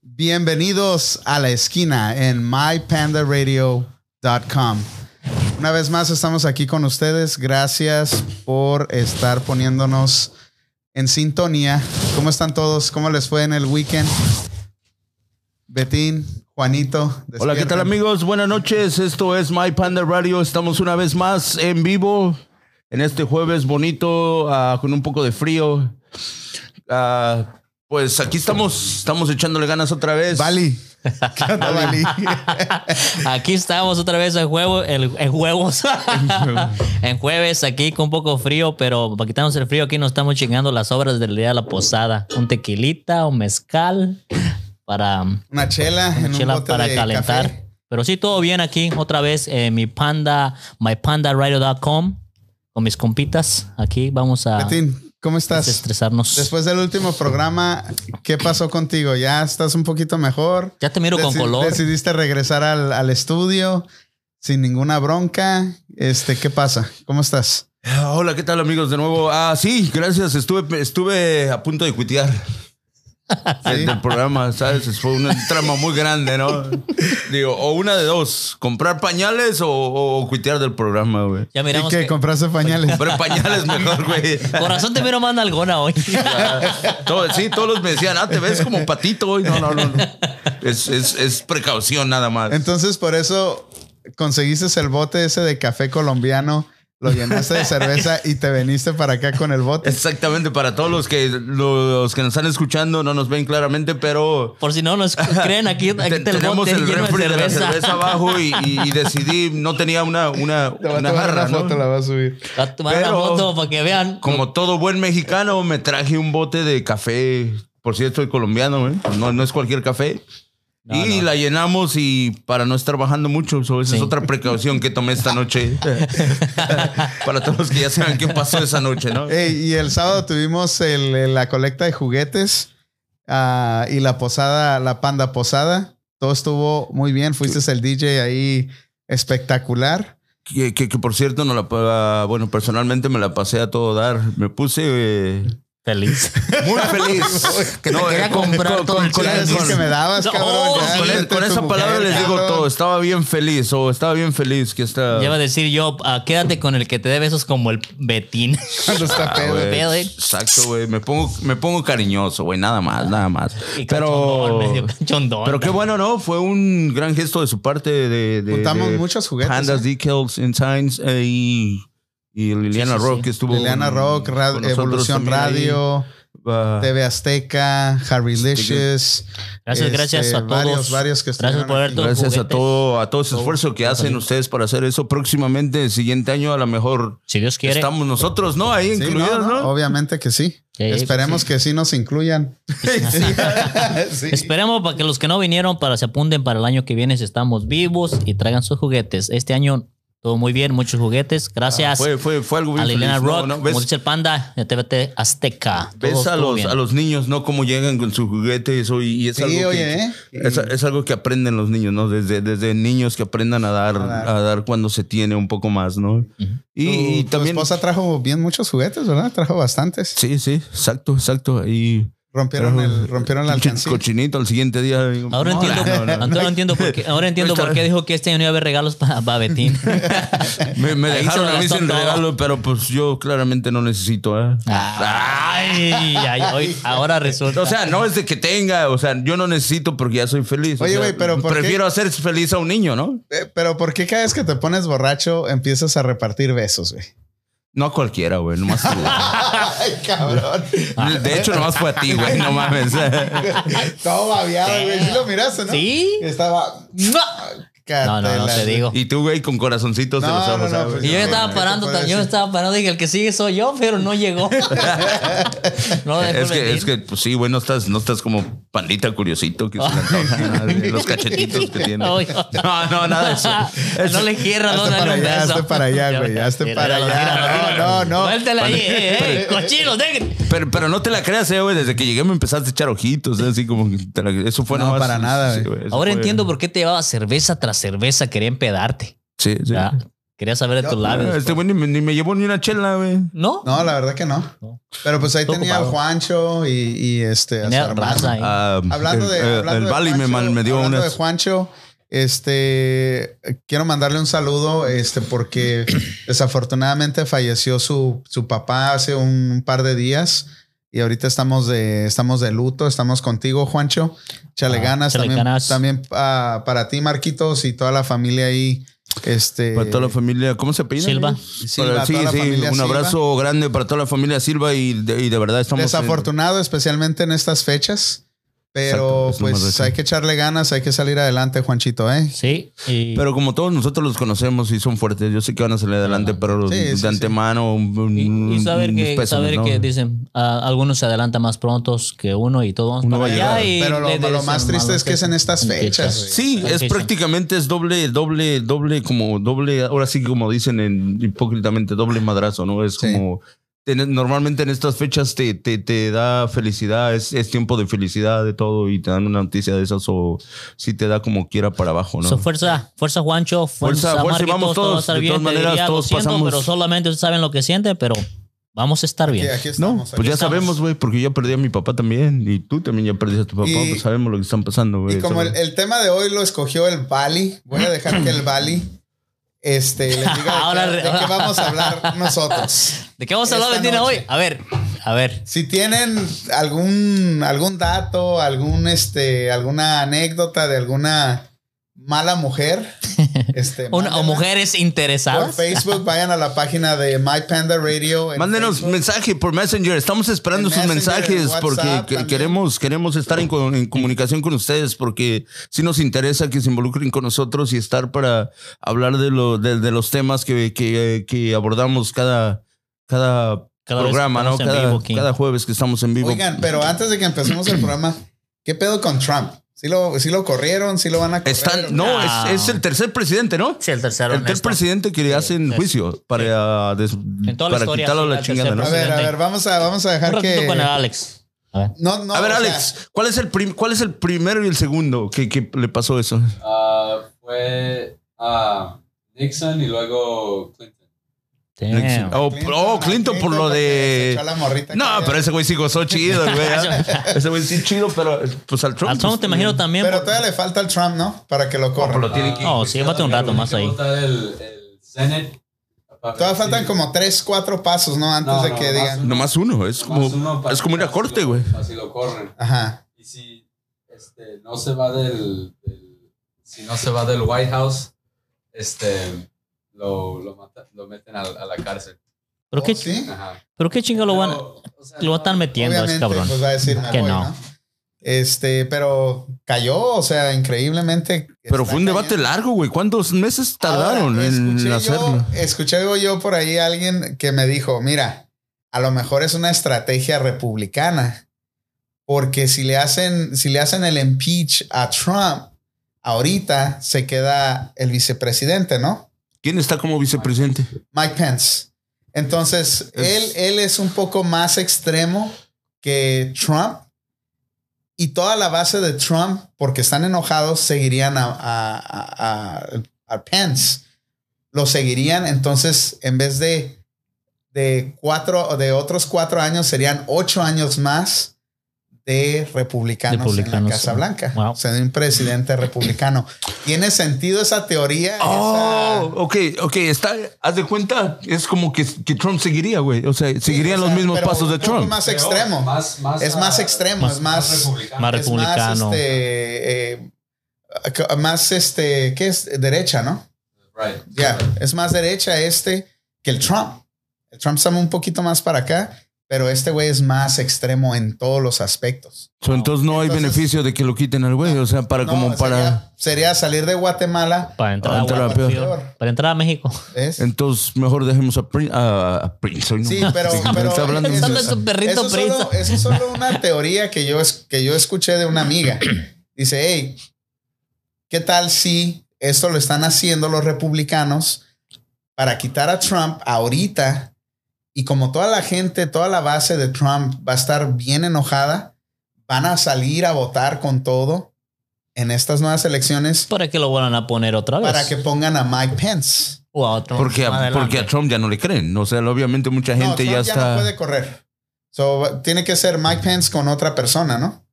Bienvenidos a la esquina en mypandaradio.com. Una vez más estamos aquí con ustedes. Gracias por estar poniéndonos en sintonía. ¿Cómo están todos? ¿Cómo les fue en el weekend? Betín, Juanito. Hola, ¿qué tal despierten. amigos? Buenas noches, esto es My Panda Radio, estamos una vez más en vivo en este jueves bonito, ah, con un poco de frío. Ah, pues aquí estamos, estamos echándole ganas otra vez. Bali. ¿Qué onda, Bali? Aquí estamos otra vez en juego, el- en juegos. en jueves, aquí con un poco frío, pero para quitarnos el frío, aquí nos estamos chingando las obras del día de la posada. Un tequilita, un mezcal para, Una chela en un chela bote para de calentar. café. Pero sí, todo bien aquí, otra vez, en mi panda, mypandaradio.com, con mis compitas. Aquí vamos a Betín, ¿cómo estás? desestresarnos. Después del último programa, ¿qué pasó contigo? ¿Ya estás un poquito mejor? ya te miro con Deci- color. Decidiste regresar al, al estudio sin ninguna bronca. Este, ¿qué pasa? ¿Cómo estás? Ah, Hola, ¿qué tal amigos de nuevo? Ah, sí, gracias, estuve, estuve a punto de cuitear. Sí. del programa, ¿sabes? Fue una trama muy grande, ¿no? Digo, o una de dos, comprar pañales o, o cuitear del programa, güey. Ya ¿Y miramos. qué? que- ¿Compraste pañales? Compré pañales mejor, güey. Corazón te miro más nalgona hoy. Todo- sí, todos los me decían, ah, te ves como patito hoy. No, no, no. no. Es, es- es precaución nada más. Entonces, por eso conseguiste el bote ese de café colombiano, lo llenaste de cerveza y te veniste para acá con el bote. Exactamente, para todos los que, los que nos están escuchando, no nos ven claramente, pero Por si no nos creen, aquí, aquí te- está el tenemos bote el lleno de refri de la cerveza. cerveza abajo y, y- y decidí, no tenía una, una, Te va a una tomar jarra, una ¿no? foto, la voy a subir. Va a tomar Pero- una foto para que vean. Como todo buen mexicano, me traje un bote de café. Por cierto, soy colombiano, güey. No, no es cualquier café. No, y no. la llenamos y para no estar bajando mucho, so, esa Sí. es otra precaución que tomé esta noche. para todos los que ya saben qué pasó esa noche, ¿no? Ey, y el sábado tuvimos el- el- la colecta de juguetes ah, y la posada, la panda posada. Todo estuvo muy bien. Fuiste el DJ ahí espectacular. Que, que- que por cierto, no la, pa- bueno, personalmente me la pasé a todo dar. Me puse eh, Feliz. muy feliz. Que te quería eh, con- comprar con- todo el con- Ya chile. ves que me dabas, No, cabrón. oh, Ya, con- vete con tu esa mujer, palabra les digo cabrón. todo. Estaba bien feliz o estaba bien feliz que está. Ya va a decir yo, ah, quédate con el que te dé besos como el Betín. Cuando está pedo. Ah, güey. pedo, ¿eh? Exacto, güey. Me pongo, me pongo cariñoso, güey. Nada más, nada más. Y Pero. cachondón, medio cachondón. Pero qué bueno, ¿no? Fue un gran gesto de su parte de... de Juntamos de muchos juguetes, ¿eh? Pandas, Decals, Ensigns eh, y, y Liliana Sí, sí, Rock, sí. que estuvo... Liliana con- Rock, Ra- con nosotros Evolución también ahí. Radio, Ah, TV Azteca, Harry Licious. Gracias, este, gracias a todos. Varios, varios que Gracias por estuvieron haber aquí. todo. gracias a juguetes. todo, a todo ese esfuerzo que hacen ustedes para hacer eso. Próximamente, el siguiente año, a lo mejor Si Dios quiere. estamos nosotros, ¿no? Ahí Sí, incluidos, no, ¿no? no, Obviamente que sí. Sí, Esperemos que sí nos incluyan. Sí. Esperemos para que los que no vinieron para se apunten para el año que viene si estamos vivos y traigan sus juguetes. Este año todo muy bien, muchos juguetes. Gracias Ah, Fue, fue, fue algo a bien Liliana feliz, ¿no? Rock, ¿No? como ¿Ves? dice el panda, de TVT Azteca. Todo Ves a estuvo los, bien. a los niños, ¿no? Cómo llegan con sus juguetes o- y, y es Sí, algo oye, que, ¿eh? es, es algo que aprenden los niños, ¿no? Desde, desde niños que aprendan a dar, A a dar. dar. cuando se tiene un poco más, ¿no? y, Tu- y tu también... esposa trajo bien muchos juguetes, ¿verdad? Trajo bastantes. Sí, sí, exacto, exacto. Y Rompieron, Trajo- el, rompieron la pinche alcancía. cochinito al siguiente día. digo, Ahora "Hola". entiendo, No, no, no. Ahora entiendo por qué, ahora entiendo por qué dijo que este año no iba a haber regalos para Betín. Me, me Ahí se dejaron lo a mí gastó sin todo. regalo, pero pues yo claramente no necesito, ¿eh? Ah. Ay, ay, hoy- ahora resulta. O sea, no es de que tenga, o sea, yo no necesito porque ya soy feliz. o Oye, sea, güey, pero ¿por qué? prefiero hacer feliz a un niño, ¿no? Eh, Pero ¿por qué cada vez que te pones borracho empiezas a repartir besos, güey? No a cualquiera, güey, nomás tú, güey. Ay, cabrón. Ah. De hecho, nomás fue a ti, güey, no mames. Todo babeado, güey. Sí lo miraste, ¿no? ¿Sí? Estaba... No, no, no te digo. Y tú, güey, con corazoncitos en No, los ojos. no, no, ¿sabes? pues Y yo estaba parando, puedo yo decir? estaba parando, dije, el que sigue soy yo, pero no llegó. No, Es déjame que, ir. es que, pues sí, güey, no estás, no estás como pandita curiosito que se le antoja, ¿no? los cachetitos que tiene. Ay, No, no, nada de eso. Ah, No le quieras, no Hazte para dale un allá, beso. hazte para allá, güey, hazte para allá. No, no, no. Suéltala ahí, eh, eh, cochinos, dejen. Pero, pero no te la creas, eh, güey. Desde que llegué me empezaste a echar ojitos, ¿eh? así como que te la- eso fue No, nomás- para nada, sí, güey. güey, eso Ahora fue- entiendo por qué te llevaba cerveza tras cerveza, quería empedarte. Sí, sí. ¿verdad? Quería saber de tus Ah, labios. pues. Este güey ni, me- ni me llevó ni una chela, güey. ¿No? No, la verdad que no. No. Pero pues ahí Estoy tenía ocupado. al Juancho y, y, este. a su Tenía hermano. raza ahí. Ah, Hablando de. el- hablando el de Bali me, Juancho, man- me dio hablando de unas. Juancho, este. eh, Quiero mandarle un saludo, este, porque desafortunadamente falleció su, su papá hace un par de días. Y ahorita estamos de, estamos de luto, estamos contigo, Juancho. Chale Ah, ganas échale también, ganas. también ah, para ti, Marquitos, y toda la familia ahí. Este, Para toda la familia, ¿cómo se apellida? Silva. güey? Silva, Para- sí, toda la sí, familia un Silva. abrazo grande para toda la familia Silva y de, y de verdad estamos. desafortunado, especialmente en estas fechas. Pero Exacto, es lo más pues recio. hay que echarle ganas, hay que salir adelante, Juanchito, ¿eh? Sí. Y Pero como todos nosotros los conocemos y son fuertes, yo sé que van a salir adelante, pero Sí, sí, de sí. antemano. un- un- Y, y saber unos que, pésames, saber mm, ¿no? que dicen, ah, algunos se adelantan más prontos que uno y todos vamos Uno va para a allá llegar. y Pero lo- le lo dicen más triste malos es que es en estas fechas, güey. Sí, Ah, es sí, sí. prácticamente es doble, doble, doble, como doble, ahora sí como dicen en, hipócritamente, doble madrazo, ¿no? Es Sí. como, ten- normalmente en estas fechas te, te, te da felicidad, es, es tiempo de felicidad, de todo, y te dan una noticia de esas, o sí te da como quiera para abajo, ¿no? So, fuerza, fuerza Juancho, fuerza, Fuerza, fuerza, y Marquitos, vamos todo va a todos. estar De bien. todas te maneras, diría, lo todos siento, pasamos- pero solamente ustedes saben lo que sienten, pero vamos a estar bien. Aquí, aquí No, estamos. pues ya aquí estamos. sabemos, güey, porque yo perdí a mi papá también, y tú también ya perdiste a tu papá, Y- pues sabemos lo que están pasando, güey. Y como el, sobre- el tema de hoy lo escogió el Bali, voy a dejar que el Bali este, les diga de qué- Ahora de, re- qué vamos a hablar nosotros. ¿De qué vamos a hablar, Esta Betina, noche. hoy? A ver, a ver. Si tienen algún, algún dato, algún, este, alguna anécdota de alguna mala mujer, este, Una, o mándenla. mujeres Por interesadas. Facebook, vayan a la página de My Panda Radio. en Mándenos Facebook. mensaje por Messenger. Estamos esperando En sus Messenger, en mensajes WhatsApp porque que- también. queremos, queremos estar en, co- en comunicación con ustedes porque sí nos interesa que se involucren con nosotros y estar para hablar de, lo, de, de los temas que, que, que abordamos cada, cada, Cada vez programa, que ¿no? estamos en Cada, vivo aquí. cada jueves que estamos en vivo. Oigan, pero antes de que empecemos el programa, ¿qué pedo con Trump? ¿Sí lo, sí lo corrieron? ¿Sí lo van a correr? Están, ¿O no, No. Es, es el tercer presidente, ¿no? Sí, el tercero. El en tercer esta. presidente que le hacen sí. juicio para, des- En toda la para historia, quitarlo sí, la el chingada, tercer ¿no? qué? A ver, a presidente. ver, vamos a, vamos a Un dejar ratito que. con el Alex. A ver. No, no, a ver, o sea, Alex, ¿cuál es el, prim- cuál es el primero y el segundo que, que le pasó eso? Ah, fue ah, Nixon y luego Clinton. Damn. Oh, Clinton, oh, Clinton por lo porque se de. echó a la morrita No, que- pero ese güey sí gozó chido, güey. ¿eh? ese güey sí chido, pero pues al Trump. Al Trump pues, te imagino también. Pero por- todavía le falta al Trump, ¿no? Para que lo Ah. pero Ah, corran. lo tiene que- No, Oh, sí, llévate un rato más ahí. Tiene que votar el, el Senate. para ver Todavía si- faltan como tres, cuatro pasos, ¿no? Antes No, de no, que más digan. uno. Nomás uno, es como, Más uno para- es como ir a así corte, lo- güey. Así lo corren. Ajá. Y si este, no se va del, del- Si no se va del White House, este. Lo, lo, mata- lo meten a, a la cárcel. ¿Pero qué, oh, ¿Sí? Ajá. ¿Pero qué chingo lo van, Pero, o sea, lo van a estar no- metiendo a ese Obviamente, cabrón? pues va a decir me Que voy, no. no. Este, pero cayó, o sea, increíblemente. Pero está fue un debate cañón. largo, güey. ¿Cuántos meses tardaron Ahora, en ¿eh? escuché hacerlo? Yo, escuché algo yo por ahí a alguien que me dijo, mira, a lo mejor es una estrategia republicana, porque si le hacen, si le hacen el impeach a Trump, ahorita se queda el vicepresidente, ¿no? ¿Quién está como vicepresidente? Mike Pence. Entonces, Es- él, él es un poco más extremo que Trump. Y toda la base de Trump, porque están enojados, seguirían a, a- a- a- a Pence. Lo seguirían. Entonces, en vez de, de cuatro, de otros cuatro años, serían ocho años más de republicanos, en Republicanos. la Casa Blanca. Wow. O sea, de un presidente republicano. ¿Tiene sentido esa teoría? Esa- Oh, ok, ok, está, haz de cuenta, es como que, que Trump seguiría, güey. O sea, seguirían o sea, los mismos pero pasos de un poco Trump. más Pero extremo. más- más es más a- extremo, es más- más- republicano. Es más, republicano. este, eh, ac- más este, ¿qué es? Derecha, ¿no? Right. Ya, es más derecha este que el Trump. El Trump está un poquito más para acá, pero este güey es más extremo en todos los aspectos. So, entonces no hay Entonces- beneficio de que lo quiten al güey, o sea, para No, como para... sería, sería salir de Guatemala. Para entrar, Ah, a entrar a Guatemala, peor. peor. Para entrar a México. ¿ves? Entonces, mejor dejemos a, Prin- a, a Prince. hoy no Sí, mames, pero, de que pero está hablando. eso Pensando en su perrito eso es solo, Prince. eso es solo una teoría que yo, es- que yo escuché de una amiga. Dice, hey, ¿qué tal si esto lo están haciendo los republicanos para quitar a Trump ahorita? Y como toda la gente, toda la base de Trump va a estar bien enojada, van a salir a votar con todo en estas nuevas elecciones Para que lo vuelvan a poner otra vez. para que pongan a Mike Pence. o a otro. Porque, más a, adelante. porque a Trump ya no le creen. O sea, obviamente mucha No, gente Trump ya está. no puede correr. So, va- tiene que ser Mike Pence con otra persona, ¿no?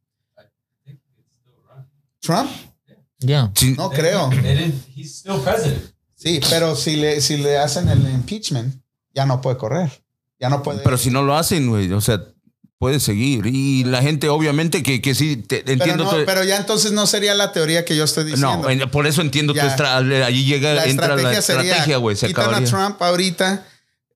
Trump, Ya. Sí, no creo. They didn't, he's still president. Sí, pero si le, si le hacen el impeachment, ya no puede correr. Ya no puede. Pero si no lo hacen, güey, o sea, puede seguir. Y la gente, obviamente, que, que sí, te- pero, entiendo. no- tu- pero ya entonces no sería la teoría que yo estoy diciendo. no, en- por eso entiendo tu Ya. estrategia. Allí llega, la entra estrategia la estrategia, sería güey. Se quitan a acabaría. Trump ahorita,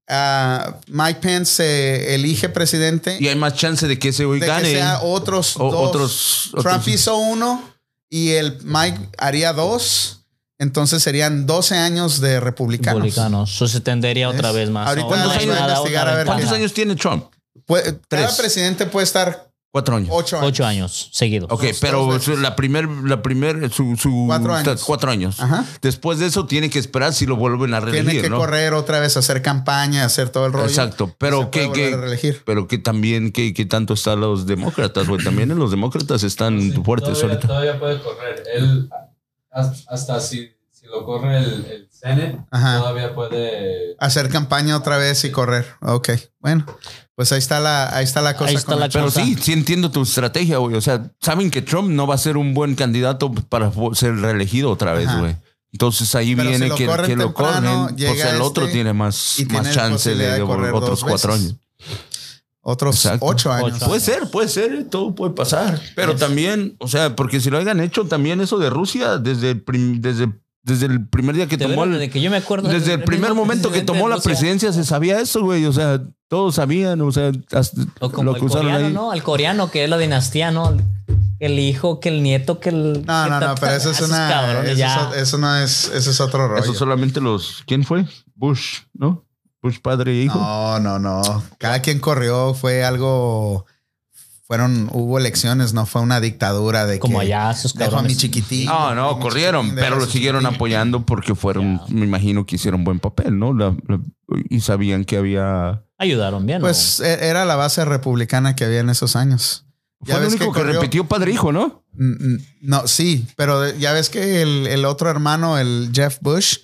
ah, Mike Pence se elige presidente Y hay más chance de que ese güey de gane. ¿eh? que sea otros O- dos. otros- Trump otros- hizo uno y el Mike haría dos, entonces serían 12 años de republicanos. Republicanos. Eso se tendería otra Es- vez más. ahorita ¿Cuántos no hay años? nada, investigar otra a ver ventaja. ¿Cuántos años tiene Trump? Puede- cada Tres. presidente puede estar Cuatro años. ocho años. Ocho años seguidos. Ok, Dos- pero dos veces. su- la primer, la primer, su, su- Cuatro está- años. cuatro años. Ajá. Después de eso tiene que esperar si lo vuelven a reelegir, Tiene que ¿no? correr otra vez, hacer campaña, hacer todo el rollo. Exacto, Se puede pero que, volver que- a reelegir. pero que también que, que tanto están los demócratas, güey. También los demócratas están Sí, fuertes todavía, ahorita. todavía puede correr. Él, has- hasta si, si lo corre el, el Senate, Ajá. todavía puede. Hacer campaña otra vez y correr. Ok, bueno, pues ahí está la, ahí está la cosa. Ahí está con la el- Pero cosa. sí, sí entiendo tu estrategia, güey. O sea, saben que Trump no va a ser un buen candidato para fu- ser reelegido otra vez, Ajá. güey. Entonces ahí Pero viene si lo que, corren que lo temprano, corren, llega pues el otro este tiene más, y tiene más chance de, posibilidad de de correr otros dos cuatro veces. años. Otros Exacto. ocho años. Ocho. Puede ser, puede ser, eh, todo puede pasar. Pero también, o sea, porque si lo hayan hecho también eso de Rusia desde el, prim- desde, desde el primer día que De tomó veras, el- desde que yo me acuerdo. desde el primer mismo momento que presidente tomó de la Rusia, presidencia se sabía eso, güey. O sea, todos sabían, o sea, hasta O como lo el que usaron coreano, ahí. ¿no? Al coreano, que es la dinastía, ¿no? El hijo, que el nieto, que el. No, no, que no, ta- pero eso ta- es esos una. cabrones, Eso, ya. es- eso no es, eso es otro rollo. Eso solamente los. ¿Quién fue? Bush, ¿no? Bush padre e hijo. No, no, no. Cada quien corrió fue algo. Fueron, hubo elecciones, no fue una dictadura de Como que allá, esos dejo a mi cabrones. chiquitín. No, dejo a no, mi corrieron, chiquitín, dejo pero a lo su siguieron chiquitín. apoyando porque fueron, me imagino que hicieron buen papel, ¿no? La- la- y sabían que había... Ayudaron bien, ¿no? Pues e- era la base republicana que había en esos años. Ya Fue el ves único que, corrió- repitió padre-hijo, ¿no? Mm, mm, No, sí, pero de- ya ves que el, el otro hermano, el Jeff Bush,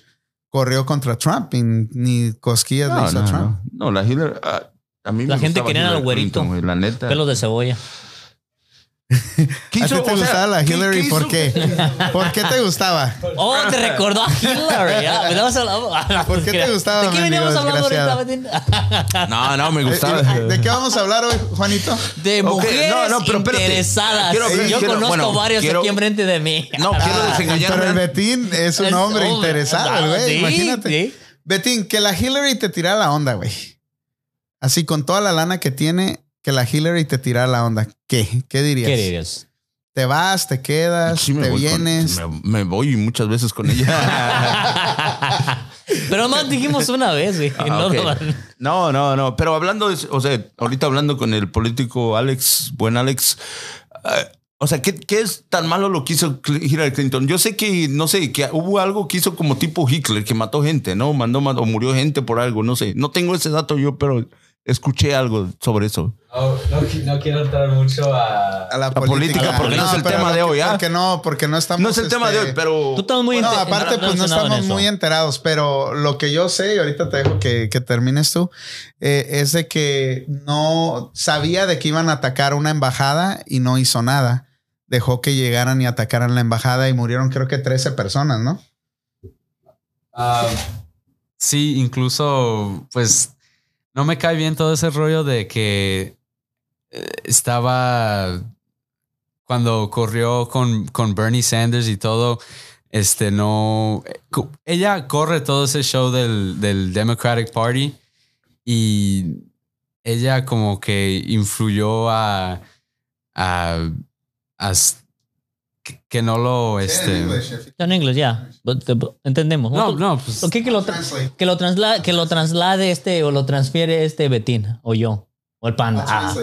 corrió contra Trump y ni cosquillas le No, hizo no, a Trump. no. No, la Hillary... ah, a mí me La gente gustaba quería al Hillary güerito. Clinton, güey, la neta. Pelos de cebolla. ¿Qué ¿A ti te hizo? O sea, gustaba la ¿qué- Hillary? qué ¿Por hizo? qué? ¿Por qué te gustaba? Oh, te recordó a Hillary. ah, empezamos a hablar- ¿Por qué te gustaba, ¿De qué mi veníamos amigo hablando ahorita? desgraciado? Martín? No, Eh, no, me gustaba. ¿De qué vamos a hablar hoy, Juanito? De Ok, mujeres no, no, pero espérate. interesadas. Quiero- quiero- Yo quiero- conozco bueno, varios quiero- aquí enfrente de mí. eh, No, quiero Pero el desengañarme. Betín es un Es hombre hombre, Ah, interesado, el güey. sí, imagínate. sí. Betín, que la Hillary te tira la onda, güey. Así con toda la lana que tiene, que la Hillary te tira la onda. ¿Qué? ¿Qué dirías? ¿Qué dirías? ¿Te vas? ¿Te quedas? Sí me ¿Te voy con- vienes? me- me voy muchas veces con ella. Pero más dijimos una vez, güey. Ah, no, ok. no, No, no, no. Pero hablando, de- o sea, ahorita hablando con el político Alex, buen Alex, ah, o sea, ¿qué, qué es tan malo lo que hizo Cl- Hillary Clinton? Yo sé que, no sé, que hubo algo que hizo como tipo Hitler, que mató gente, ¿no? Mandó ma- o murió gente por algo, no sé. No tengo ese dato yo, pero escuché algo sobre eso. No, no, qui- no quiero entrar mucho a. A la, política, porque no es el pero tema lo de que- hoy, ¿ah? Porque no, porque no estamos. No es el tema de este, hoy, pero... Tú estás muy No, inte- aparte, pues no relacionado en estamos eso. muy enterados, pero lo que yo sé, y ahorita te dejo que, que termines tú, eh, es de que no sabía de que iban a atacar una embajada y no hizo nada. Dejó que llegaran y atacaran la embajada y murieron creo que 13 personas, ¿no? Ah, sí, incluso, pues, no me cae bien todo ese rollo de que eh, estaba cuando corrió con, con Bernie Sanders y todo. Este no. eh, co- Ella corre todo ese show del, del Democratic Party y ella como que influyó a. a. a s- que, que no lo. Este, Está en inglés, ya. But- but- Entendemos. no, no, pues. ¿O qué que lo, tra- que lo traslade, que lo traslade este o lo transfiere este Betín o yo o el panda. Ah,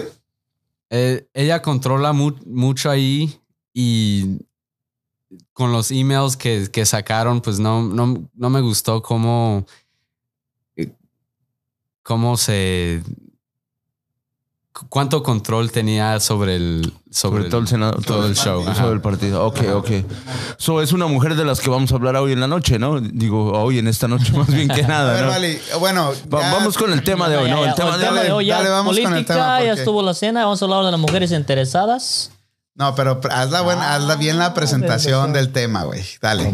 Eh, ella controla mu- mucho ahí y con los emails que, que sacaron, pues no, no, no me gustó eh, cómo, cómo se, cu- cuánto control tenía sobre el sobre, Sobre todo el Senado, todo el show. Ajá. Sobre el partido. Ok, ok. So, es una mujer de las que vamos a hablar hoy en la noche, ¿no? Digo, hoy en esta noche más bien que A nada, ver, Ah, ¿no? Vali, bueno. Va- ya- vamos con el tema de hoy, Ya, ¿no? ya, El ya. tema de dale, hoy. hoy ya, dale, vamos con el política, tema, Ya porque- estuvo la cena, vamos a hablar de las mujeres interesadas. No, pero pr- hazla, buena, hazla bien la presentación del tema, güey. Dale.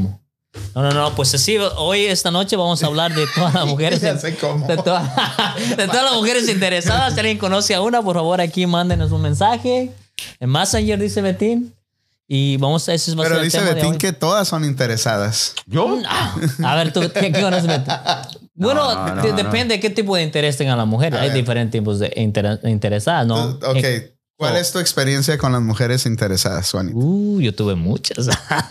No, no, no, pues así, hoy, esta noche, vamos a hablar de todas las mujeres. Ya sé cómo. De, toda- de todas las mujeres interesadas, si alguien conoce a una, por favor, aquí mándenos un mensaje. En Messenger, dice Betín. Y vamos a ese va a Pero ser el dice tema de Betín hoy. Ah, que todas son interesadas. ¿Yo? A ver, tú, ¿qué, qué conoces, Betín? Bueno, no, no, de- no. depende de qué tipo de interés tengan las mujeres. A Hay ver. diferentes tipos de inter- interesadas, ¿no? Uh, ok. Eh, ¿Cuál oh. es tu experiencia con las mujeres interesadas, Juanita? Uh, yo tuve muchas.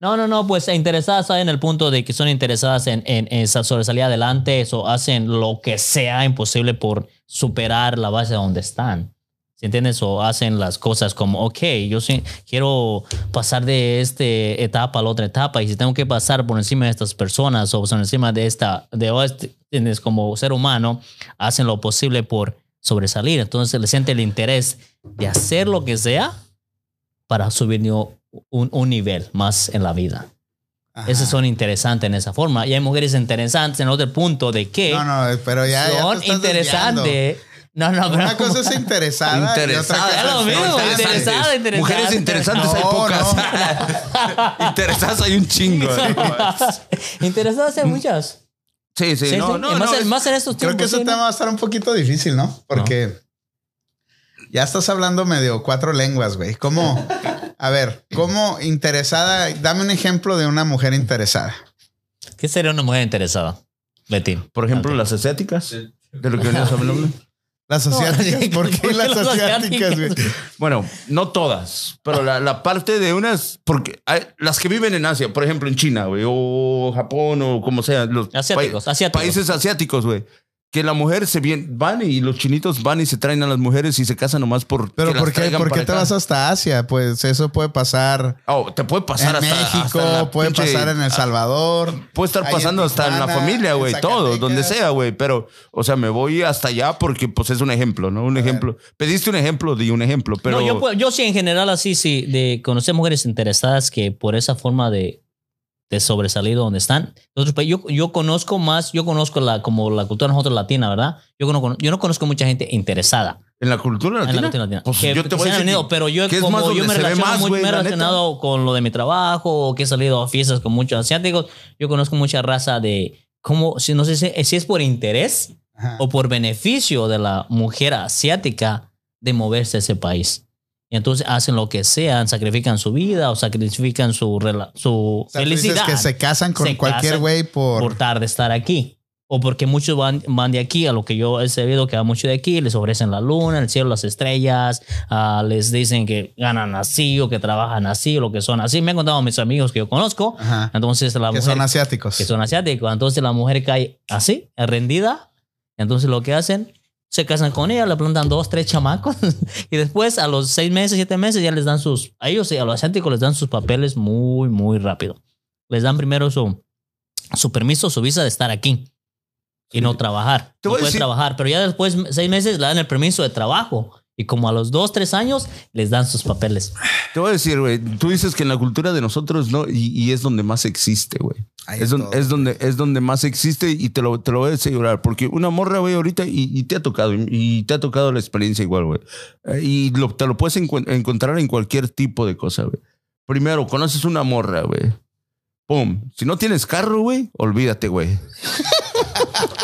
No, no, no, pues interesadas ¿saben? en el punto de que son interesadas en, en, en sa- sobre salir adelante, eso hacen lo que sea imposible por superar la base donde están. ¿Sí entiendes? O hacen las cosas como, ok, yo sí quiero pasar de esta etapa a la otra etapa y si tengo que pasar por encima de estas personas o por encima de esta, de este, ¿entiendes? como ser humano, hacen lo posible por sobresalir. Entonces le siente el interés de hacer lo que sea para subir un, un- un nivel más en la vida. Ajá. Esas son interesantes en esa forma. Y hay mujeres interesantes en otro punto de que No, no, pero ya. ya eh, son te estás desviando. interesantes. No, no, pero. Una cosa es interesada. Interesada. Y otra cosa Es lo mismo, interesante. interesada, interesante. Mujeres interesantes hay No, pocas. interesadas hay un chingo. ¿eh? interesadas en muchas. Sí, sí, Sí, no, sí. no, Y más, no, en- es- más en estos Creo tiempos. que ese sí, ¿no? tema va a estar un poquito difícil, ¿no? Porque ya estás hablando medio cuatro lenguas, güey. ¿Cómo? A ver, ¿cómo interesada? Dame un ejemplo de una mujer interesada. ¿Qué sería una mujer interesada? Betín. Por ejemplo, las asiáticas. De lo que venías hablando. Las asiáticas. ¿Por qué ¿por qué las las asiáticas, güey? asiáticas? Bueno, no todas, pero la, la parte de unas, porque hay- las que viven en Asia, por ejemplo, en China, güey, o Japón, o como sea, los pa- Asiáticos, asiáticos. países asiáticos, güey, que la mujer se viene, van y los chinitos van y se traen a las mujeres y se casan nomás por. Pero que las ¿por qué, traigan por qué para te acá. vas hasta Asia? Pues eso puede pasar Oh, te puede pasar en hasta México, hasta la puede pinche- pasar en El Salvador. Puede estar ahí pasando en hasta en la Tijuana, familia, en güey, todo, Zacatecas. donde sea, güey. Pero, o sea, me voy hasta allá porque, pues, es un ejemplo, ¿no? Un ejemplo. Pediste un ejemplo, di un ejemplo, pero. No, yo, puedo- yo sí, en general, así, sí, de conocer mujeres interesadas que por esa forma de, de sobresalir donde están. Nosotros, pues, yo, yo conozco más, yo conozco la, como la cultura nosotros latina, ¿verdad? Yo no, yo no conozco mucha gente interesada En la cultura latina. en la cultura latina. Pues, Que- yo que te voy se a han decir. venido, pero yo, que es como más donde yo me se ve relaciono más, muy- güey, me he la neta. relacionado con lo de mi trabajo, o que he salido a fiestas con muchos asiáticos, yo conozco mucha raza de, como, si, no sé si, si es por interés Ajá. o por beneficio de la mujer asiática de moverse a ese país. Y entonces hacen lo que sean, sacrifican su vida o sacrifican su, rela- su O sea, tú dices felicidad que se casan con Se cualquier casan güey por, por tarde estar aquí. O porque muchos van, van de aquí, a lo que yo he sabido que va mucho de aquí, les ofrecen la luna, el cielo, las estrellas, ah, les dicen que ganan así o que trabajan así o lo que son así. Me han contado mis amigos que yo conozco. Ajá. Entonces la que mujer son asiáticos. que son asiáticos. Entonces la mujer cae así, rendida. Entonces lo que hacen, se casan con ella, le plantan dos, tres chamacos. y después a los seis meses, siete meses ya les dan sus, a ellos y a los asiáticos les dan sus papeles muy, muy rápido. Les dan primero su, su permiso, su visa de estar aquí. Y no trabajar. Te No voy a pueden decir- trabajar, pero ya después, seis meses, le dan el permiso de trabajo. Y como a los dos, tres años, les dan sus papeles. Te voy a decir, güey, tú dices que en la cultura de nosotros no, y, y es donde más existe, güey. Ahí Es, es don- todo. es donde es donde más existe y te lo, te lo voy a asegurar, porque una morra, güey, ahorita y, y te ha tocado, y, y te ha tocado la experiencia igual, güey. Eh, Y lo- te lo puedes encu- encontrar en cualquier tipo de cosa, güey. Primero, conoces una morra, güey. Pum. Si no tienes carro, güey, olvídate, güey.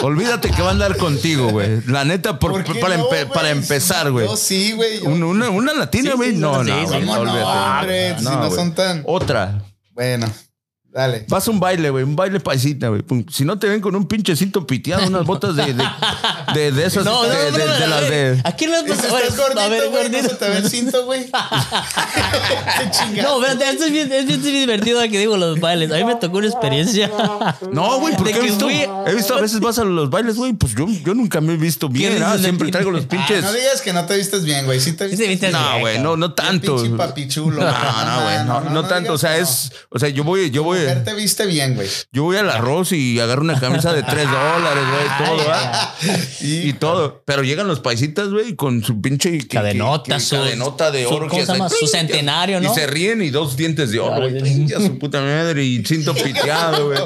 olvídate que va a andar contigo, güey. La neta, por- ¿Por qué para, no, empe- güey? para empezar, güey. Yo sí, güey. yo- Una, una, una latina, Sí, güey. sí, no, sí, no, sí, güey, ¿Cómo no, olvídate. Ah, hombre? si no güey. son tan. Otra. Bueno, dale. Vas a un baile, güey, un baile paisita, güey. Pum. Si no te ven con un pinchecito piteado, unas botas de, de, de, de esas, No, no, de, no, de- no, eh. de a las ver, de... Aquí no es Y si estás gordito, A ver, güey, no gordito. se te ve el cinto, güey. Qué chingada. No, pero esto es bien, es bien divertido que digo los bailes. A mí me tocó una experiencia. No, güey, porque De he que visto, fui- he visto a veces vas a los bailes, güey, pues yo, yo nunca me he visto bien, dices ah, de siempre ti? traigo los pinches. No digas que no te vistes bien, güey. Sí te Sí, se vistes viste No, bien, güey, cabrón. no, bien, no tanto. pinche No, Ah, papichulo. no, güey, no, no tanto, o sea, digas que es, o sea, yo voy, yo voy güey. mujer te viste bien, güey. Yo voy al arroz y agarro una camisa de 3 dólares, güey, todo, ¿ah? ¿verdad? Y Y todo. Pero llegan los paisitas, güey, con su pinche. que- que- Cadenota, que su- cadenota de su- oro. ¿cómo que se llama? hacen- Su centenario, ¿no? Y se ríen y dos dientes de oro, güey. Chinga su puta madre y cinto piteado, güey.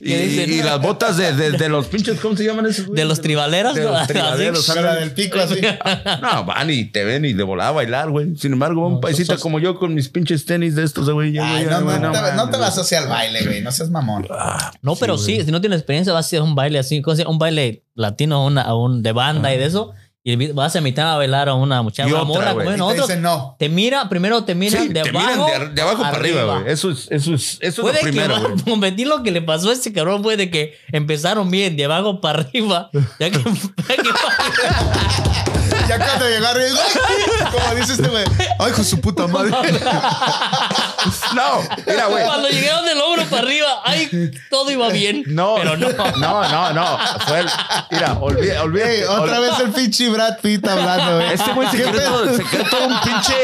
Y, ¿Qué dicen? y las botas de, de- de los pinches, ¿cómo se llaman esos? güey? De los tribaleros, De ¿no? los Así. tribaleros. con la del pico así. No, van y te ven y de volada a bailar, güey. Sin embargo, va un paisita como yo con mis pinches tenis de estos, güey. ya, Ay, ya, no, güey, no, te, no mames. te vas hacia el baile, güey. No seas mamón. No, pero sí, si no tienes experiencia, vas a hacer un baile así, cosa- un baile latino, una, a un de banda y de eso, y vas a invitar a bailar a una muchacha, Y una otra, morra güey. como Y Y te nosotros. dicen no. Te mira, primero te mira Sí, de, te abajo miran de, ar- de abajo para arriba, güey. Eso es, eso es, eso es lo Puede primero, que güey. convertir lo que le pasó a este cabrón fue de que empezaron bien, de abajo para arriba. Ya que, ya que- Ya cuando llegaron, ¡ay! como dices este güey, ay, con su puta madre. No, mira, güey. cuando llegaron del hombro para arriba, ay, todo iba bien. No, pero no. no, no, no. Fue el- mira, olvida, olvida. Ey, otra vez el pinche Brad Pitt hablando, güey. Este güey se ¿Qué cree, pedo? todo, se cree todo un pinche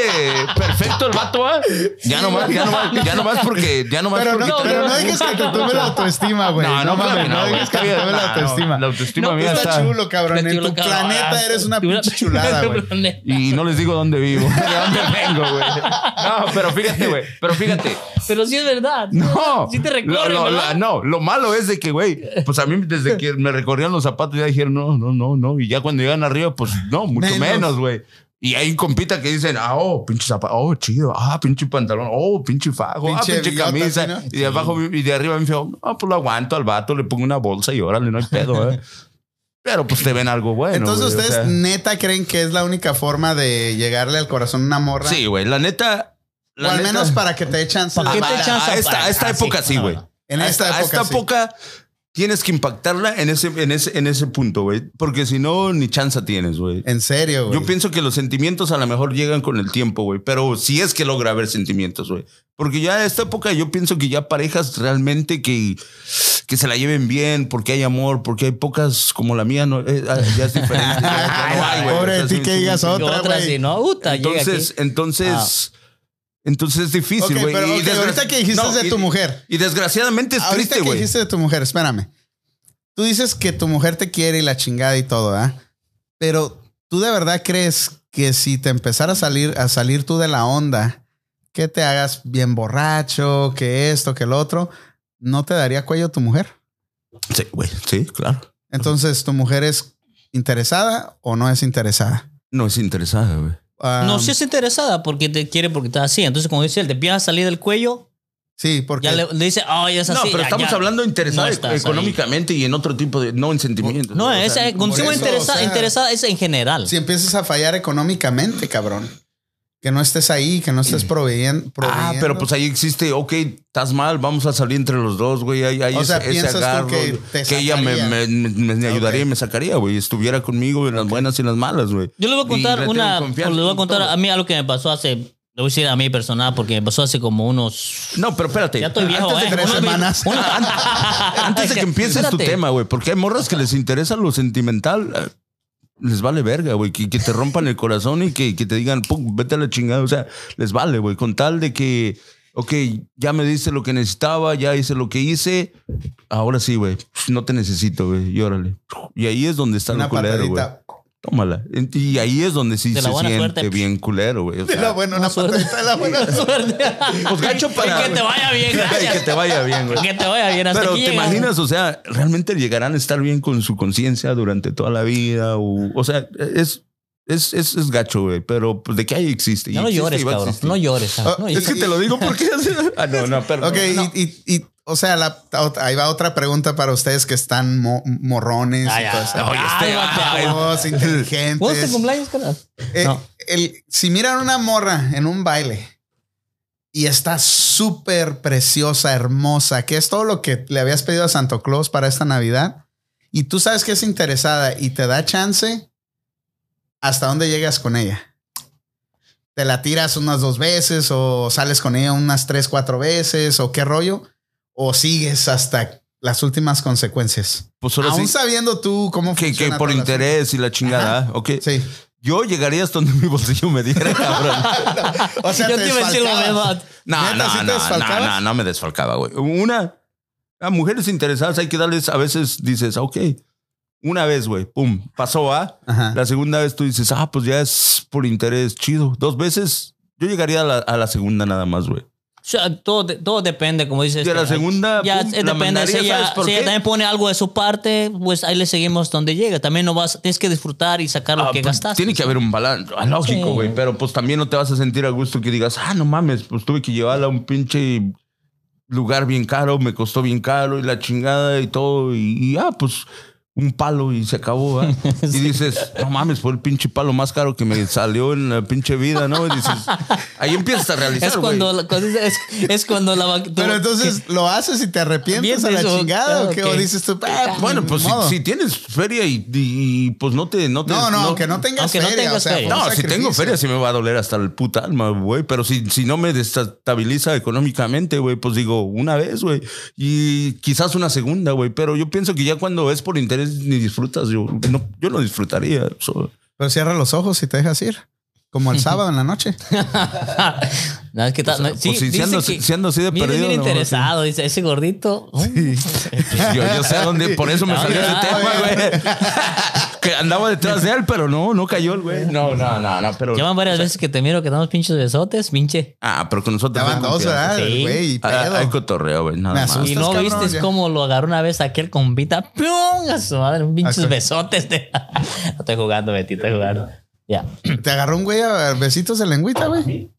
perfecto el vato, ¿ah? Ya nomás, ya nomás, ya nomás porque, ya nomás Pero no, porque. No, pero no, no digas que te tuve la autoestima, güey. Ah, no, no, mames, mames, no, güey. digas que Está te bien, Ah, tuve la autoestima. no, no, La autoestima No, mía Está está. chulo, cabrón. En Chulo, tu cabrón. planeta eres una Tu- pinche chulada, tu güey. planeta. Y no les digo dónde vivo, de dónde vengo, güey. No, pero fíjate, güey. Pero fíjate. Pero sí es verdad. No. Sí te recorren, Lo- lo- ¿verdad? la- no, lo malo es de que, güey, pues a mí desde que me recorrían los zapatos ya dijeron, no, no, no, no. Y ya cuando llegan arriba, pues no, mucho Menos. menos, güey. Y hay compita que dicen, ah, oh, pinche zapato, oh, chido, ah, pinche pantalón, oh, pinche fajo, Pinche ah, pinche bigota, camisa. ¿sí, no? Y de abajo y de arriba me feo, ah, pues lo aguanto al vato, le pongo una bolsa y órale, no hay pedo, eh. Pero pues te ven algo bueno. Entonces, güey, o ¿ustedes sea. neta creen que es la única forma de llegarle al corazón a una morra? Sí, güey, la neta. O la al neta- menos para que te echan ¿Para qué te Ah, echan a esta, a esta Ah, sí. época sí, No, güey. no. En esta a, a época. esta sí. época tienes que impactarla en ese, en ese, en ese punto, güey. Porque si no, ni chance tienes, güey. En serio, güey. Yo pienso que los sentimientos a lo mejor llegan con el tiempo, güey. Pero si es que logra haber sentimientos, güey. Porque ya a esta época yo pienso que ya parejas realmente que, que se la lleven bien, porque hay amor, porque hay pocas como la mía, no, eh, ah, ya es diferente. ya- ya no hay, güey. Pobre O sea, de ti sí, que sí, digas sí. otra, Otra, güey. sí, ¿no? Uta, llega Entonces, aquí. entonces, entonces es difícil, Ah. Ok, güey. pero Y ok, desgra- ahorita que dijiste No, de y- tu mujer. Y desgraciadamente es ahorita triste, que güey. dijiste de tu mujer, espérame. Tú dices que tu mujer te quiere y la chingada y todo, ¿ah? Pero tú de verdad crees que si te empezara a salir, a salir tú de la onda, que te hagas bien borracho, que esto, que lo otro, ¿no te daría cuello tu mujer? Sí, güey, sí, claro. Entonces, ¿tu mujer es interesada o no es interesada? No es interesada, güey. Ah, No, si es interesada porque te quiere, porque está así. Entonces, como dice él, te empieza a salir del cuello, Sí, porque... ya le, le dice, ay, es No, así. pero ya, estamos ya". hablando interesada e- No estás económicamente y en otro tipo de. No en sentimientos. No, güey, o esa, sea, cuando decimos eso, o interesada, sea, interesada es en general. si empiezas a fallar económicamente, cabrón. Que no estés ahí, que no estés proveyendo. Ah, proveyendo. pero pues ahí existe, ok, estás mal, vamos a salir entre los dos, güey. Ahí, ahí O sea, ese, ese piensas tú agarro que que, te ella me, sacaría. me- me- me ayudaría y me sacaría, güey. Estuviera conmigo en las buenas y en las malas, güey. Yo le voy a Y le contar tengo una. Le confianza voy a en contar todo. a mí algo que me pasó hace. Le voy a decir a mí personal porque me pasó hace como unos. No, pero espérate. Ya estoy viejo, antes, ¿eh? de, tres Unos- semanas. unos- antes de que empieces tu Espérate. tema, güey, porque hay morras que les interesa lo sentimental. eh, Les vale verga, güey, que, que te rompan el corazón y que, que te digan, "Pum, vete a la chingada. O sea, les vale, güey, con tal de que, ok, ya me diste lo que necesitaba, ya hice lo que hice, ahora sí, güey, no te necesito, güey, y órale. Y ahí es donde está Una lo culero, güey. patadita. Tómala. Y ahí es donde sí De la se buena siente suerte. bien culero, güey. O De sea, la buena, una suerte. patadita de la buena. Suerte. Pues gancho para- Y que te vaya bien, y que gracias. te vaya bien, güey. Que te vaya bien. Hasta Pero aquí te llegamos. imaginas, o sea, realmente llegarán a estar bien con su conciencia durante toda la vida. O, o sea, es, es, es, es gacho, güey. Pero pues, de qué hay existe. y Ya no existe llores, y va a cabrón. existir. No llores. cabrón. Ah, No Es llores. que te lo digo porque. ah, no, no, pero. Ok, y- y, y, o sea, la- ahí va otra pregunta para ustedes que están mo- morrones Ay, y ay, todo eso. Oye, ay, este- guacha, ay, guacha. Vamos, inteligentes. ¿Cuándo es tu cumpleaños, carnal? Eh, No. el- si miran una morra en un baile y está súper preciosa, hermosa, que es todo lo que le habías pedido a Santo Claus para esta Navidad, y tú sabes que es interesada y te da chance, ¿hasta dónde llegas con ella? ¿Te la tiras unas dos veces o sales con ella unas tres, cuatro veces o qué rollo? ¿O sigues hasta las últimas consecuencias? Pues ahora Aún sí. sabiendo tú cómo Que, que funciona por todo el interés y la chingada. ah, Ok. asunto. Sí. Yo llegaría hasta donde mi bolsillo me diera, cabrón. O sea, Yo te te iba a decir lo desfalcabas. mismo. No, ¿Neta, sí te no, no, no, desfalcabas? no, no me desfalcaba, güey. Una, a mujeres interesadas hay que darles, a veces dices, "Ah, ok, una vez, güey, pum, pasó a. Ajá. La segunda vez tú dices, ah, pues ya es por interés chido. Dos veces, yo llegaría a la, a la segunda nada más, güey. O sea, todo, de- todo depende, como dices. De la segunda, Ya, pum, eh, la depende. Si mandaría, ¿sabes ella, por si ella qué? también pone algo de su parte, pues ahí le seguimos donde llega. También no vas, tienes que disfrutar y sacar lo Ah, que pues, gastaste. Tiene que haber un balance. Ah, lógico, Sí. güey. Pero pues también no te vas a sentir a gusto que digas, ah, no mames, pues tuve que llevarla a un pinche lugar bien caro, me costó bien caro y la chingada y todo. Y, y, ah, pues un palo y se acabó. ¿va? Y dices, no mames, fue el pinche palo más caro que me salió en la pinche vida, ¿no? Y dices, ahí empiezas a realizar. Es güey. cuando, cuando- es, es cuando la va- tú- Pero entonces, ¿lo haces y te arrepientes a la Arrepientes o- chingada? ¿O claro, qué? ¿O ok. dices tú? "Ah, pues, Bueno, pues ni si, modo"? si tienes feria y, y- y, pues no te... No, te, No, no, aunque no tengas aunque no feria. tengas o sea, feria. fue un No, si sacrificio. tengo feria sí me va a doler hasta el puta alma, güey. Pero si, si no me desestabiliza económicamente, güey, pues digo, una vez, güey. Y quizás una segunda, güey. Pero yo pienso que ya cuando es por interés ni disfrutas, yo no, yo no disfrutaría. so. Pero cierra los ojos y te dejas ir. Como el sábado en la noche. No, es que ta- O sea, no, sí, pues, si- si dice ando- que- si ando así de mira, perdido, mira no, interesado, dice, ese gordito. oh, pues, Yo, yo sé dónde, por eso me Ah, No, salió ese no, tema, güey. que andaba detrás de él, pero no, no cayó el güey. No, no, no, no, pero. Llevan varias veces que te miro que damos pinches besotes, pinche. Ah, pero con nosotros. Daban hay dos, confianza. ¿verdad? Sí. Güey, y Ah, Hay pedo. cotorreo, güey. Nada Me más. asusta. Y Estás no cabrón, viste ya. cómo lo agarró una vez aquel con Vita. ¡Pium! A su madre, un pinches Ah, sí. besotes. de- No estoy jugando, Betty, estoy jugando. Ya. Te agarró un güey a besitos de lengüita, güey.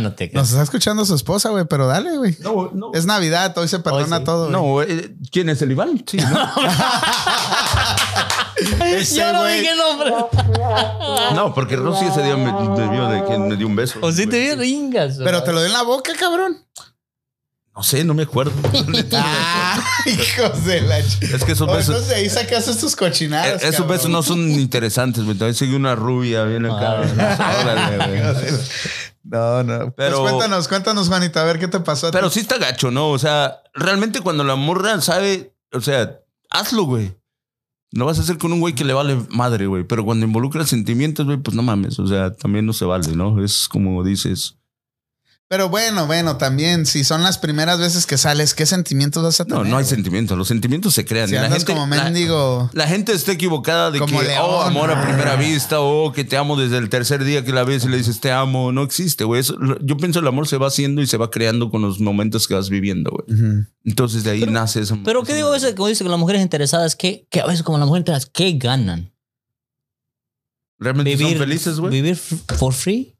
no te creas. Nos está escuchando su esposa, güey, pero dale, güey. No, no. Es Navidad, hoy se perdona Hoy sí. todo. güey. No, eh, ¿quién es el Iván? Sí, ¿no? Ese Yo no güey- dije nombre. No, porque Rosy ese día me, me dio de quien me dio un beso. O si Pues te vi ringas. Pero te lo dio en la boca, cabrón. No sé, no me acuerdo. Hijos de la ch- es que esos O besos, Entonces de ahí sacaste tus eh, cochinadas. esos cabrón. besos no son interesantes, güey. También sigue una rubia bien Ah. acá. Órale, güey. No, no. Pero- pues cuéntanos, cuéntanos, Juanita, a ver qué te pasó. a ti. Pero sí está gacho, ¿no? O sea, realmente cuando la morra sabe, o sea, hazlo, güey. No vas a hacer con un güey que le vale madre, güey. Pero cuando involucra sentimientos, güey, pues no mames. O sea, también no se vale, ¿no? Es como dices. Pero bueno, bueno, también, si son las primeras veces que sales, ¿qué sentimientos vas a tener? No, no hay güey? sentimientos. Los sentimientos se crean. Si Y la andas gente- como la- mendigo. La gente está equivocada de Como que, león. Ah. oh, amor a primera vista, oh, que te amo desde el tercer día que la ves y le dices te amo. No existe, güey. Eso- Yo pienso el amor se va haciendo y se va creando con los momentos que vas viviendo, güey. Ujú. Entonces de ahí nace eso. Pero qué digo eso, como dice que las mujeres interesadas, que, que a veces como las mujeres interesadas, ¿qué ganan? ¿Realmente Vivir, son felices, güey? vivir f- for free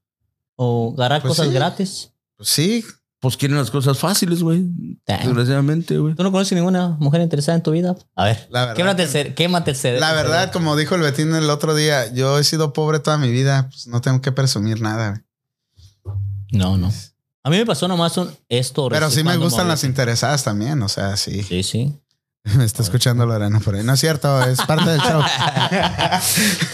o ganar Pues cosas sí. gratis. Pues sí. Pues quieren las cosas fáciles, güey. Pues Damn. Desgraciadamente, güey. ¿Tú no conoces ninguna mujer interesada en tu vida? A ver, La verdad quémate que- el cere- quémate el cere- La verdad, como dijo el Betín el otro día, yo he sido pobre toda mi vida, pues no tengo que presumir nada. güey. No, no. A mí me pasó nomás un esto. Pero sí me cuando gustan morí. las interesadas también, o sea, sí. Sí, sí. Me está escuchando Lorena por ahí. No es cierto, es parte del show.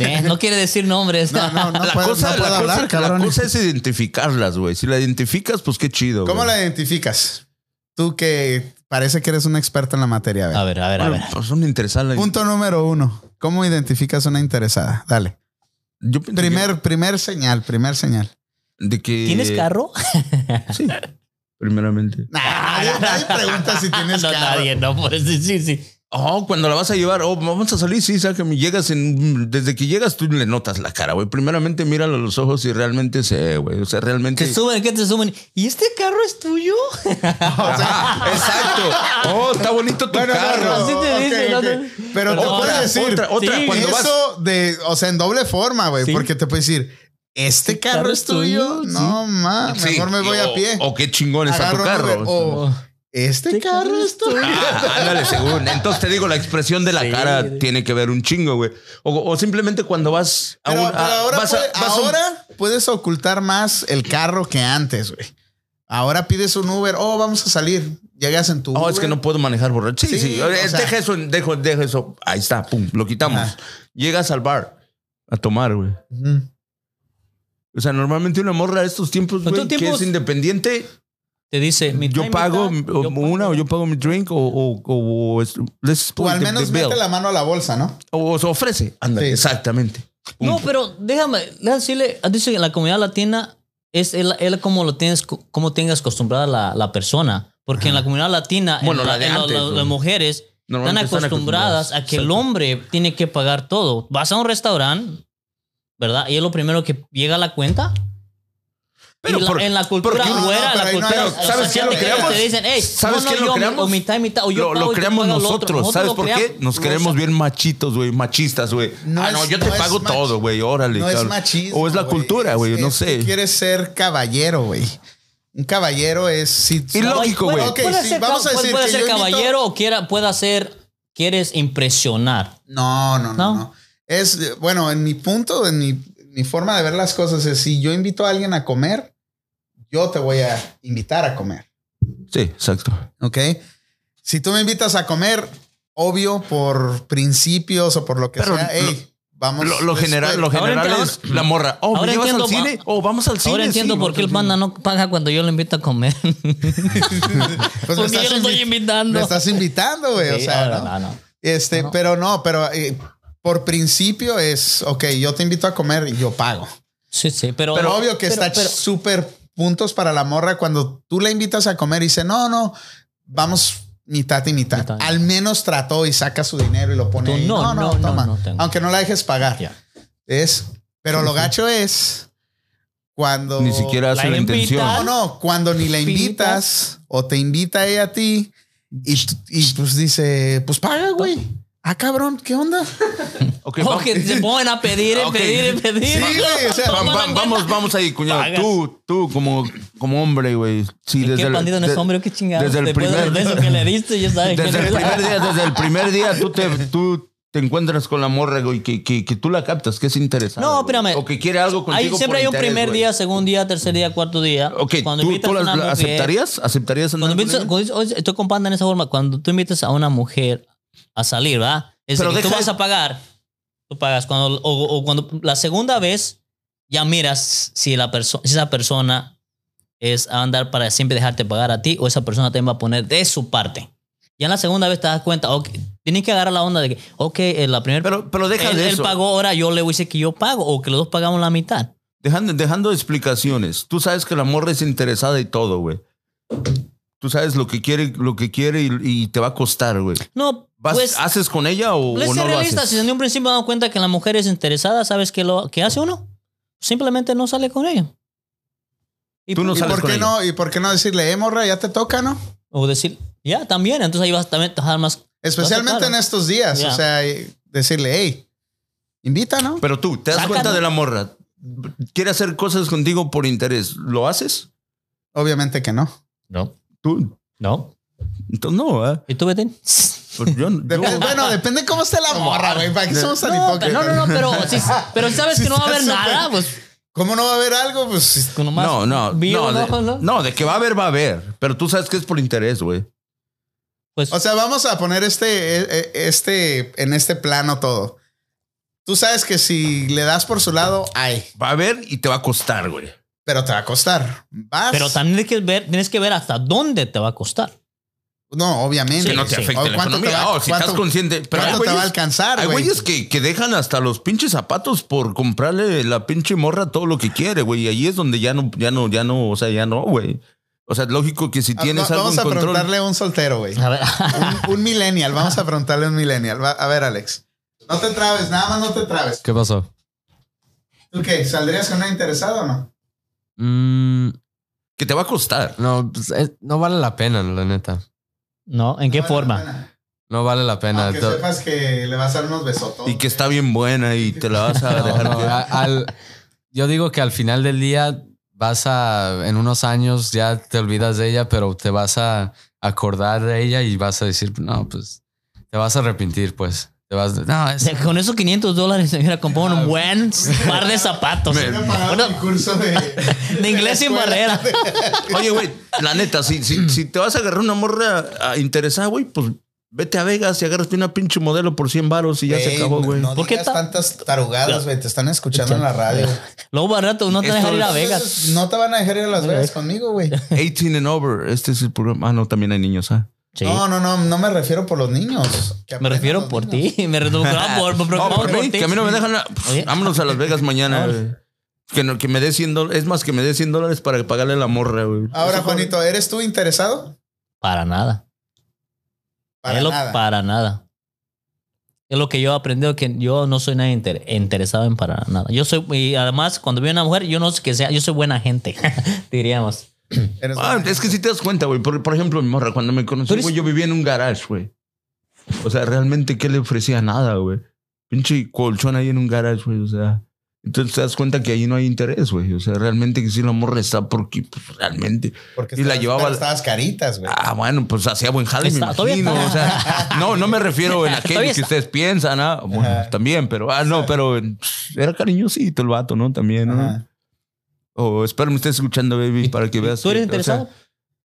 Eh, No quiere decir nombres. No, no, no la, puedo, cosa, no puedo la, hablar, cosa, la cabrón. cosa es identificarlas, güey. Si la identificas, pues qué chido. ¿Cómo güey. la identificas? Tú que parece que eres un experto en la materia. a ver. A ver, a ver, a ver. Bueno, Pues son interesantes. Punto número uno. ¿Cómo identificas una interesada? Dale. Yo pienso que- Primer, primer señal, primer señal. de que ¿Tienes carro? Sí. Primeramente. Nadie, nadie pregunta si tienes no, carro. nadie, no, por eso sí, sí. Oh, cuando la vas a llevar, oh, vamos a salir, sí, sácame. Llegas en. Desde que llegas, tú le notas la cara, güey. Primeramente, míralo a los ojos y realmente se, güey. O sea, realmente. Te suben, ¿qué te suben? ¿Y este carro es tuyo? Ajá, exacto. Oh, está bonito tu Bueno, no, carro. no, Así te ok, dice, ok. no, no. Pero te Otra, puede decir otra, otra, Sí. cuando vas. eso de, o sea, en doble forma, güey, Sí. porque te puede decir, este ¿Este carro, es tuyo. Sí. No, ma, Sí, mejor me voy o- a pie. O qué chingón está tu Agarro oh. un carro. Uber, o, este Este carro es tuyo. Ah, ándale, según. Entonces te digo, la expresión de la Sí. cara tiene que ver un chingo, güey. O, o simplemente cuando vas a Pero, un. pero a- ahora, ah, vas a- puede- vas a un- ahora puedes ocultar más el carro que antes, güey. Ahora pides un Uber, oh, vamos a salir. Llegas en tu Oh, Uber. es que no puedo manejar borracho. Sí, Sí, sí. o Eh, sea- deja eso, dejo, deja eso. Ahí está, pum, lo quitamos. Ajá. Llegas al bar a tomar, güey. Ujú. O sea, normalmente una morra a estos tiempos, ¿Estos güey, que tiempos? es independiente, Te dice, mi yo time, pago mi m- time, o yo una pago. o yo pago mi drink o, o, o, o es- let's O split al the- menos the bill. mete la mano a la bolsa, ¿no? O, o se ofrece. Ándale, Sí. exactamente. No, Punto. pero déjame, déjame decirle, has dicho que la comunidad latina es él, como lo tienes, como tengas acostumbrada la, la persona. Porque en la comunidad latina, en Bueno, la- la de en la- antes, la- ¿no? las mujeres están Normalmente están acostumbradas a que el Exacto. hombre tiene que pagar todo. Vas a un restaurante, ¿verdad? Y es lo primero que llega a la cuenta. Pero Y la- por- en la cultura porque- No, no, güera, pero la ahí no hay- cultura, pero los ¿sabes quién lo asiáticos creamos? Te dicen, "Ey, ¿Sabes no, no, quién lo yo, creamos? O mitad y mitad, o yo Lo, lo pago y tú creamos pagas lo nosotros. otro". Nosotros ¿Sabes lo por qué? creamos- Nos creemos bien machitos, güey. Machistas, güey. No ah, es- no, yo te no es pago mach- todo, güey. Órale. No es cabrón. machismo. O es la cultura, güey. Es- No es que sé. Quieres ser caballero, güey. Un caballero es. Si, Y lo- lógico, Puede- güey. Ok, puede sí, ser, vamos a puede- decir puede que ser yo invito- caballero o quiera, pueda ser, quieres impresionar. No, no, no, ¿No? no. Es eh, bueno, en mi punto, en mi, mi forma de ver las cosas es si yo invito a alguien a comer, yo te voy a invitar a comer, Sí, exacto. ¿ok? Si tú me invitas a comer, obvio por principios o por lo que Pero sea, lo- hey, vamos. Lo, lo general, lo Ahora general entiendo- es la morra. Oh, Ahora ¿me llevas al entiendo, cine? Oh, vamos al cine. Ahora entiendo sí, por vamos qué el al panda cine. no paga cuando yo lo invito a comer. Pues me Porque yo estás lo estoy invi- invitando. Me estás invitando, güey. o Sí, sea, ahora, ¿no? no, no. Este, No. pero no, pero eh, por principio es, ok, yo te invito a comer y yo pago. Sí, sí, pero, Pero obvio que pero- está pero- súper puntos para la morra cuando tú la invitas a comer y dice, no, no, vamos mitad y mitad. Mitad. Al menos trató y saca su dinero y lo pone. Tú, ahí. no, No, no, no, no, toma. no tengo. Aunque no la dejes pagar. Ya. Es, pero lo gacho es cuando. Ni siquiera hace La la intención. invitas. No, no, cuando ni la Invitas. invitas o te invita ella a ti y, tú- y pues dice, pues paga, güey. Ah, cabrón, ¿qué onda? Ok, Oh, vamos- que te ponen a pedir, eh, Ok. pedir, pedir. Sí, güey, o sea, Va- va- vamos, vamos ahí, cuñado. Pagas. Tú, tú, como, como hombre, güey. Sí, desde ¿Qué el- bandido no es de- hombre? ¿Qué chingado? desde el Después primer- del beso que le diste, ya sabes. Desde quién el eres. primer día, desde el primer día, tú te, tú te encuentras con la morra, güey, que, que, que tú la captas, que es interesante. No, espérame. O que quiere algo Hay- contigo. por siempre hay un interés, primer güey. día, segundo día, tercer día, cuarto día. Ok, ¿tú, invitas tú la, a una la mujer- aceptarías? ¿Aceptarías andar Cuando con invitas- ella? cuando dices, oye, estoy comparando en esa forma. Cuando tú invitas a una mujer a salir, ¿verdad? Es Pero decir, que tú deja- vas a pagar. Tú pagas. Cuando, o, o cuando la segunda vez ya miras si, la perso- si esa persona es a andar para siempre dejarte pagar a ti o esa persona también va a poner de su parte. Ya en la segunda vez te das cuenta, ok, tienes que agarrar la onda de que, ok, en la primera Pero, pero deja él, de él eso. pagó, ahora yo le voy a decir que yo pago o que los dos pagamos la mitad. Dejando, dejando explicaciones. Tú sabes que la morra es interesada y todo, güey. Tú sabes lo que quiere, lo que quiere y, y te va a costar, güey. No, ¿Vas- pues... ¿Haces con ella o, Let's o ser no lo realistas, si haces? desde un principio damos cuenta que la mujer es interesada, ¿sabes qué, lo, qué hace uno? Simplemente no sale con ella. Y, pues, Tú no ¿Y sales por con qué ella. no? ¿Y por qué no decirle, eh, morra, ya te toca, no? O decir, ya, también. Entonces ahí vas también a trabajar más. Especialmente Claro. en estos días. Ya. O sea, y decirle, hey, invita, ¿no? Pero tú, te das Sácalo. cuenta de la morra. Quiere hacer cosas contigo por interés. ¿Lo haces? Obviamente que no. No. Tú. No. Entonces, no, ¿eh? ¿Y tú, Betín? Pues yo- yo- Dep- bueno, depende cómo esté la morra, güey. ¿Para qué somos tan No, hipócritas? pero- no, no, no, pero, si, pero sabes que no va a haber Está nada, súper- pues ¿Cómo no va a haber algo? Pues si- con nomás. no, no, vi no, un ojo, de, ¿no? Pues, no, de que va a haber, va a haber. Pero tú sabes que es por interés, güey. Pues, O sea, vamos a poner este, eh, eh, este, en este plano todo. Tú sabes que si le das por su lado, hay, Va a haber y te va a costar, güey. pero te va a costar. Vas. pero también tienes que, ver, tienes que ver hasta dónde te va a costar. no, obviamente. que no te sí. afecte O la cuánto te economía. va- Oh, si cuánto- estás consciente. Pero hay ¿Cuánto te güeyes- va a alcanzar, Hay güey? güeyes que, que dejan hasta los pinches zapatos por comprarle la pinche morra todo lo que quiere, güey. Y ahí es donde ya no, ya no, ya no, o sea, ya no, güey. O sea, lógico que si Ah, tienes va- algo Vamos en a control. preguntarle a un soltero, güey. A ver, Un, un millennial. Vamos a preguntarle a un millennial. Va- a ver, Alex. No te trabes, nada más no te trabes. ¿Qué pasó? ¿Tú qué? ¿Saldrías con una interesada o no? Mm, Que te va a costar. no, pues, es- no vale la pena, la neta. no, ¿en qué No vale la forma? pena. No vale la Ah, pena. Aunque To- sepas que le vas a dar unos besotos. Y que está bien buena y te la vas a No, dejar. no, que- a- al- yo digo que al final del día vas a, en unos años ya te olvidas de ella, pero te vas a acordar de ella y vas a decir, no, pues te vas a arrepentir, pues. Te vas, no, O es- sea, con esos 500 dólares, mira, compró Ah, un buen par de zapatos. Voy a pagar Bueno, mi curso de, de inglés sin escuela. barrera. Oye, güey, la neta, si, si, si te vas a agarrar una morra ah, interesada, güey, pues vete a Vegas y agárrate una pinche modelo por 100 varos y ya se Güey, acabó, güey. No ¿Por qué digas ta- tantas tarugadas, güey. Te están escuchando en la radio. Luego barato, no te Esto dejan ir a es- Vegas. No te van a dejar ir a Las Vegas conmigo, güey. 18 and over. Este es el programa. Ah, no, también hay niños, ¿ah? Sí. No, no, no, no me refiero por los niños. que me aprendan refiero los por niños. ti. Me refiero Ah, por, me No, preocupo por mí, ti. que a mí no me dejan. nada. Oye. Vámonos a Las Vegas mañana, Ahora. güey. Que, no- que me dé 100 dólares. Es más, que me dé 100 dólares para pagarle la morra, güey. Ahora, Juanito, ¿eres tú interesado? Para nada. Para Es lo- nada. para nada. Es lo que yo he aprendido que yo no soy nadie inter- interesado en para nada. Yo soy, y además, cuando veo una mujer, yo no sé que sea, yo soy buena gente, diríamos. Eres Ah, buena. es que si te das cuenta, güey. Por, por ejemplo, mi morra, cuando me Tú conocí, eres- güey, yo vivía en un garage, güey. O sea, realmente, ¿qué le ofrecía? Nada, güey. Pinche colchón ahí en un garage, güey. O sea, entonces te das cuenta que ahí no hay interés, güey. O sea, realmente que sí la morra está porque, pues, realmente. Porque y la estabas- llevaba- Estabas caritas, güey. Ah, bueno, pues hacía buen jale, Está- me todavía imagino. está. O sea, no, no me refiero en aquello Todavía que está. ustedes piensan, ah, bueno, Ajá. también, pero, ah, no, pero eh, era cariñosito el vato, ¿no? También, ¿no? Ajá. O espero me estés escuchando, baby, para que veas. ¿Tú eres que, o sea, interesado?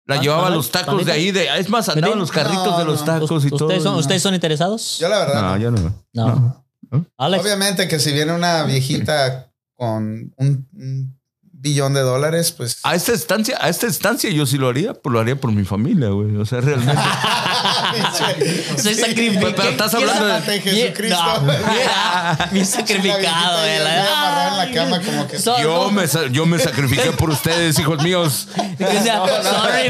La Ah, llevaba a ¿verdad? los tacos ¿También? de ahí. De, es más, andaban ¿También? los carritos No, de los no. tacos y todo. ¿Ustedes son, no. ¿Ustedes son interesados? Yo la verdad. No, Ah, no. yo no. no. no. Alex, Obviamente que si viene una viejita con un, un billón de dólares, pues A esta estancia, a esta estancia yo sí lo haría, pues lo haría por mi familia, güey. O sea, realmente. Ah, soy Pero- pero sacrificado. estás hablando de- Mátame, Jesucristo. ah, mira, bien sacrificado. La viejita eh, ahí la- la amarraba en la cama como que- So- Yo no, me, sa- yo me sacrifiqué por ustedes, hijos míos. que sea, sorry,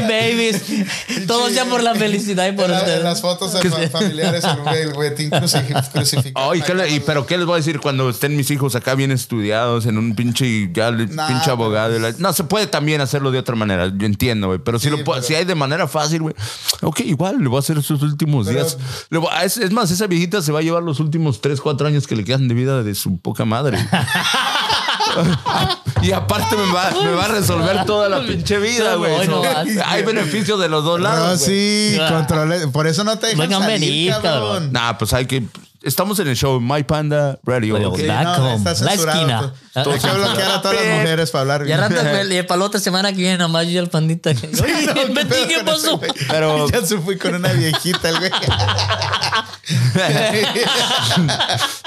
babies. Todo sea por la felicidad y por En la- en ustedes. las fotos de fa- familiares el güey- el güey cruci- crucificado. Ay, ¿qué le- Oh, y, pero ¿qué les voy a decir cuando estén mis hijos acá bien estudiados en un pinche, ya, el Nah, pues. pinche pero- abogado? y la- no, se puede también hacerlo de otra manera, yo entiendo, güey. Pero si, Sí, lo puedo- pero- si hay de manera fácil, güey. Ok, igual, le voy a hacer sus últimos Pero- días. Le voy a- es, es más, esa viejita se va a llevar los últimos 3, 4 años que le quedan de vida de su poca madre. Y aparte me va, me va a resolver toda la pinche vida, No, güey. So, no, no. hay beneficios de los dos lados. No, güey. sí, Ah. controle. Por eso no te dejan Vengan salir, venir, cabrón. Nah, pues hay que. Estamos en el show My Panda Radio. Pero, ok. Sí, Back home, la esquina. Todo Hay que bloquear a todas las mujeres para hablar Ya bien. rato, pues, y para la otra semana que viene, nomás yo y el pandita. Oye, No, Betty, pedo ¿qué con pasó? ese güey? Pero- ya se fui con una viejita, el güey.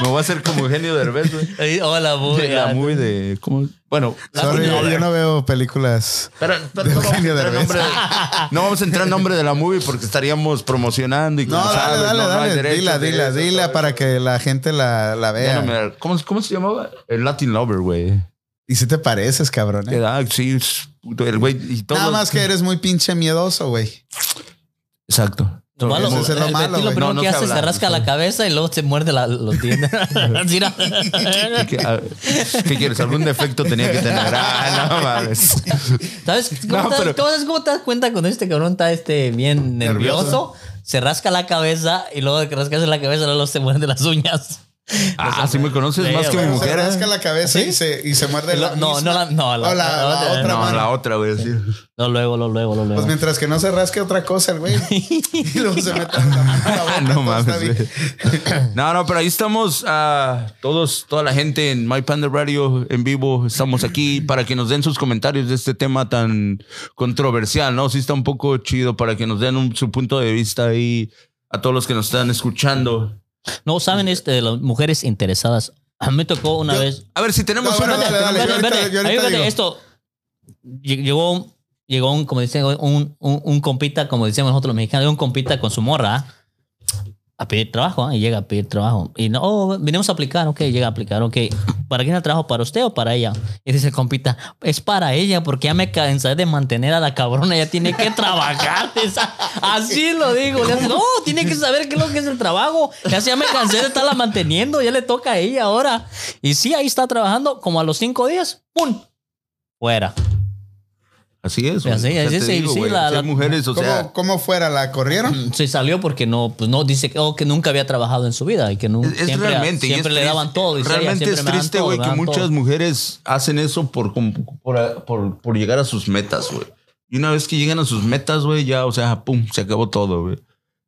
Me voy a hacer como genio Derbez, güey. Ay, Hola, De boy. La movie de. ¿cómo? Bueno. Sorry, yo no veo películas. Pero, pero no, vamos a Eugenio entrar en Derbez. nombre de- no vamos a entrar en nombre de la movie porque estaríamos promocionando y No, como dale, sabes, dale, no- no hay dale. derechos dila, de dila, eso, dila ¿sabes? para que la gente la, la Ya no vea. me- ¿Cómo, ¿Cómo se llamaba? El Latin Lover, ¿Eh? güey. y si te pareces, cabrón. ¿eh? Que, ah, sí, es puto, el güey y todo. Nada más que eres muy pinche miedoso, güey. Exacto. Lo malo, Eso es lo el malo, Betty lo güey. primero No, no que sé hace es se hablar, rasca no sé. la cabeza y luego se muerde la- los dientes. Así, ¿no? ¿Qué, ah, qué- qué quieres? ¿Algún defecto tenía que tener? Ah, no mames. ¿Sabes cómo, No, te, pero- cómo- cómo te das cuenta cuando este cabrón está este, bien nervioso? Nervioso. Se rasca la cabeza y luego de que rascarse la cabeza luego se muerde las uñas. Ah, sí me conoces Sí, más que mi Pero se güey. mujer. ¿eh? rasca la cabeza y se, y se muerde Lo- la no, misma. no la- no, la- O la otra. otra no, mano. la otra, güey. sí. No, luego, lo luego, lo Pues luego. mientras que no se rasque otra cosa el güey. Y luego se mete la mano en la boca, Ah, no todo está mames, bien. güey. No, no, pero ahí estamos ah, todos, toda la gente en My Panda Radio en vivo. Estamos aquí para que nos den sus comentarios de este tema tan controversial, ¿no? Sí está un poco chido para que nos den un- su punto de vista ahí a todos los que nos están escuchando. No, ¿saben este de las mujeres interesadas? A mí me tocó una Yo- vez. A ver, si No, tenemos bueno, una... dale, dale, yo Espérate, ahorita- espérate. yo Ahí, ahorita espérate, digo. esto. Lle- Llegó, llegó un, como dicen, un, un, un compita, como decíamos nosotros los mexicanos, llegó un compita con su morra ¿ah? a pedir trabajo ¿ah? y llega a pedir trabajo. Y no, oh, venimos a aplicar, ok, llega a aplicar, ok. ¿Para quién el trabajo? ¿Para usted o para ella? Y dice el compita, es para ella porque ya me cansé de mantener a la cabrona, ya tiene que trabajar. Esa- Así lo digo. Le hace, no, tiene que saber qué es lo que es el trabajo. Le hace, ya me cansé de estarla manteniendo, ya le toca a ella ahora. Y sí, ahí está trabajando como a los cinco días, ¡pum! Fuera. Así es. güey. Así, O sea, así te sí, digo, sí, güey, la- si hay la- mujeres, o sea... ¿Cómo, cómo fuera? ¿La corrieron? Se salió porque no, pues no, dice que, oh, que nunca había trabajado en su vida y que nunca, Es, es siempre, realmente, y es siempre le triste. daban todo. dice ella, realmente siempre es me dan triste, todo, güey, me que dan muchas todo. mujeres hacen eso por, com- por, por- por llegar a sus metas, güey. Y una vez que llegan a sus metas, güey, ya, o sea, pum, se acabó todo, güey.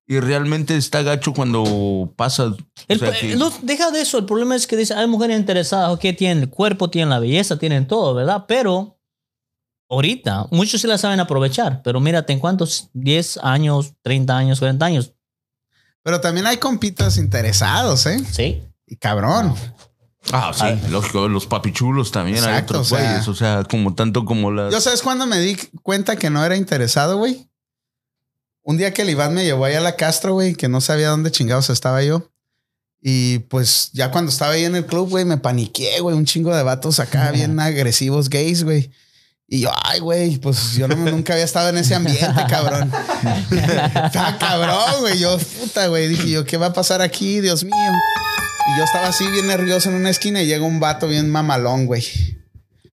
Y realmente está gacho cuando pasa. o El sea, pro- que- no, deja de eso. El problema es que dice, hay mujeres interesadas, que tienen el cuerpo, tienen la belleza, tienen todo, ¿verdad? Pero ahorita, muchos sí la saben aprovechar, pero mírate en cuántos, 10 años, 30 años, 40 años. Pero también hay compitas interesados, ¿eh? Sí. Y cabrón. Ah, sí, lógico, los papichulos también, hay Exacto, otros o sea- güeyes, o sea, como tanto como las. Yo sabes cuándo me di cuenta que no era interesado, güey. un día que el Iván me llevó allá a la Castro, güey, que no sabía dónde chingados estaba yo. Y pues ya cuando estaba ahí en el club, güey, me paniqué, güey, un chingo de vatos acá bien agresivos gays, güey. Y yo, ay, güey, pues yo no- nunca había estado en ese ambiente, cabrón. Está cabrón, güey. Yo, puta, güey. Dije yo, ¿qué va a pasar aquí? Dios mío. Y yo estaba así bien nervioso en una esquina y llega un vato bien mamalón, güey.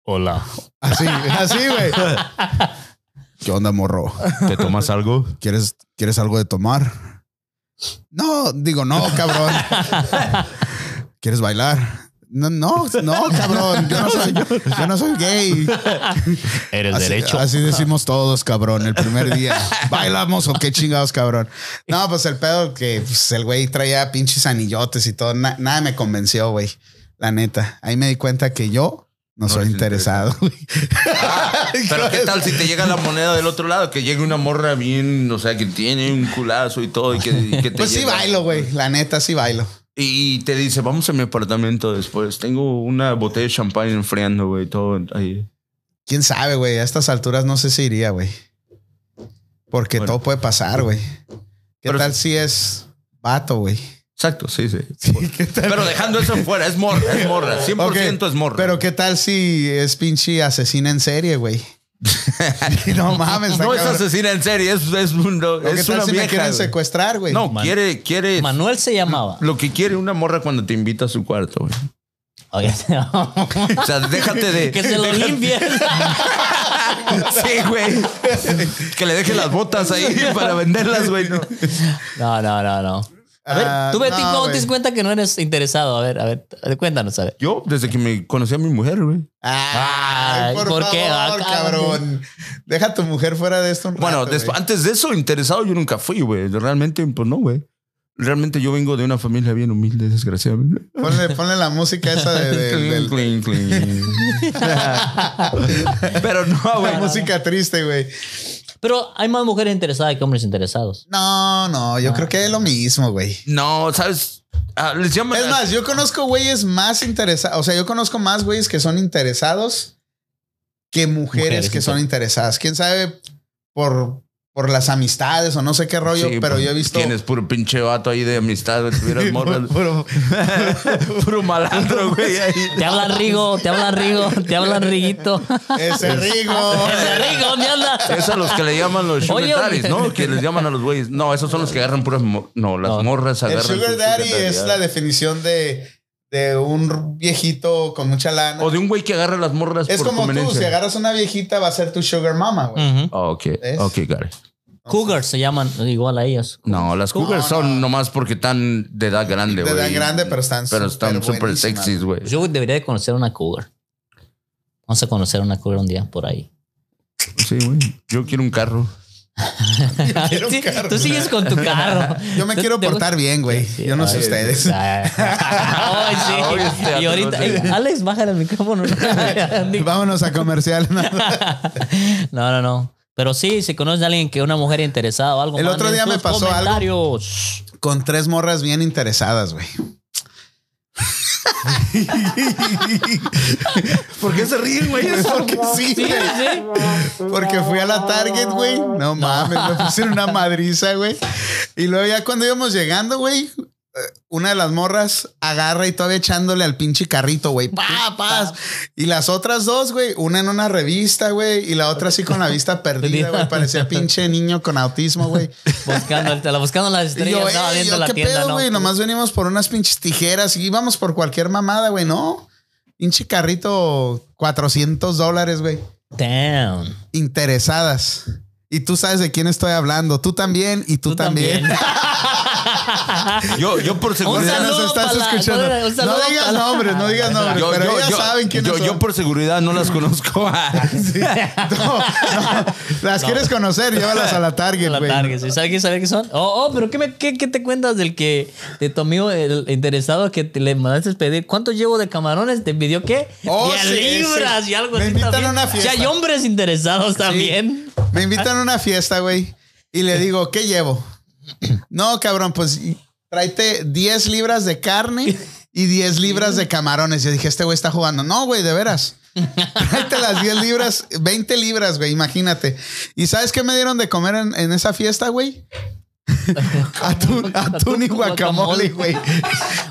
Hola. Así, así, güey. ¿Qué onda, morro? ¿Te tomas algo? ¿Quieres, ¿Quieres algo de tomar? No, digo, no, cabrón. ¿Quieres bailar? No, no, no, cabrón. Yo no soy, yo no soy gay. Eres Así, derecho. así decimos todos, cabrón. El primer día. Bailamos o qué chingados, cabrón. No, pues el pedo que pues, el güey traía pinches anillotes y todo. Na- nada me convenció, güey. La neta. Ahí me di cuenta que yo no, soy eres interesado. güey. Pero qué tal si te llega la moneda del otro lado, que llegue una morra bien, o sea, que tiene un culazo y todo, y que, y que te Pues sí llega? bailo, güey. La neta, sí bailo. Y te dice, vamos a mi apartamento después. Tengo una botella de champán enfriando, güey, todo ahí. Quién sabe, güey. A estas alturas no sé si iría, güey. Porque Bueno. todo puede pasar, güey. ¿Qué Pero- tal si es vato, güey? Exacto, sí, sí. Pero dejando eso fuera, es morra, es morra. 100% Ok, es morra. Pero qué tal si es pinche asesina en serie, güey. no mames, está no es cabrón. asesina en serie, es, es, un- no, ¿O qué es tal una si vieja. me quieren güey. secuestrar, güey? No, Man- quiere, quiere. Manuel se llamaba. Lo que quiere una morra cuando te invita a su cuarto, güey. Oye, O sea, déjate de. que se lo déjate- limpie. Sí, güey. Que le deje las botas ahí para venderlas, güey. no. No, no, no, no. A ver, Ah, tú, Betty, no, ¿cómo te güey. das cuenta que no eres interesado? A ver, a ver, a ver, cuéntanos, a ver. Yo, desde que me conocí a mi mujer, güey. Ay, Ay, por, ¿por favor, qué? Ah, cabrón. Deja a tu mujer fuera de esto un Bueno, rato, desp- güey. antes de eso, interesado yo nunca fui, güey. Realmente, pues no, güey. Realmente yo vengo de una familia bien humilde, desgraciadamente. Ponle, ponle la música esa de, de- Eh, del- Clean, clean. Pero no, la güey. música triste, güey. Pero hay más mujeres interesadas que hombres interesados. No, no, yo creo que es lo mismo, güey. No, ¿sabes? Ah, les llaman. Es más, yo conozco güeyes más interesados. O sea, yo conozco más güeyes que son interesados que mujeres, Mujeres que son interesadas. Quién sabe por, por las amistades o no sé qué rollo, Sí, pero pues, yo he visto. Tienes puro pinche vato ahí de amistad, güey. Tuvieras morras. Puro- puro malandro, güey. ahí. Te hablan Rigo, te hablan Rigo, te hablan Riguito. ese rigo. Ese Rigo, ¿dónde anda? Es a los que le llaman los Oye, sugar daddies, oye. ¿no? Que les llaman a los güeyes. No, esos son los que agarran puras. mo- No, las No. morras El agarran. sugar sus daddy daddy, es ah. la definición de, de un viejito con mucha lana. O de un güey que agarra las morras Es por como tú, conveniencia. si agarras una viejita va a ser tu sugar mama, güey. Ujú. Ah, ok, ¿Ves? ok, got it. Cougars se llaman igual a ellos. No, las cougars No, son nomás porque están de edad grande, De güey. edad grande, pero están Pero están súper súper buenísimas. sexys, güey. Yo debería de conocer una cougar. Vamos a conocer una cougar un día por ahí. Sí, güey. Yo quiero un carro. quiero un Sí, carro. tú sigues con tu carro. Yo me ¿Te- quiero te gusta? portar bien, güey. Sí. Yo no sé Ay, ustedes. Ay, Ay, Hoy sí. este y ahorita, eh, atroz, sí. Alex, baja el micrófono. Vámonos a comercial. No, no, no. Pero sí, si conoces a alguien que una mujer interesada o algo. El otro manden día me sus pasó algo. comentarios. Con tres morras bien interesadas, güey. ¿Por qué se ríen, güey? Porque sí, Sí, güey. sí. Porque fui a la Target, güey. No mames, me pusieron una madriza, güey. Y luego ya cuando íbamos llegando, güey, eh, una de las morras agarra y todavía echándole al pinche carrito, güey. Pa, pa. Y las otras dos, güey, una en una revista, güey, y la otra así con la vista perdida, güey. Parecía pinche niño con autismo, güey. Buscando, el- buscando las Y estrellas. yo, estaba "Ey, viendo yo, la ¿qué tienda, pedo, ¿no? güey? Nomás venimos por unas pinches tijeras y íbamos por cualquier mamada, güey, ¿no? Pinche carrito, 400 dólares, güey. Damn. Interesadas. Y tú sabes de quién estoy hablando. Tú también y tú, también. Yo, yo por Porque seguridad. saludo nos estás para la- escuchando. un no saludo digas para la- nombres, no digas nombres. Yo, pero yo, ellas yo- saben quiénes yo- son. yo por seguridad no las conozco. No, no. Las quieres conocer, llévalas a la Target, La güey. Target, sí. ¿Sabes qué, sabe qué son? Oh, oh, pero ¿qué, me, qué, qué te cuentas del que de tu amigo el interesado que te- le mandaste pedir? ¿Cuánto llevo de camarones? ¿Te pidió qué? Oh, y sí, libras sí. y algo Me así. invitan a también. una fiesta. O sea, hay hombres interesados también. Me invitan a una fiesta, güey. Y le digo, ¿qué llevo? No, cabrón, pues tráete 10 libras de carne y 10 libras de camarones. Yo dije, este güey está jugando. No, güey, de veras. Tráete las 10 libras, 20 libras, güey, imagínate. ¿Y sabes qué me dieron de comer en, en esa fiesta, güey? atún, atún y Atún con guacamole, guacamole. güey.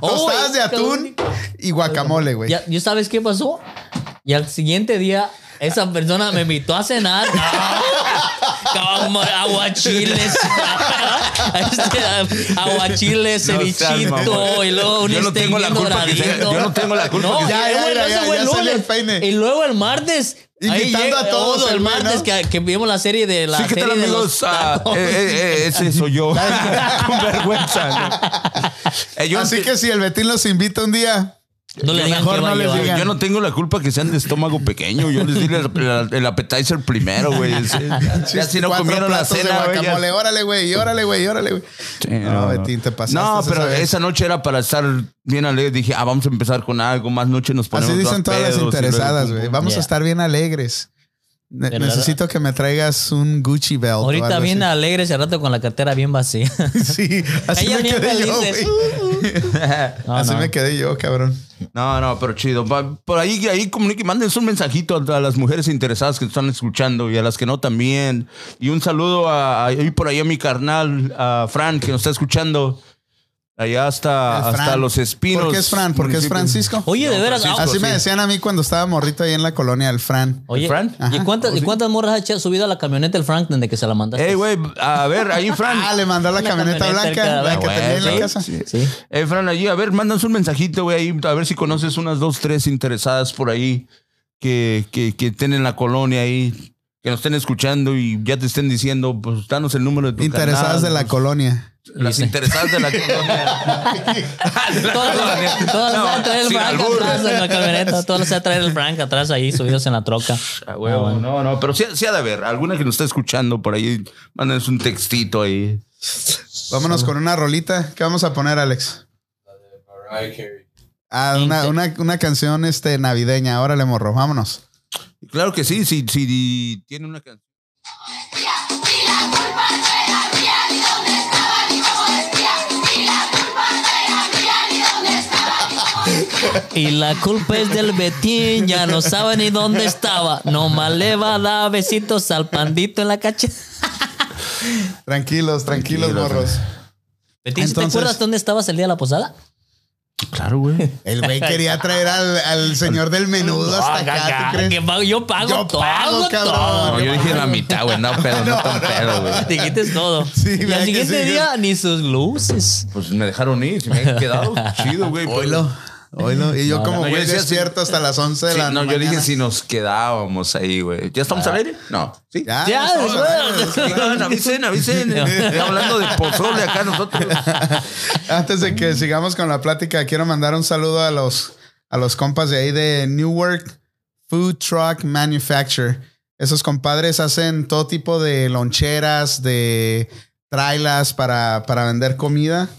Oh, Tostadas de es que atún único. y guacamole, güey. pues. Ya, ¿Yo sabes qué pasó? Y al siguiente día, esa persona me invitó a cenar. Como aguachiles. Este, aguachiles, No seas cevichito. mamón. y luego un Yo no tengo la esteguito culpa que sea- doradito. yo no tengo la culpa No, que sea- y Ya, luego ya, el- ya, ese fue ya el salió el lunes. peine. Y luego el martes. ahí Invitando llega- a todos oh, el el güey, ¿no? martes que, que vimos la serie de la sí, ¿qué serie tal, de amigos? los Ah, tacos. eh, eh, eh, ese soy yo. Con vergüenza. ¿no? Eh, yo Así ante- que si el Betín los invita un día, No le Yo digan mejor que va no a les llevar. diga. Yo no tengo la culpa que sean de estómago pequeño. Yo les di el, el- el appetizer primero, güey. Sí, Ya si no cuatro comieron la platos de cena, güey, ya- guacamole, órale, güey, y órale, güey, y órale, güey. Sí, No, Betín, te pasaste Eh, No, esa pero vez. esa noche era para estar bien alegre. Dije, ah, vamos a empezar con algo. Más noche nos ponemos Así dicen más todas las pedos, y luego- interesadas, güey. Vamos Ya. a estar bien alegres. Ne- ¿Verdad? necesito que me traigas un Gucci belt. o Ahorita algo bien así. alegre ese rato con la cartera bien vacía. Sí, así Ellas me bien quedé yo, felices. güey. No, Así no. me quedé yo, cabrón. No, no, pero chido. Va- Por ahí, ahí comunique, mándense un mensajito a, a las mujeres interesadas que están escuchando y a las que no también. Y un saludo a, a- y por ahí a mi carnal, a Fran, que nos está escuchando. Allá hasta, El Fran. hasta los espinos. ¿Por qué es Fran? Porque es municipio. Francisco. Oye, de veras. Francisco, ah, Así sí. me decían a mí cuando estaba morrito ahí en la colonia, el Oh, Fran. Oye, ¿El Frank? ¿y cuántas, ¿y cuántas morras ha hecho- subido a la camioneta el Frank desde que se la mandaste? Ey, Eh, güey, a ver, ahí Fran. Ah, le mandó la Una camioneta camioneta blanca, cada la que vez. tenía en la Güey, casa. Sí. Eh, Fran, allí, a ver, mándanos un mensajito, güey, ahí, a ver si conoces unas dos, tres interesadas por ahí que, que, que estén en la colonia ahí, que nos estén escuchando y ya te estén diciendo, pues, danos el número de tu Interesadas carnal, de la pues, colonia. Las interesadas de la colonia. Todas todas No, las van a traer el sin Frank albur. atrás en la camioneta. Todas las van a traer el Frank atrás ahí subidos en la troca. Ah, huevo, no, no, pero sí, sí ha de haber. Alguna que nos está escuchando por ahí, mándanos un textito ahí. Vámonos con una rolita. ¿Qué vamos a poner, Alex? Ah, una, una, una canción este, navideña. Ahora le morro. Vámonos. Y Claro que sí, si sí, sí, tiene una canción. Y la culpa es del Betín, ya no sabe ni dónde estaba. Nomás le va a dar besitos al pandito en la cacha. Tranquilos, tranquilos, Tranquilos, morros. Betín, ¿sí ¿te Entonces- acuerdas dónde estabas el día de la posada? Claro, güey. El güey quería traer al, al señor del menudo hasta acá, ¿tú crees? Ah, que pago- yo pago Yo todo, pago, cabrón. todo. No, yo dije la mitad, güey, no, pero no, tan pedo, güey. Dijiste todo. Sí, y ¿verdad que al siguiente sí? día, ni sus luces. Pues me dejaron ir, si me he quedado chido, güey. pero- Oilo, oilo. Y yo como no, yo güey decía despierto hasta las 11 de Sí, la no, yo dije mañana. si nos quedábamos ahí, güey. ¿Ya Ah. estamos al aire? No. Sí. Ya, Ya, no, güey. no, no. Oigan, avisen, avisen. Está hablando de pozole acá nosotros. Antes de que sigamos con la plática, quiero mandar un saludo a los, a los compas de ahí de Newark Food Truck Manufacture. Esos compadres hacen todo tipo de loncheras, de trailas para, para vender comida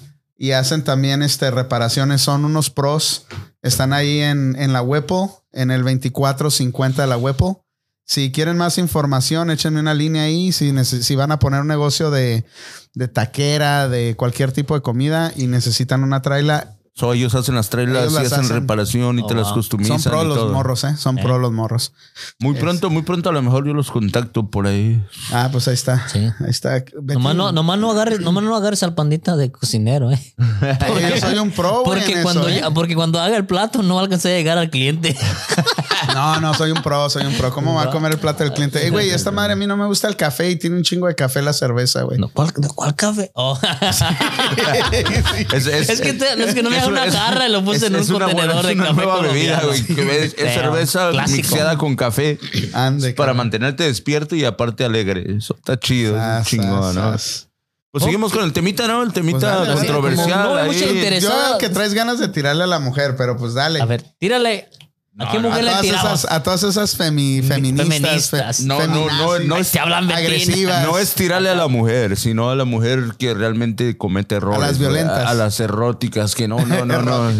y hacen también este, reparaciones. Son unos pros. Están ahí en, en la Wepo, en el 2450 de la Wepo. Si quieren más información, échenme una línea ahí. Si, neces- si van a poner un negocio de, de taquera, de cualquier tipo de comida y necesitan una traila, So, ellos hacen las trailas Ellos y las hacen, hacen. reparación y te Oh, las wow. customizan. son pro y los todo. morros, ¿eh? Son pro los morros. Muy Es- pronto, muy pronto a lo mejor yo los contacto por ahí. Ah, pues ahí está. Sí. Ahí está. Betín. Nomás no, nomás no agarres, nomás no agarres al pandita de cocinero, eh. Eh, yo soy un pro, güey. Porque en cuando, eso, ¿eh? ya- porque cuando haga el plato no alcancé a llegar al cliente. No, no, soy un pro, soy un pro. ¿Cómo va a comer el plato del cliente? Ey, güey, esta madre a mí no me gusta el café y tiene un chingo de café la cerveza, güey. No, ¿Cuál, no, cuál café? Oh. Es, Es que te- es que no me dejaron una jarra y lo puse en un una buena- contenedor de Es una café nueva bebida, güey. colombiano. que Es, es Feo, cerveza clásico. mixeada con café. Ande. Para cabrón. mantenerte despierto y aparte alegre. Eso está chido, es un Sas, sas, chingón, ¿no? sas. Pues seguimos con el temita, ¿no? El temita Pues dale, controversial. como no hay ahí. mucho interés. Yo veo Interesado. que traes ganas de tirarle a la mujer, pero pues dale. a ver, tírale. ¿A qué A mujer le todas tirabas? esas, a todas esas femi- feministas. fe- Feministas. No, no, no, no Ay, es, te hablan Betín. agresivas. no es tirarle a la mujer, sino a la mujer que realmente comete errores. las güey, violentas. A, a las erróticas, que no, no, no, no.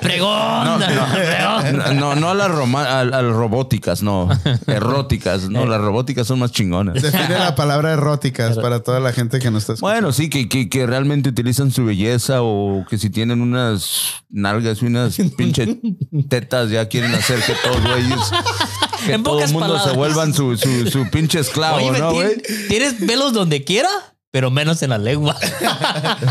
Fregón. No, no, no, no a las roma- a, a las robóticas, no. Erróticas, no, las robóticas son más chingonas. Define la palabra eróticas para toda la gente que nos está escuchando. Bueno, sí, que, que, que realmente utilizan su belleza o que si tienen unas nalgas y unas pinche tetas racistas ya quieren hacer que todos, güey, ellos- que En todo el pocas mundo palabras. se vuelvan su, su, su pinche esclavo, Oye, ¿no, tien- güey? tienes pelos donde quiera, pero menos en la lengua.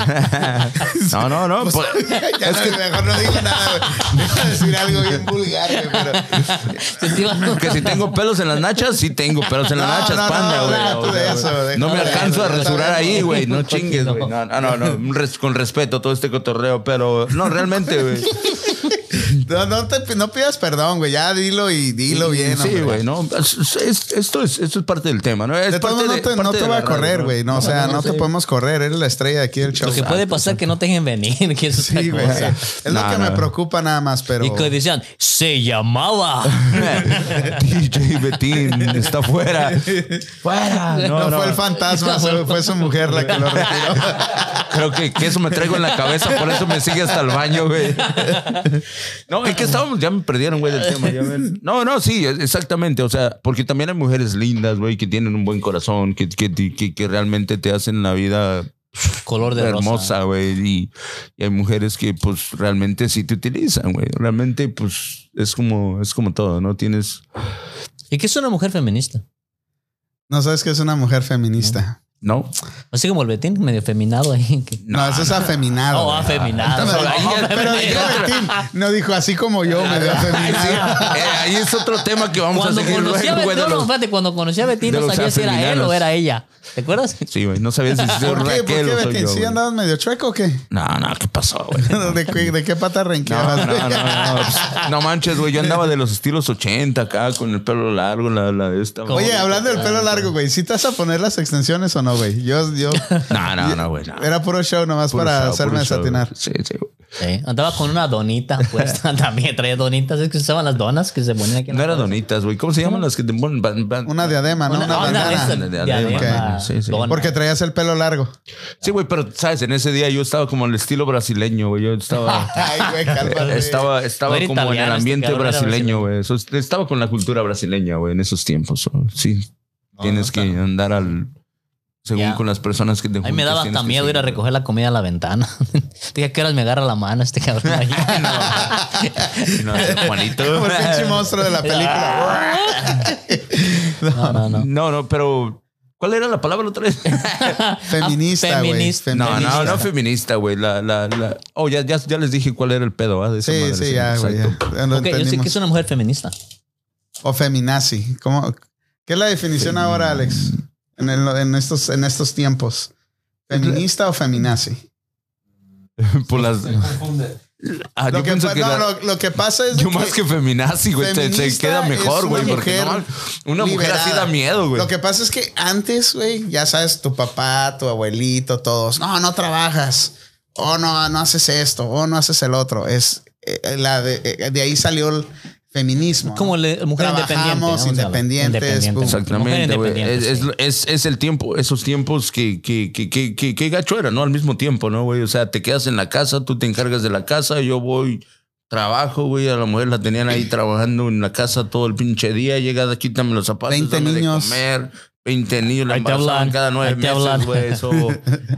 No, no, no. Pues, pues- ya no, mejor no digo nada, güey. Iba a decir algo bien vulgar, güey, pero. Se te iba- que si tengo pelos en las nachas, sí tengo pelos en las No, nachas, no, no, panda, güey. deja O tú de sea, eso, deja no me tú de eso, alcanzo a ya rasurar sabemos. ahí, güey. No chingues, güey. No, no, no. no, res- con respeto todo este cotorreo, pero no, realmente, güey. No, no, te, no pidas perdón, güey. Ya dilo y dilo bien. Sí, hombre. güey, no. es- es- esto, es, esto es parte del tema, ¿no? Es De todos parte modos, de- no te, no parte te de voy la a correr, radio, güey. No, o sea, no, no te sí. podemos correr. Eres la estrella de aquí del show. Lo que puede pasar que no te dejen venir, que es otra Sí, güey. cosa. Es lo No, que no. me preocupa nada más, pero. Y que decían, se llamaba. DJ Betín está fuera. Fuera. No, No, no. fue el fantasma, fue- fue su mujer la que lo retiró. Creo que, que eso me traigo en la cabeza, por eso me sigue hasta el baño, güey. No, es que estábamos, ya me perdieron, güey, del tema. ya ven. No, no, sí, exactamente. O sea, porque también hay mujeres lindas, güey, que tienen un buen corazón, que, que, que, que realmente te hacen la vida Color de rosa. hermosa, güey. Y, y hay mujeres que, pues, realmente sí te utilizan, güey. Realmente, pues, es como, es como todo, ¿no? Tienes. ¿Y qué es una mujer feminista? No sabes que es una mujer feminista. No. Así como el Betín, medio feminado ahí. que- No, eso es afeminado. Oh, güey. Ah, afeminado. Pero- Oh, pero dijo feminado. Betín, no dijo así como yo, medio Ah, afeminado. Eh, ahí es otro tema que vamos Cuando a seguir conocí a luego, güey. de Betín, no, los- espérate, cuando conocí a Betín, de no los sabía si era él afeminados. o era ella. ¿Te acuerdas? Sí, güey. No sabía si soy ¿Por qué? ¿Por qué, Raquel o soy Betín? yo. ¿Sí güey. andabas medio chueco o qué? No, no, ¿qué pasó, güey? ¿De, qué- de qué pata No, renqueabas? no, no, no, Pss, no manches, güey. Yo andaba de los estilos 80 acá con el pelo largo, la, la de esta. güey. Oye, hablando del pelo largo, güey, ¿sí te vas a poner las extensiones o no, güey? Yo, yo, No, no, no, güey. no. era puro show nomás Puro para show, hacerme puro show. desatinar. Sí, sí, güey. Sí, andaba con una donita puesta también. Traía donitas. Es que se usaban las donas que se ponían aquí. en No la eran cabeza. donitas, güey. ¿Cómo se llaman las que te ponen? Ban- ban- Una diadema, ¿no? Una, Una- una de ah, bandana. esas. diadema, Sí, sí. dona. Porque traías el pelo largo. Sí, güey, pero sabes, en ese día yo estaba como en el estilo brasileño, güey. Yo estaba. Ay, güey, cálmate. Estaba, estaba No era como en el italiano este ambiente cabrón, era brasileño, güey. Eso- Estaba con la cultura brasileña, güey, en esos tiempos. so, Sí. tienes no que andar al. Según Ya. con las personas que te A mí me juntas, daba tienes hasta que miedo ir a seguir, recoger la comida a la ventana. Dije, ¿qué horas me agarra la mano este cabrón? ahí?" güey. No, Juanito. Como el pinche monstruo de la película. no, no, no. No, no, pero. ¿Cuál era la palabra la otra vez? Feminista, güey. feminista. Ah, No, Feminista. no, no feminista, güey. La, la, la... Oh, ya, ya, ya les dije cuál era el pedo, ¿ah? De esa Sí, madre, sí, ya, güey. exacto. ya. Lo Ok, yo sé entendimos. que es una mujer feminista. O feminazi. ¿Cómo? ¿Qué es la definición ahora, Alex? En, el- en estos, en estos tiempos. ¿Feminista o feminazi? Por las... Ah, Lo yo que, pienso pa- que no, la- lo- lo que pasa es de Yo más que feminazi, güey. Se, se feminista queda es mejor, una güey. Porque mujer no, una mujer así liberada. da miedo, güey. Lo que pasa es que antes, güey, ya sabes, tu papá, tu abuelito, todos, no, no trabajas, o no, no haces esto, o no haces el otro. Es eh, la de, eh, de ahí salió el feminismo. Como ¿no? le- mujer independiente, Trabajamos, vamos a hablar. independientes. Independiente. pum. Exactamente, Mujer güey. Es, independiente, es- sí. es- es el tiempo, esos tiempos que, que, que, que, que, que gacho era, ¿no? Al mismo tiempo, ¿no, güey? O sea, te quedas en la casa, tú te encargas de la casa, yo voy, trabajo, güey. A la mujer la tenían ahí trabajando en la casa todo el pinche día. Llega, quítame los zapatos, 20 dame de niños. comer. 20 niños, la Ahí te embarazaban hablan, cada nueve ahí te hablan. meses, güey. Eso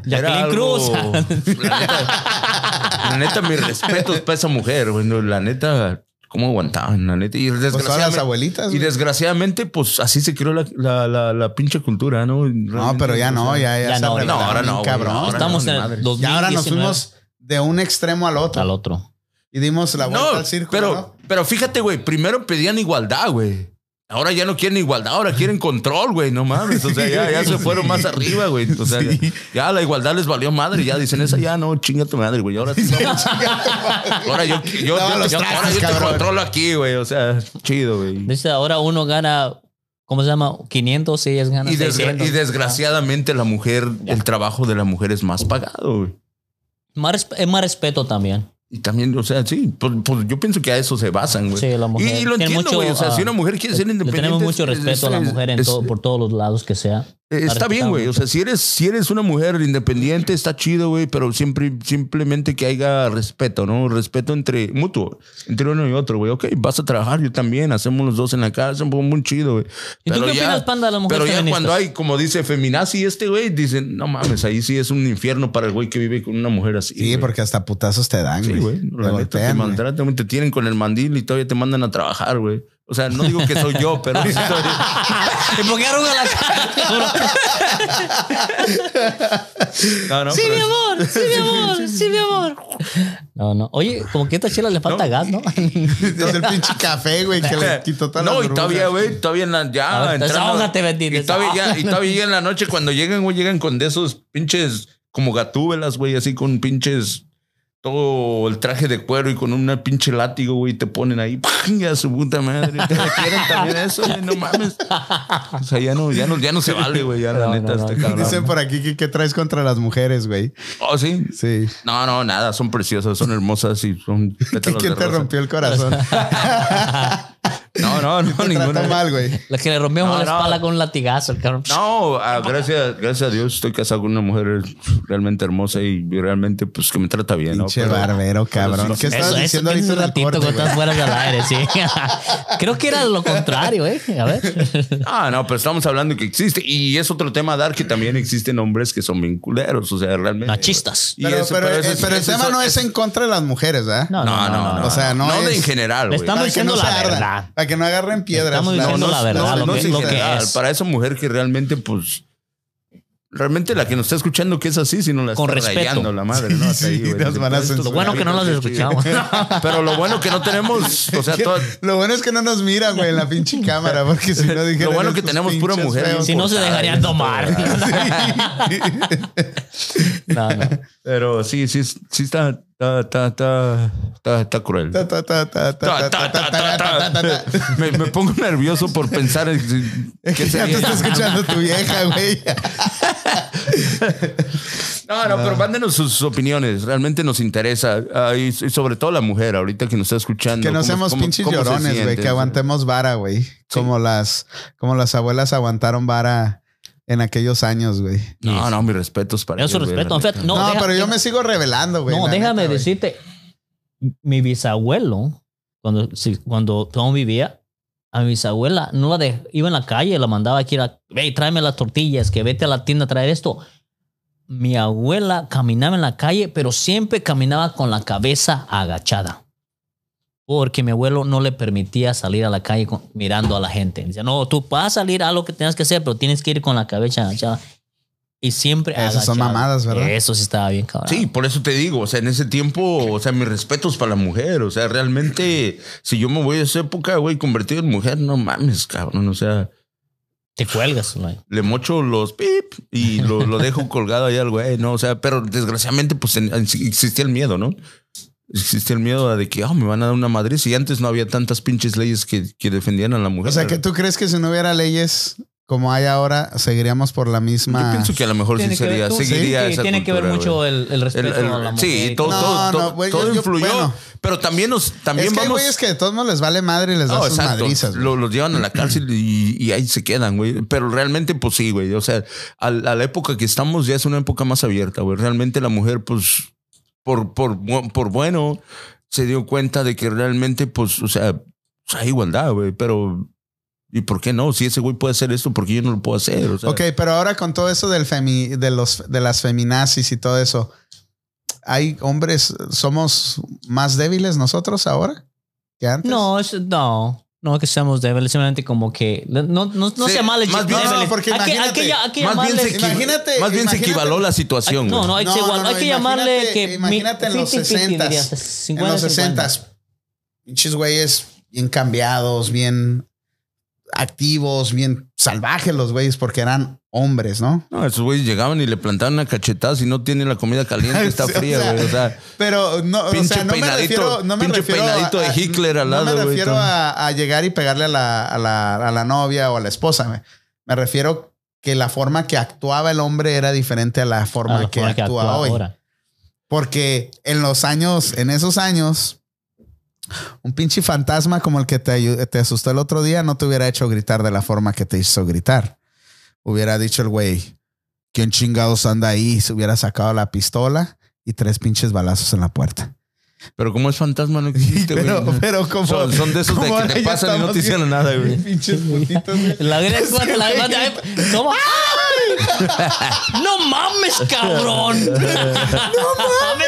Jacqueline era algo- Cruz. La neta, la neta, mis respetos para esa mujer, güey. No, La neta, ¿cómo aguantaban? La neta. Y Pues todas las desgraciadamente- abuelitas. y güey. desgraciadamente, pues así se creó la, la, la, la pinche cultura, ¿no? No, pero ya no, ya, ya, Ya se no, arreglaron no, ahora bien no, güey, Cabrón. ahora no. Estamos ni en madres. el 2019. Y ahora nos fuimos de un extremo al otro. al otro. Y dimos la vuelta No, al círculo. pero, ¿no? pero fíjate, güey, primero pedían igualdad, güey. Ahora ya no quieren igualdad, ahora quieren control, güey, no mames. O sea, ya, ya se fueron más arriba, güey. O sea, ya, ya la igualdad les valió madre, ya dicen esa, ya no, chinga tu madre, güey. Ahora sí. vamos. ahora yo, yo, yo, Lava los yo- trastes, ahora yo te cabrón. controlo aquí, güey. O sea, chido, güey. Dice, ahora uno gana, ¿cómo se llama? 500 y ellas ganan Y, desgra- 600. y desgraciadamente la mujer, el trabajo de la mujer es más pagado, güey. Ah, Más, resp- es más respeto también. Y también, o sea, sí, pues, pues, yo pienso que a eso se basan, güey. Sí, la mujer. Y, y lo Tiene entiendo, mucho, güey. O sea, ah, si una mujer quiere ser Le independiente. tenemos mucho es- respeto a la es- mujer en es- todo, por todos los lados que sea. Eh, Está bien, güey. O sea, si eres, si eres una mujer independiente, está chido, güey, pero siempre, simplemente que haya respeto, ¿no? Respeto entre mutuo, entre uno y otro, güey. Ok, vas a trabajar, yo también, hacemos los dos en la casa, un poco muy chido, güey. ¿Y tú Pero qué ya- opinas, Panda, de las mujeres Pero ya feministas? cuando hay, como dice feminazi este, güey, dicen, no mames, ahí sí es un infierno para el güey que vive con una mujer así. Sí, güey". porque hasta putazos te dan, Sí, güey. güey. La Te neta, te golpean, güey. maltratan, güey, te tienen con el mandil y todavía te mandan a trabajar, güey. O sea, no digo que soy yo, pero sí soy. ¿Y por qué arruga la cara? No, no, sí, pero mi es- amor, sí, mi amor, sí, mi amor. No, no. Oye, como que a esta chela le falta gas, ¿no? Desde el pinche café, güey, que le quitó todas no, las y todavía, burbujas. güey, todavía en la, ya. Ah, desahógate, bendito, y todavía, ya, y todavía ya en la noche cuando llegan, güey, llegan con de esos pinches como gatúbelas, güey, así con pinches todo el traje de cuero y con una pinche látigo, güey, y te ponen ahí, ¡pam! a su puta madre. Te quieren también eso, güey, no mames. O sea, ya no, ya no, ya no se vale, güey, ya la No, neta no, no. está cabrón. Dicen por aquí que qué traes contra las mujeres, güey. Oh, sí. Sí. No, no, nada, son preciosas, son hermosas y son ¿Qué- pétalos ¿Quién de te rosa. rompió el corazón? No, no, no, Te trató ninguna. mal, güey. La que le rompimos No, la no. espalda con un latigazo, el cabrón. No, ah, gracias, gracias a Dios estoy casado con una mujer realmente hermosa y realmente pues que me trata bien. ¿no? Pinche Pero- pues, barbero, cabrón. pero sí, ¿Qué estabas diciendo ahorita pienso un en el ratito corte, cuando güey? estás fuera del aire, sí. Creo que era lo contrario, ¿eh? A ver. Ah, no, pero estamos hablando que existe. Y es otro tema dar que también existen hombres que son bien culeros, o sea, realmente. Machistas. Y Pero, eso- pero, eso eh, pero el eso tema no es en contra de las mujeres, ¿verdad? No, No, no, no. O sea, no de es- en general, Le güey. estamos Para que diciendo no se la ardan, verdad. Para que no agarren piedras. Estamos diciendo la es- verdad, lo no que- es en lo que general. es. Para esa mujer que realmente, pues. Realmente la que nos está escuchando que es así, si no la Con está respeto. rayando la madre, ¿no? Hasta ahí, Sí, güey. nos van a Estos censurar. Lo bueno que no los güeyes, escuchamos. Pero lo bueno que no tenemos, o sea, todo- Lo bueno es que no nos mira, güey, en la pinche cámara, porque si no dije. Lo bueno que tenemos pura mujer, ¿no? Si no, se dejarían tomar. No, no. pero sí, sí, sí está, está, está, está, está, está cruel. Ta, ta, ta, ta, ta, ta. Me, me pongo nervioso por pensar en que- que Ya te sería. está escuchando tu vieja, güey. No, no, pero mándenos sus opiniones. Realmente nos interesa. Ah, y, y sobre todo la mujer, ahorita que nos está escuchando. Que no ¿Cómo- seamos cómo- pinches cómo se llorones, güey. siente? Que aguantemos vara, güey. Como las, como las abuelas aguantaron vara en aquellos años, güey. No, no, mis respetos para Yo su ellos, güey, respeto. En la fact, no, No, deja- pero yo me sigo revelando, güey. No, la déjame neta, güey. decirte, mi bisabuelo, cuando, sí, cuando Tom vivía, a mi bisabuela no la dej- iba en la calle, la mandaba aquí, la, ve, tráeme las tortillas, que vete a la tienda a traer esto. Mi abuela caminaba en la calle, pero siempre caminaba con la cabeza agachada. Porque mi abuelo no le permitía salir a la calle con- mirando a la gente. Dice, no, tú vas a salir a lo que tengas que hacer, pero tienes que ir con la cabeza agachada. Y siempre Esas son agachada. mamadas, ¿verdad? Eso sí estaba bien, cabrón. Ah. Sí, por eso te digo, o sea, en ese tiempo, o sea, mis respetos para la mujer, o sea, realmente, si yo me voy a esa época, güey, convertido en mujer, no mames, cabrón, o sea, Te cuelgas, güey. le mocho los pip y lo, lo dejo colgado ahí al güey, no, o sea, pero desgraciadamente, pues en- en- existía el miedo, ¿no? Existía el miedo a de que, oh, me van a dar una madre, si antes no había tantas pinches leyes que, que defendían a la mujer. O sea, que tú crees que si no hubiera leyes como hay ahora, seguiríamos por la misma. Yo pienso que a lo mejor sí Tiene que ver- sería, tú- seguiría sí, esa Tiene que ver cultura, mucho güey. el, el respeto El- el- a la mujer. sí, y todo, No, todo, todo, no, güey, todo yo- yo- influyó. bueno. pero también nos, también es que hay vamos. güeyes que de todos modos les vale madre y les da No, sus exacto. madrizas. güey. Lo- los llevan a la cárcel y, y ahí se quedan, güey. Pero realmente, pues sí, güey. O sea, al- a, la época que estamos ya es una época más abierta, güey. Realmente la mujer, pues, por, por, bu- por bueno, se dio cuenta de que realmente, pues, o sea, hay igualdad, güey. Pero, ¿y por qué no? Si ese güey puede hacer esto, ¿por qué yo no lo puedo hacer? O sea, Ok, pero ahora con todo eso del femi, de los de las feminazis y todo eso, hay hombres, somos más débiles nosotros ahora que antes. No, es, no. No que seamos débiles, simplemente como que. No, no, no, no Sí, se llama más bien- No, no, porque hay que, hay imagínate, que, hay que más bien, se, llamarle. equivo- Imagínate- más bien se imagínate- equivaló la hay- situación. no, güey. no, hay, No, que igual- no, hay no, que llamarle imagínate- que. mi- imagínate en los 50-50 dirías, 60s, 50-50. en los 60 pinches güeyes bien cambiados, bien activos, bien salvajes los güeyes porque eran hombres, ¿no? No, esos güeyes llegaban y le plantaban una cachetada. Si no tiene la comida caliente, está Sí, o fría, sea, güey. O sea, Pero no, o Pinche sea, no me peinadito- refiero, no me pinche refiero peinadito de Hitler al lado, No me güey, refiero todo. a, a llegar y pegarle a la, a la- a la novia o a la esposa. Me, me refiero que la forma que actuaba el hombre era diferente a la forma, Ah, la que, forma que actúa, actúa hoy. ahora. Porque en los años, en esos años, un pinche fantasma como el que te, ayu- te asustó el otro día no te hubiera hecho gritar de la forma que te hizo gritar. hubiera dicho el güey, ¿quién chingados anda ahí? Se hubiera sacado la pistola y tres pinches balazos en la puerta. Pero como es fantasma, no existe, güey. Pero, pero como... son, son de esos de como que ahora te ya pasan y no estamos te bien- hicieron nada, güey. Pinches putitos, güey. La gran cuando la mata. ¿Cómo? ¡Ay! ¡No mames, cabrón! ¡No mames!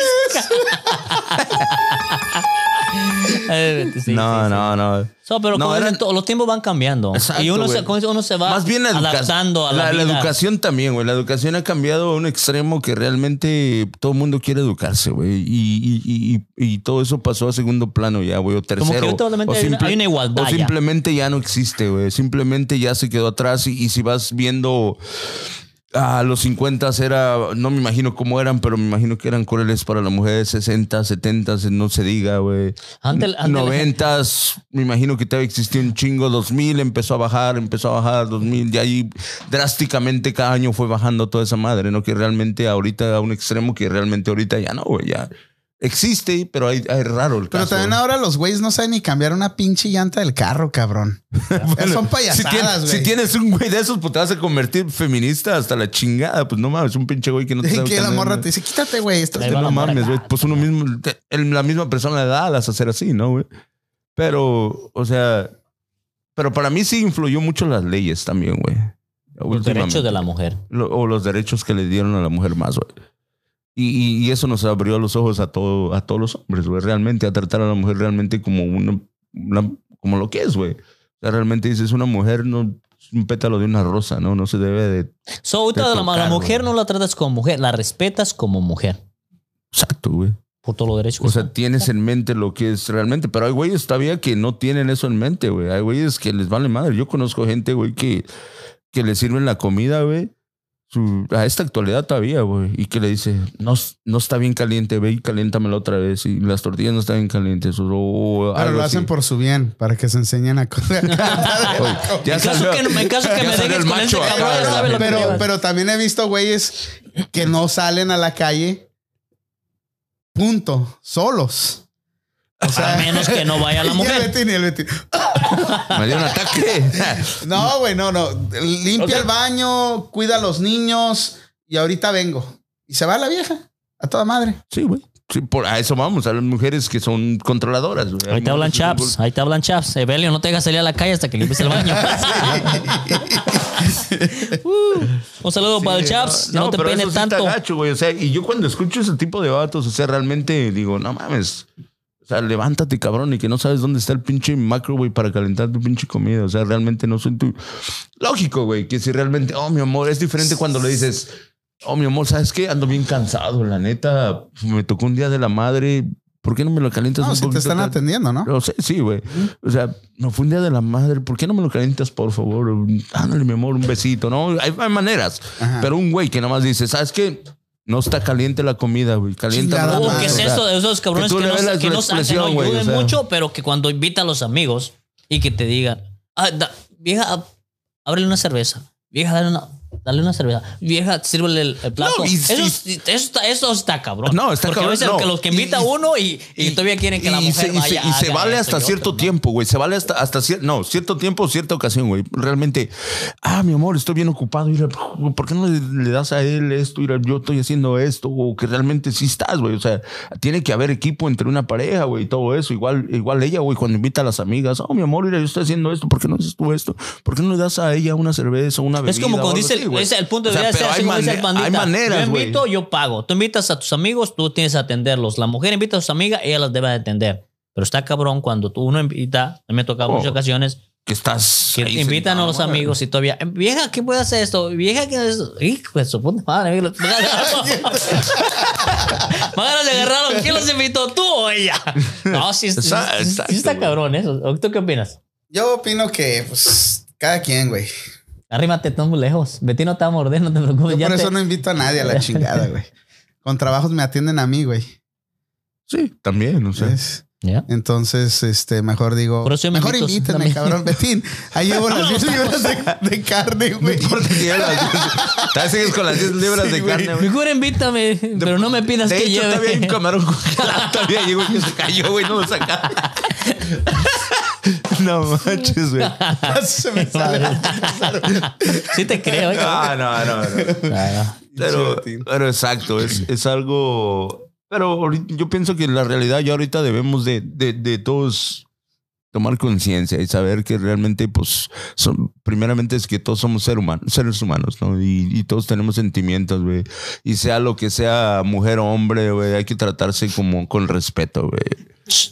Eh, sí, sí, no, sí. no, no. So, pero No, como eran- dicen, to- los tiempos van cambiando. Exacto, y uno se, güey. como dice, uno se va Más bien la educa- adaptando a la, vida. educación también, güey. La educación ha cambiado a un extremo que realmente todo el mundo quiere educarse, güey. Y, y- y- y- y todo eso pasó a segundo plano ya, güey, o tercero. que ahorita solamente o hay una- hay una igualdad o ya. simplemente ya no existe, güey. Simplemente ya se quedó atrás. Y, y si vas viendo a los 50 era, no me imagino cómo eran, pero me imagino que eran crueles para las mujeres 60, 70, no se diga, güey. Antes- antes la 90, me imagino que todavía existía un chingo, 2000 empezó a bajar, empezó a bajar, 2000, de ahí drásticamente cada año fue bajando toda esa madre, ¿no? Que realmente ahorita a un extremo que realmente ahorita ya no, güey, ya existe, pero hay, hay raro el Pero caso. también ahora los güeyes no saben ni cambiar una pinche llanta del carro, cabrón. Ya pues, son si, tienes, payasadas, güey. si tienes un güey de esos, pues te vas a convertir feminista hasta la chingada. Pues no mames, un pinche güey que no te sabe que la cambiar, morra ¿no? te dice, quítate, güey. esto es Ahí de va no la morra. mames, güey. Pues uno mismo, el- la misma persona le da a las hacer así, ¿no, güey? Pero, o sea, pero para mí sí influyó mucho las leyes también, güey. Los derechos de Últimamente. la mujer. Lo- o los derechos que le dieron a la mujer más, güey. Y, y- y eso nos abrió los ojos a, todo, a todos los hombres, güey. Realmente, a tratar a la mujer realmente como una, una- como lo que es, güey. O sea, realmente dices, una mujer no es un pétalo de una rosa, ¿no? No se debe de... So, ahorita De la, la tocar, mujer güey. no la tratas como mujer, la respetas como mujer. Exacto, güey. Por todos los derechos que O sea, son. tienes en mente lo que es realmente, pero hay güeyes todavía que no tienen eso en mente, güey. Hay güeyes que les vale madre. Yo conozco gente, güey, que, que le sirven la comida, güey. su- a esta actualidad todavía, güey. Y que le dice, no, s- no está bien caliente, ve y caliéntamela otra vez. Y las tortillas no están bien calientes. O, o Pero algo lo hacen así. por su bien, para que se enseñen a coger. Oye, ya en, caso salió- que, en caso que ya me salió dejes el con ese macho acá, cabrón, ya ¿verdad? sabes lo que pero, llevas. pero también he visto güeyes que no salen a la calle. Punto. Solos. O A menos que no vaya la Y el mujer. Betín, y el Betín. Me dio un ataque. No, güey, no, no. Limpia el baño, cuida a los niños y ahorita vengo. Y se va la vieja. A toda madre. sí, güey. Sí, por, a eso vamos, a las mujeres que son controladoras. güey. Ahí te hablan Mujeres que son chaps, ahí te hablan chaps. Evelio, no te hagas salir a la calle hasta que limpies el baño. Uh, un saludo para el Sí, chaps, no, te pero peines eso sí está tanto. gacho, güey. O sea, y yo cuando escucho ese tipo de vatos, o sea, realmente digo, no mames. O sea, levántate, cabrón, y que no sabes dónde está el pinche macro, güey, para calentar tu pinche comida. O sea, realmente no soy tu. Lógico, güey, que si realmente, oh, mi amor, es diferente cuando le dices, oh, mi amor, ¿sabes qué? Ando bien cansado, la neta. Me tocó un día de la madre. ¿Por qué no me lo calientas No, un si te poquito están tan- atendiendo, ¿no? o sea, sí, güey. O sea, no fue un día de la madre. ¿Por qué no me lo calientas, por favor? Ándale, mi amor, un besito, ¿no? Hay, hay maneras. Ajá. Pero un güey que nada más dice, ¿sabes qué? No está caliente la comida, güey. Calienta Chingada la Uh, madre. ¿Qué es o sea, eso de esos cabrones tú que, le no, ves la que no- que no expresión, güey, o ayuden sea. mucho, pero que cuando invita a los amigos y que te digan, "Ah, da- vieja, ab- ábrele una cerveza, vieja, dale una, dale una cerveza, vieja, sírvele el, el plato. No, y- eso, y- es- eso está, eso está cabrón. No, está Porque cabrón, a veces no. que los que invita Y- y- uno y, y todavía quieren que la y mujer se, y se- vaya. y se haga vale esto hasta y otro, cierto ¿no? tiempo, güey. Se vale hasta, hasta cier- no, cierto tiempo, cierta ocasión, güey. Realmente, ah, mi amor, estoy bien ocupado. mira, ¿Por qué no le, le das a él esto? Mira, yo estoy haciendo esto. O que realmente sí estás, güey. O sea, tiene que haber equipo entre una pareja, güey, y todo eso. Igual, igual ella, güey, cuando invita a las amigas, oh, mi amor, mira, yo estoy haciendo esto. ¿Por qué no haces tú esto? ¿Por qué no le das a ella una cerveza, una bebida? Es como o cuando algo dice, así, el, güey? es el punto de O sea, vista, pero así hay como dice el mane- pandita. Hay maneras, Yo güey. invito, yo pago. Tú invitas a tus amigos, tú tienes que atenderlos. La mujer invita a sus amigas, ella las debe de atender. Pero está cabrón cuando tú uno invita, a mí me ha tocado Oh. muchas ocasiones, Que estás. que ahí invitan a sentado, los güey. amigos y todavía, "Eh, vieja, ¿qué puede hacer esto? Vieja, ¿qué es eso? Hijo de su puta madre. amigo. Madre, le agarraron. ¿Quién los invitó? ¿Tú o ella? No, sí, sí, Exacto, sí, sí exacto, está güey. cabrón eso. ¿Tú qué opinas? Yo opino que, pues, cada quien, güey. Arrímate, estás muy lejos. Betty no te va a morder, no te preocupes. Yo ya por te- eso no invito a nadie a la chingada, güey. Con trabajos me atienden a mí, güey. Sí, también, o sea. ¿Ves? Ya. Entonces, este, mejor digo, Por eso yo me mejor invito, invítenme, también. cabrón, Betín. Ahí llevo las 10 libras de, de carne, güey. Porque llevan las- Todavía sigues con las 10 libras de carne, güey. Mejor invítame, pero no me pidas De que hecho, todavía hay un lleve. camarón con todavía llegó y se cayó, güey, no lo sacaron. No manches, güey. Se me sale. Sí te creo. ¿eh? Ah, no, no, no. Claro. Pero, Chulatín. pero exacto, es, es algo... Pero ahorita- yo pienso que la realidad ya ahorita debemos de, de, de todos tomar conciencia y saber que realmente, pues, son- primeramente es que todos somos ser humanos, seres humanos, ¿no? Y, y todos tenemos sentimientos, güey. Y sea lo que sea, mujer o hombre, güey, hay que tratarse como con respeto, güey.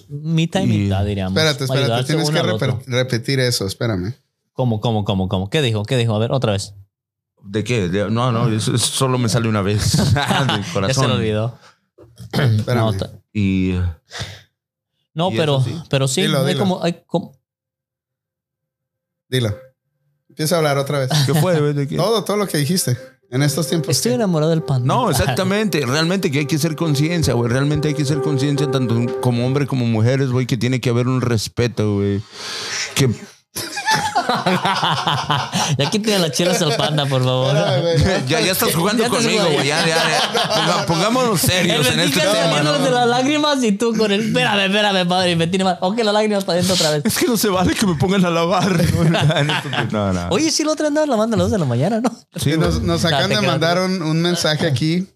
Mitad y Y- mitad, diríamos. Espérate, espérate. Ayudarse Tienes uno que al otro. reper- repetir eso. Espérame. ¿Cómo, cómo, cómo, cómo? ¿Qué dijo? ¿Qué dijo? A ver, otra vez. ¿De qué? De- no, no, eso- eso solo me sale una vez. Del Ya se corazón. lo olvidó. Espérame. No, está- Y no, Y eso pero sí. pero sí, Dilo, hay dilo. como, hay como- Dilo. Empieza a hablar otra vez. qué fue, güey? ¿De qué? Todo, todo lo que dijiste en estos tiempos. Estoy que- enamorado del pan. No, exactamente. Realmente que hay que ser conciencia, güey. Realmente hay que ser conciencia tanto como hombre como mujeres, güey, que tiene que haber un respeto, güey. Que Y aquí tiene las chelas al panda, por favor. Espérame, güey. ya, ya estás jugando Ya te conmigo, jugué. güey. Ya, ya, ya. Ponga- pongámonos serios en este Benfica tema, saliendo ¿no? de las lágrimas y tú con el. Espérame, espérame, padre. Y me tiene mal. Ok, las lágrimas para adentro otra vez. Es que no se vale que me pongan a lavar. güey. No, no. Oye, sí, lo otro andaba lavando a las dos de la mañana, ¿no? Sí, Sí, güey. nos, nos acaban Date, de quédate. mandar un, un mensaje aquí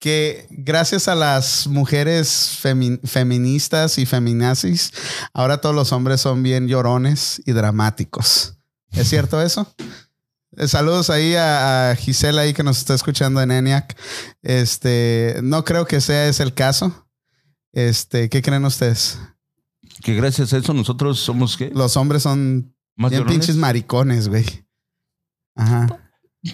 que gracias a las mujeres femi- feministas y feminazis, ahora todos los hombres son bien llorones y dramáticos. ¿Es cierto eso? Eh, Saludos ahí a, a Gisela ahí que nos está escuchando en ENIAC. Este, no creo que sea ese el caso. Este, ¿qué creen ustedes? Que gracias a eso nosotros somos qué? Los hombres son Más bien llorones? pinches maricones, güey. Ajá.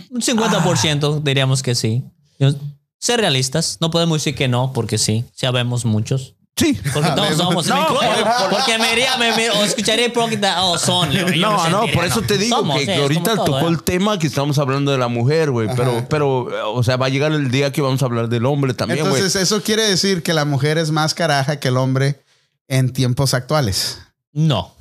Un Ah. 50% diríamos que sí. Yo- Ser realistas, no podemos decir que no, porque sí, sabemos muchos. Sí. Porque todos somos, me incluyo, porque me diría, me, me- o escucharía hipócrita, oh, son. le digo, yo No, me no, sentiría, por eso te digo Somos, que, sí, que es ahorita como todo, tocó ¿eh? el tema que estamos hablando de la mujer, güey. Pero, pero, eh, o sea, va a llegar el día que vamos a hablar del hombre también, güey. Entonces, eso quiere decir que la mujer es más caraja que el hombre en tiempos actuales. No.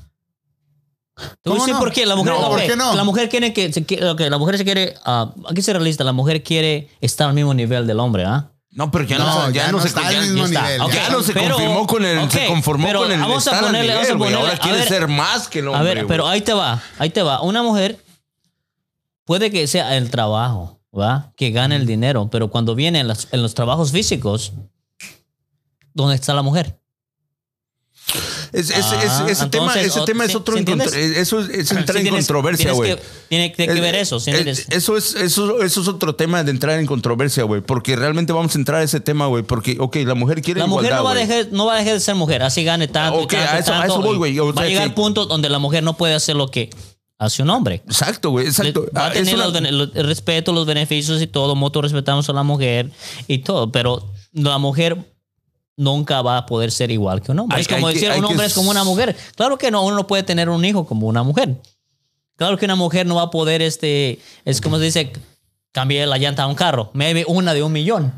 Te voy ¿Cómo a decir no? por qué. La mujer, No, ok, ¿por qué no? La mujer quiere que. se qui- ok, la mujer se quiere. ah, aquí se realista. La mujer quiere estar al mismo nivel del hombre, ¿ah? No, pero ya no, No, ya, ya no no se está al ya- mismo ya está. nivel, Ok, ya. ya no se Pero- confirmó con el se ok, conformó pero con el vamos a estar al ponerle- nivel, vamos a güey. ponerle- ahora a quiere ver, ser más que el hombre. a ver, güey. pero ahí te va. Ahí te va. Una mujer puede que sea el trabajo, ¿va? Que gane el dinero. Pero cuando viene en, las- en los trabajos físicos, ¿dónde está la mujer? Es- es- es- Ah, ese tema, entonces, ese o- tema es ¿sí- otro sí en entiendes? contro- eso es- es entrar en Tienes- controversia, tienes güey. que- Tiene que, tiene que ver Eh, eso. sí, eh, eres- eso es eso eso es otro tema de entrar en controversia, güey, porque realmente vamos a entrar a ese tema, güey, porque ok, la mujer quiere La mujer igualdad, no va, a güey. dejar, no va a dejar de ser mujer, así gane tanto. y Ok, tanto, a eso- a tanto, eso voy, güey. O Va sea a llegar que- puntos donde la mujer no puede hacer lo que hace un hombre. Exacto, güey, exacto. Ah, Va a es tener una- los bene- los- el respeto, los beneficios y todo. Nosotros respetamos a la mujer y todo, pero la mujer nunca va a poder ser igual que un hombre. Hay- es como hay que- decir, hay un que hombre es s- como una mujer. Claro que no, uno no puede tener un hijo como una mujer. Claro que una mujer no va a poder, este, es como se dice, cambiar la llanta a un carro. Maybe una de un millón.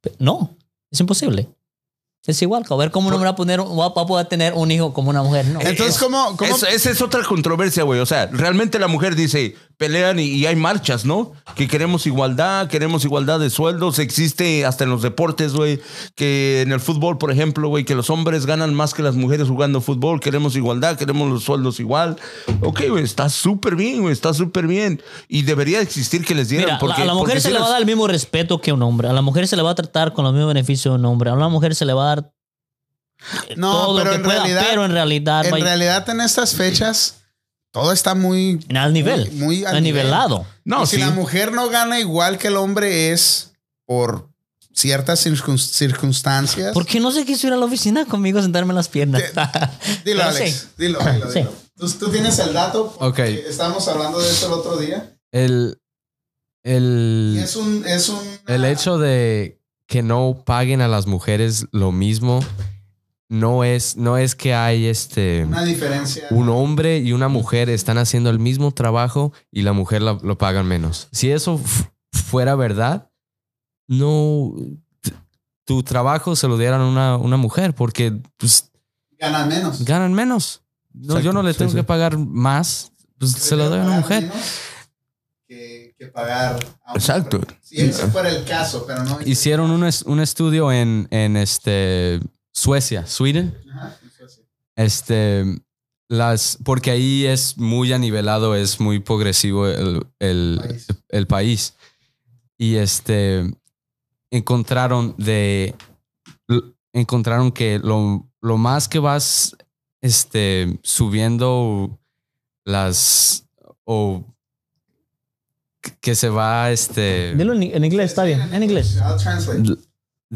Pe- No, es imposible. Es igual, a ver cómo un hombre va a, poner, va va a poder tener un hijo como una mujer. No. Entonces, ¿cómo, cómo- eh, Eso- esa es otra controversia, güey. O sea, realmente la mujer dice, pelean y, y hay marchas, ¿no? Que queremos igualdad, queremos igualdad de sueldos. Existe hasta en los deportes, güey. Que en el fútbol, por ejemplo, güey, que los hombres ganan más que las mujeres jugando fútbol. Queremos igualdad, queremos los sueldos igual. Ok, güey, está súper bien, güey, está súper bien. Y debería existir que les dieran. Mira, porque, a la mujer porque se si le va a las- dar el mismo respeto que un hombre. A la mujer se le va a tratar con los mismos beneficios de un hombre. A la mujer se le va a dar no, todo pero lo que en pueda, realidad, pero en realidad, en va- realidad en estas fechas todo está muy en al nivel, muy, muy al está nivelado. nivel. No, Y si sí. la mujer no gana igual que el hombre es por ciertas circun- circunstancias. Porque no se quiso ir a la oficina conmigo a sentarme en las piernas. Dilo, Pero Alex. sí. Dilo, dilo, Sí. dilo. ¿Tú, tú tienes el dato. Ok. Estábamos hablando de eso el otro día. El, Y el, es un, es un el hecho de que no paguen a las mujeres lo mismo no es, no es que hay este. una diferencia. Un hombre y una mujer están haciendo el mismo trabajo y la mujer la- lo pagan menos. Si eso fu- fuera verdad, no. t- Tu trabajo se lo dieran a una, una mujer porque pues, Gana menos. ganan menos. No, yo Exacto, no le sí, tengo sí. que pagar más, pues, se lo doy a una mujer. Que, que pagar. a un Exacto. hombre. Si ese fuera el caso, pero no. ah, Hicieron un, es- un estudio en, en este, Suecia, Sweden. Ajá, eso sí. Este, las, porque ahí es muy anivelado, es muy progresivo el, el- País. el país. Y este encontraron de l- encontraron que lo, lo más que vas este, subiendo las o que- que se va este Dilo en, en inglés, está bien. En inglés. I'll translate.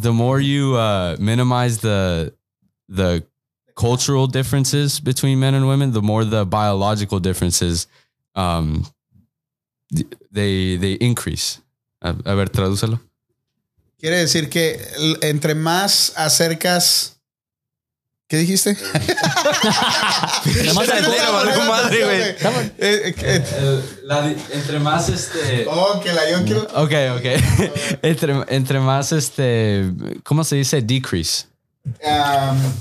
the more you uh, minimize the the cultural differences between men and women, the more the biological differences um, they they increase. A, a ver, tradúcelo. Quiere decir que l- entre más acercas. ¿Qué dijiste? Nomás Espérate, recuerda, espérate, valió madre, güey. espérate. Eh, eh, eh, entre más este. Oh, que la yo quiero. Ok, ok. entre, entre más este. ¿Cómo se dice? Decrease. Ah. um,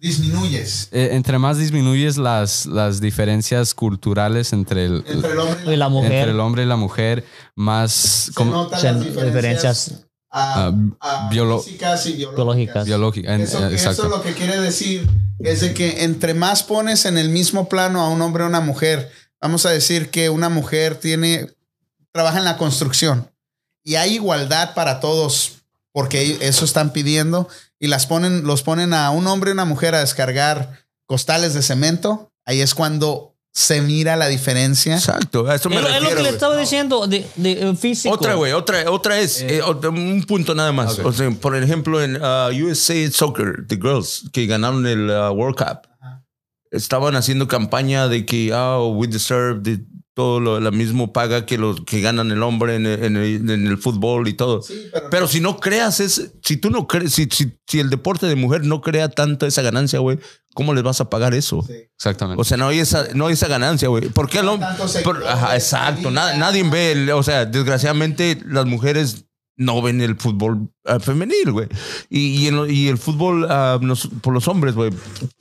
disminuyes Eh, entre más disminuyes las, las diferencias culturales entre el, entre el hombre y Y la la entre mujer. el hombre y la mujer, más. se como- notan se- las diferencias, diferencias ah, ah, biolo- físicas y biológicas. biológicas. biológica. en- Eso, eh, eso exacto. lo que quiere decir es de que entre más pones en el mismo plano a un hombre o una mujer, vamos a decir que una mujer tiene, trabaja en la construcción y hay igualdad para todos porque eso están pidiendo y las ponen, los ponen a un hombre y una mujer a descargar costales de cemento, ahí es cuando se mira la diferencia. Exacto, a eso me Es lo- es lo refiero, que le güey. estaba diciendo de, de, eh, físico. Otra, güey, otra, otra es eh, otra- un punto nada más. Ok. O sea, por ejemplo, en ah, USA Soccer, the girls que ganaron el ah, World Cup, estaban haciendo campaña de que, ah, we deserve de todo lo, la misma paga que los que ganan el hombre en el, en el- en el fútbol y todo. Pero si no creas, es, si tú no crees, si, si, si el deporte de mujer no crea tanta esa ganancia, güey, ¿cómo les vas a pagar eso? Exactamente. O sea, no hay esa, no hay esa ganancia, güey. ¿Por qué al hombre? Tantos por- seguidores, ajá, exacto. Nada, nadie ve, el- o sea, desgraciadamente las mujeres no ven el fútbol ah, femenil, güey. Y, y, en lo- y el fútbol ah, nos- por los hombres, güey.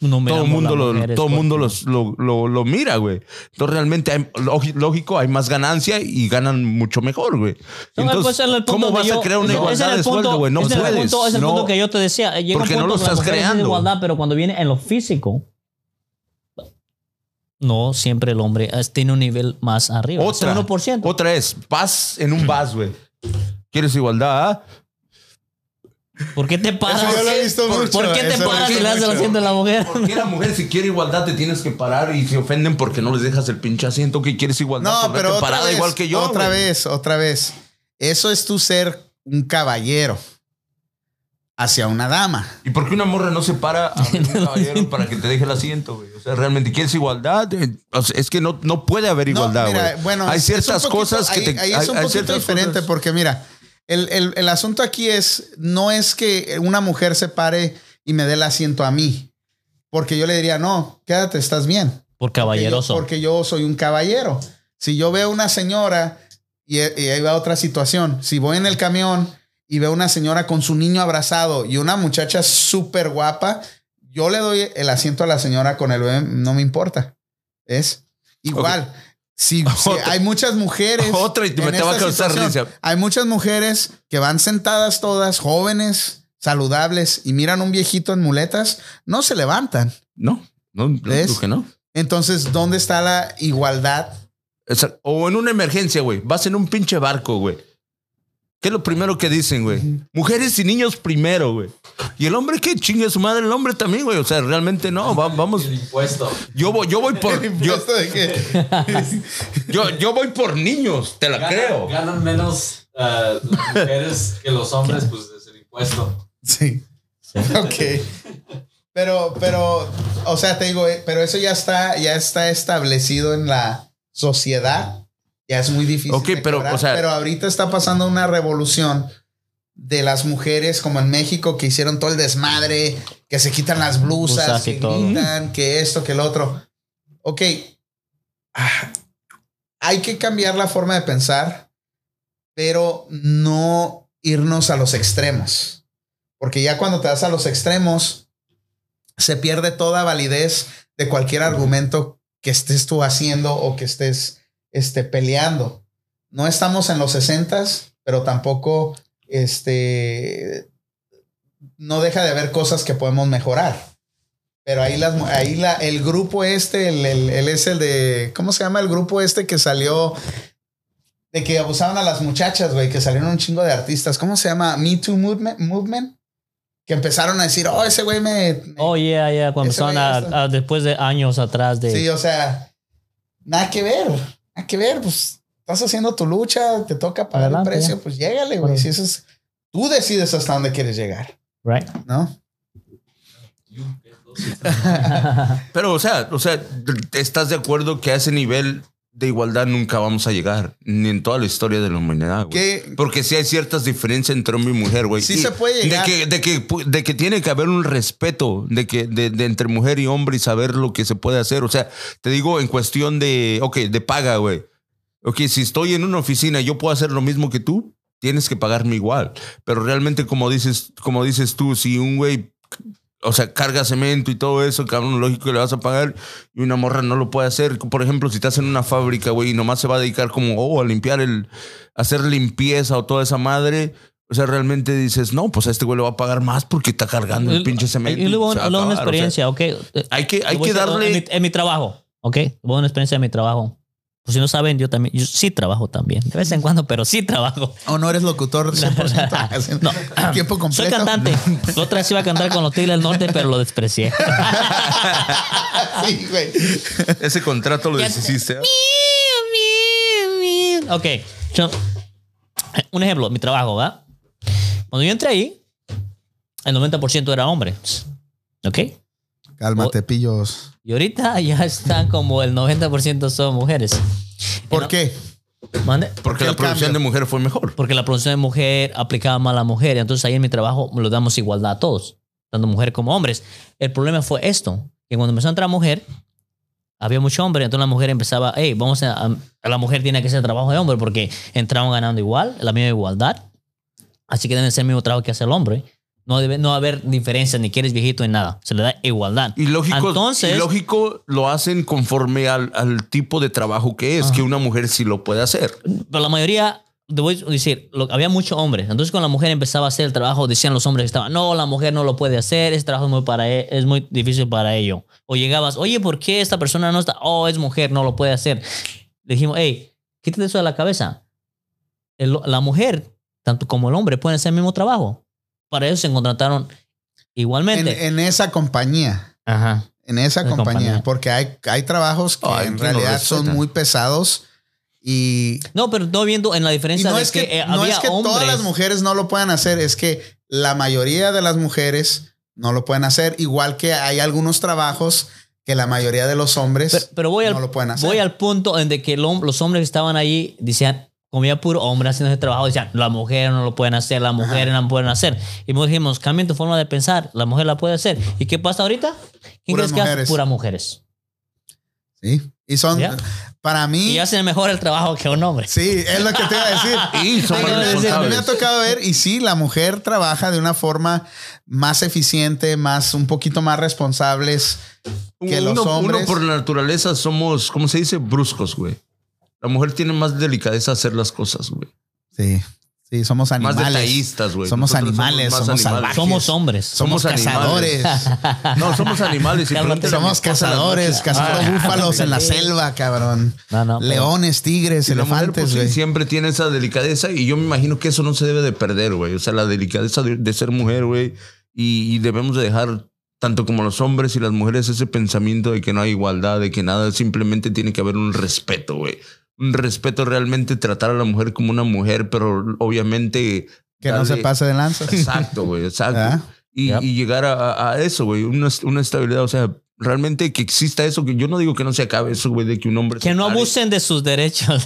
No Todo miramos el mundo, las lo, mujeres, todo güey. mundo los- lo, lo- lo mira, güey. Entonces, realmente, hay- lógi- lógico, hay más ganancia y ganan mucho mejor, güey. No, pues, Entonces, es el punto ¿cómo donde vas a yo- crear una es el igualdad de punto- sueldo, güey? No es el puedes. punto- es el No. punto que yo te decía. Llega Porque un no punto lo que la estás mujer es creando. igualdad, pero cuando viene en lo físico, no siempre el hombre es- tiene un nivel más arriba. Es Otra. el 1%. Otra es, vas en un vas, güey. ¿Quieres igualdad? ah? ¿Por qué te paras? Eso yo lo he visto ¿Por, mucho, por qué te eso lo he paras y visto le das el mucho. asiento a la mujer? ¿Por qué la mujer si quiere igualdad te tienes que parar y se ofenden porque no les dejas el pinche asiento que quieres igualdad? No, Ponerte pero otra parada vez, Pues igual que yo. otra güey. vez, otra vez. Eso es tú ser un caballero hacia una dama. ¿Y por qué una morra no se para a ver un caballero para que te deje el asiento, güey? O sea, realmente quieres igualdad. Eh, o sea, es que no, no puede haber No, igualdad, mira, güey. bueno, hay es- es un ciertas poquito- cosas que ahí- te. ahí hay- es un hay poquito ciertas diferente cosas- porque mira, el, el- el asunto aquí es, no es que una mujer se pare y me dé el asiento a mí, porque yo le diría, no, quédate, estás bien. Por Porque yo- caballeroso. Porque yo soy un caballero. Si yo veo una señora y, y ahí va otra situación, si voy en el camión y veo una señora con su niño abrazado y una muchacha súper guapa, yo le doy el asiento a la señora con el bebé, no me importa. Es igual. Si, si Otra. hay muchas mujeres. Otra y te- me en te va a esta causar situación, risa. Hay muchas mujeres que van sentadas todas, jóvenes, saludables, y miran un viejito en muletas, no se levantan. No, no, no, ¿Ves? creo que no. Entonces, ¿dónde está la igualdad? O, sea, o en una emergencia, güey. Vas en un pinche barco, güey. ¿Qué es lo primero que dicen, güey? Mujeres y niños primero, güey. Y el hombre, ¿qué chingue su madre? El hombre también, güey. O sea, realmente no. va- vamos. Yo voy, yo voy por. Yo, Esto de que- yo, yo voy por niños, te la creo. Ganan menos eh, las mujeres que los hombres, pues es el impuesto. Sí. Ok. Pero, pero, o sea, te digo, eh, pero eso ya está, ya está establecido en la sociedad. Ya es muy difícil. Ok, de pero, quebrar. o sea- pero ahorita está pasando una revolución de las mujeres como en México que hicieron todo el desmadre, que se quitan las blusas, Blusas y que todo. gritan, que esto, que el otro. Ok. Ah, Hay que cambiar la forma de pensar, pero no irnos a los extremos. Porque ya cuando te das a los extremos, se pierde toda validez de cualquier argumento que estés tú haciendo o que estés este, peleando. No estamos en los 60, pero tampoco este, no deja de haber cosas que podemos mejorar. Pero ahí, las, mu- ahí la, el grupo este, el, el- él es el de. ¿Cómo se llama el grupo este que salió? De que abusaban a las muchachas, güey, que salieron un chingo de artistas. ¿Cómo se llama? Me Too Movement. movement? Que empezaron a decir, oh, ese güey me. me- Oh, yeah, yeah. Cuando Ese son güey ya a- está. a- después de años atrás de. Sí, o sea, nada que ver, nada que ver, pues estás haciendo tu lucha, te toca pagar Adelante, el precio, ya. pues llégale, güey. Bueno. Si eso es, tú decides hasta dónde quieres llegar, Right. ¿no? Pero, o sea, o sea, ¿estás de acuerdo que a ese nivel de igualdad nunca vamos a llegar? Ni en toda la historia de la humanidad, güey. ¿Qué? Porque sí hay ciertas diferencias entre hombre y mujer, güey. Sí Y se puede llegar. De que, de, que, pu- de que tiene que haber un respeto de que de, de entre mujer y hombre y saber lo que se puede hacer. O sea, te digo en cuestión de, ok, de paga, güey. Ok, si estoy en una oficina y yo puedo hacer lo mismo que tú, tienes que pagarme igual. Pero realmente, como dices, como dices tú, si un güey, o sea, carga cemento y todo eso, cabrón, lógico que le vas a pagar y una morra no lo puede hacer. Por ejemplo, si estás en una fábrica, güey, y nomás se va a dedicar como, oh, a limpiar el, a hacer limpieza o toda esa madre. O sea, realmente dices, no, pues a este güey le va a pagar más porque está cargando el, pinche cemento. Y luego se va a luego una acabar, o sea, experiencia, ok. eh, hay que, hay voy que a- En mi, darle. en mi trabajo, ok. Luego una experiencia de mi trabajo. Pues si no saben, yo también. Yo sí trabajo también. De vez en cuando, pero sí trabajo. O no eres locutor 100%. No. Tiempo Soy completo. cantante. La otra vez iba a cantar con los Tigres del Norte, pero lo desprecié. Sí, güey. Ese contrato lo Ya- deshiciste. ¿ah? Ok. yo- un ejemplo, mi trabajo, ¿va? Cuando yo entré ahí, el 90% era hombre. ¿Ok? Cálmate, pillos. Y ahorita ya están como el 90% son mujeres. ¿Por No. qué? Mande. Porque El la producción cambio. de mujer fue mejor. Porque la producción de mujer aplicaba más a la mujer. Entonces ahí en mi trabajo lo damos igualdad a todos, tanto mujer como hombres. El problema fue esto, que cuando empezó a entrar mujer, había mucho hombre, entonces la mujer empezaba, hey, vamos a, a- la mujer tiene que hacer trabajo de hombre porque entraban ganando igual, la misma igualdad. Así que deben hacer el mismo trabajo que hace el hombre. No debe no va a haber diferencia, ni quieres viejito ni nada. Se le da igualdad. Y lógico, Entonces- y lógico lo hacen conforme al, al tipo de trabajo que es, que una mujer sí lo puede hacer. pero la mayoría, te voy a decir, lo- había muchos hombres. Entonces, cuando la mujer empezaba a hacer el trabajo, decían los hombres que estaban, no, la mujer no lo puede hacer, ese trabajo es muy, para e- es muy difícil para ello. O llegabas, oye, ¿por qué esta persona no está? Oh, es mujer, no lo puede hacer. Le dijimos, hey, quítate eso de la cabeza. El- la mujer, tanto como el hombre, pueden hacer el mismo trabajo. Para eso se contrataron En, igualmente. en esa compañía. Ajá. En esa La compañía, compañía. Porque hay, hay trabajos que Ay, en que no realidad son respetan. muy pesados y No, pero no viendo en la Y diferencia no de es que, que, eh, no había es que hombres. todas las mujeres no lo puedan hacer, es que la mayoría de las mujeres no lo pueden hacer, igual que hay algunos trabajos que la mayoría de los hombres Pero, pero voy, no al, lo pueden hacer. voy al punto en de que el hom- los hombres que estaban ahí decían, comía puro hombre haciendo ese trabajo, decían, la mujer no lo pueden hacer, la mujer no lo pueden hacer. Y nosotros dijimos, cambien tu forma de pensar, la mujer la puede hacer. ¿Y qué pasa ahorita? ¿Quién Puras crees que hace? mujeres. Puras mujeres. Sí. Y son, Ya. para mí, Y hacen mejor el trabajo que un hombre. sí, es lo que te iba a decir. Ah, Y son A mí más me- a mí me ha responsables. tocado ver, y sí, la mujer trabaja de una forma más eficiente, más un poquito más responsables. que los uno, uno hombres- por naturaleza somos, ¿cómo se dice? Bruscos, güey. La mujer tiene más delicadeza hacer las cosas, güey. Sí, sí, somos Más animales. detallistas, güey. Somos Nosotros animales, más somos salvajes. Somos hombres. Somos somos animales. cazadores. No, somos animales. y Cálmate. pregúntale a mi Somos esposa la cazadores, noche. cazando Ah, búfalos en la sí. selva, cabrón. No, no, pero- Leones, tigres, y la mujer, pues, elefantes, sí, güey. siempre tiene esa delicadeza y yo me imagino que eso no se debe de perder, güey. O sea, la delicadeza de, de ser mujer, güey. Y, y debemos de dejar, tanto como los hombres y las mujeres, ese pensamiento de que no hay igualdad, de que nada, simplemente tiene que haber un respeto, güey. Un respeto realmente tratar a la mujer como una mujer, pero obviamente... que no se darle- pase de lanza. Exacto, güey, ¿Verdad? exacto. Y, Yep. y llegar a, a- a eso, güey, una, una estabilidad, o sea, realmente que exista eso, que yo no digo que no se acabe eso, güey, de que un hombre... Que se no pare. abusen de sus derechos.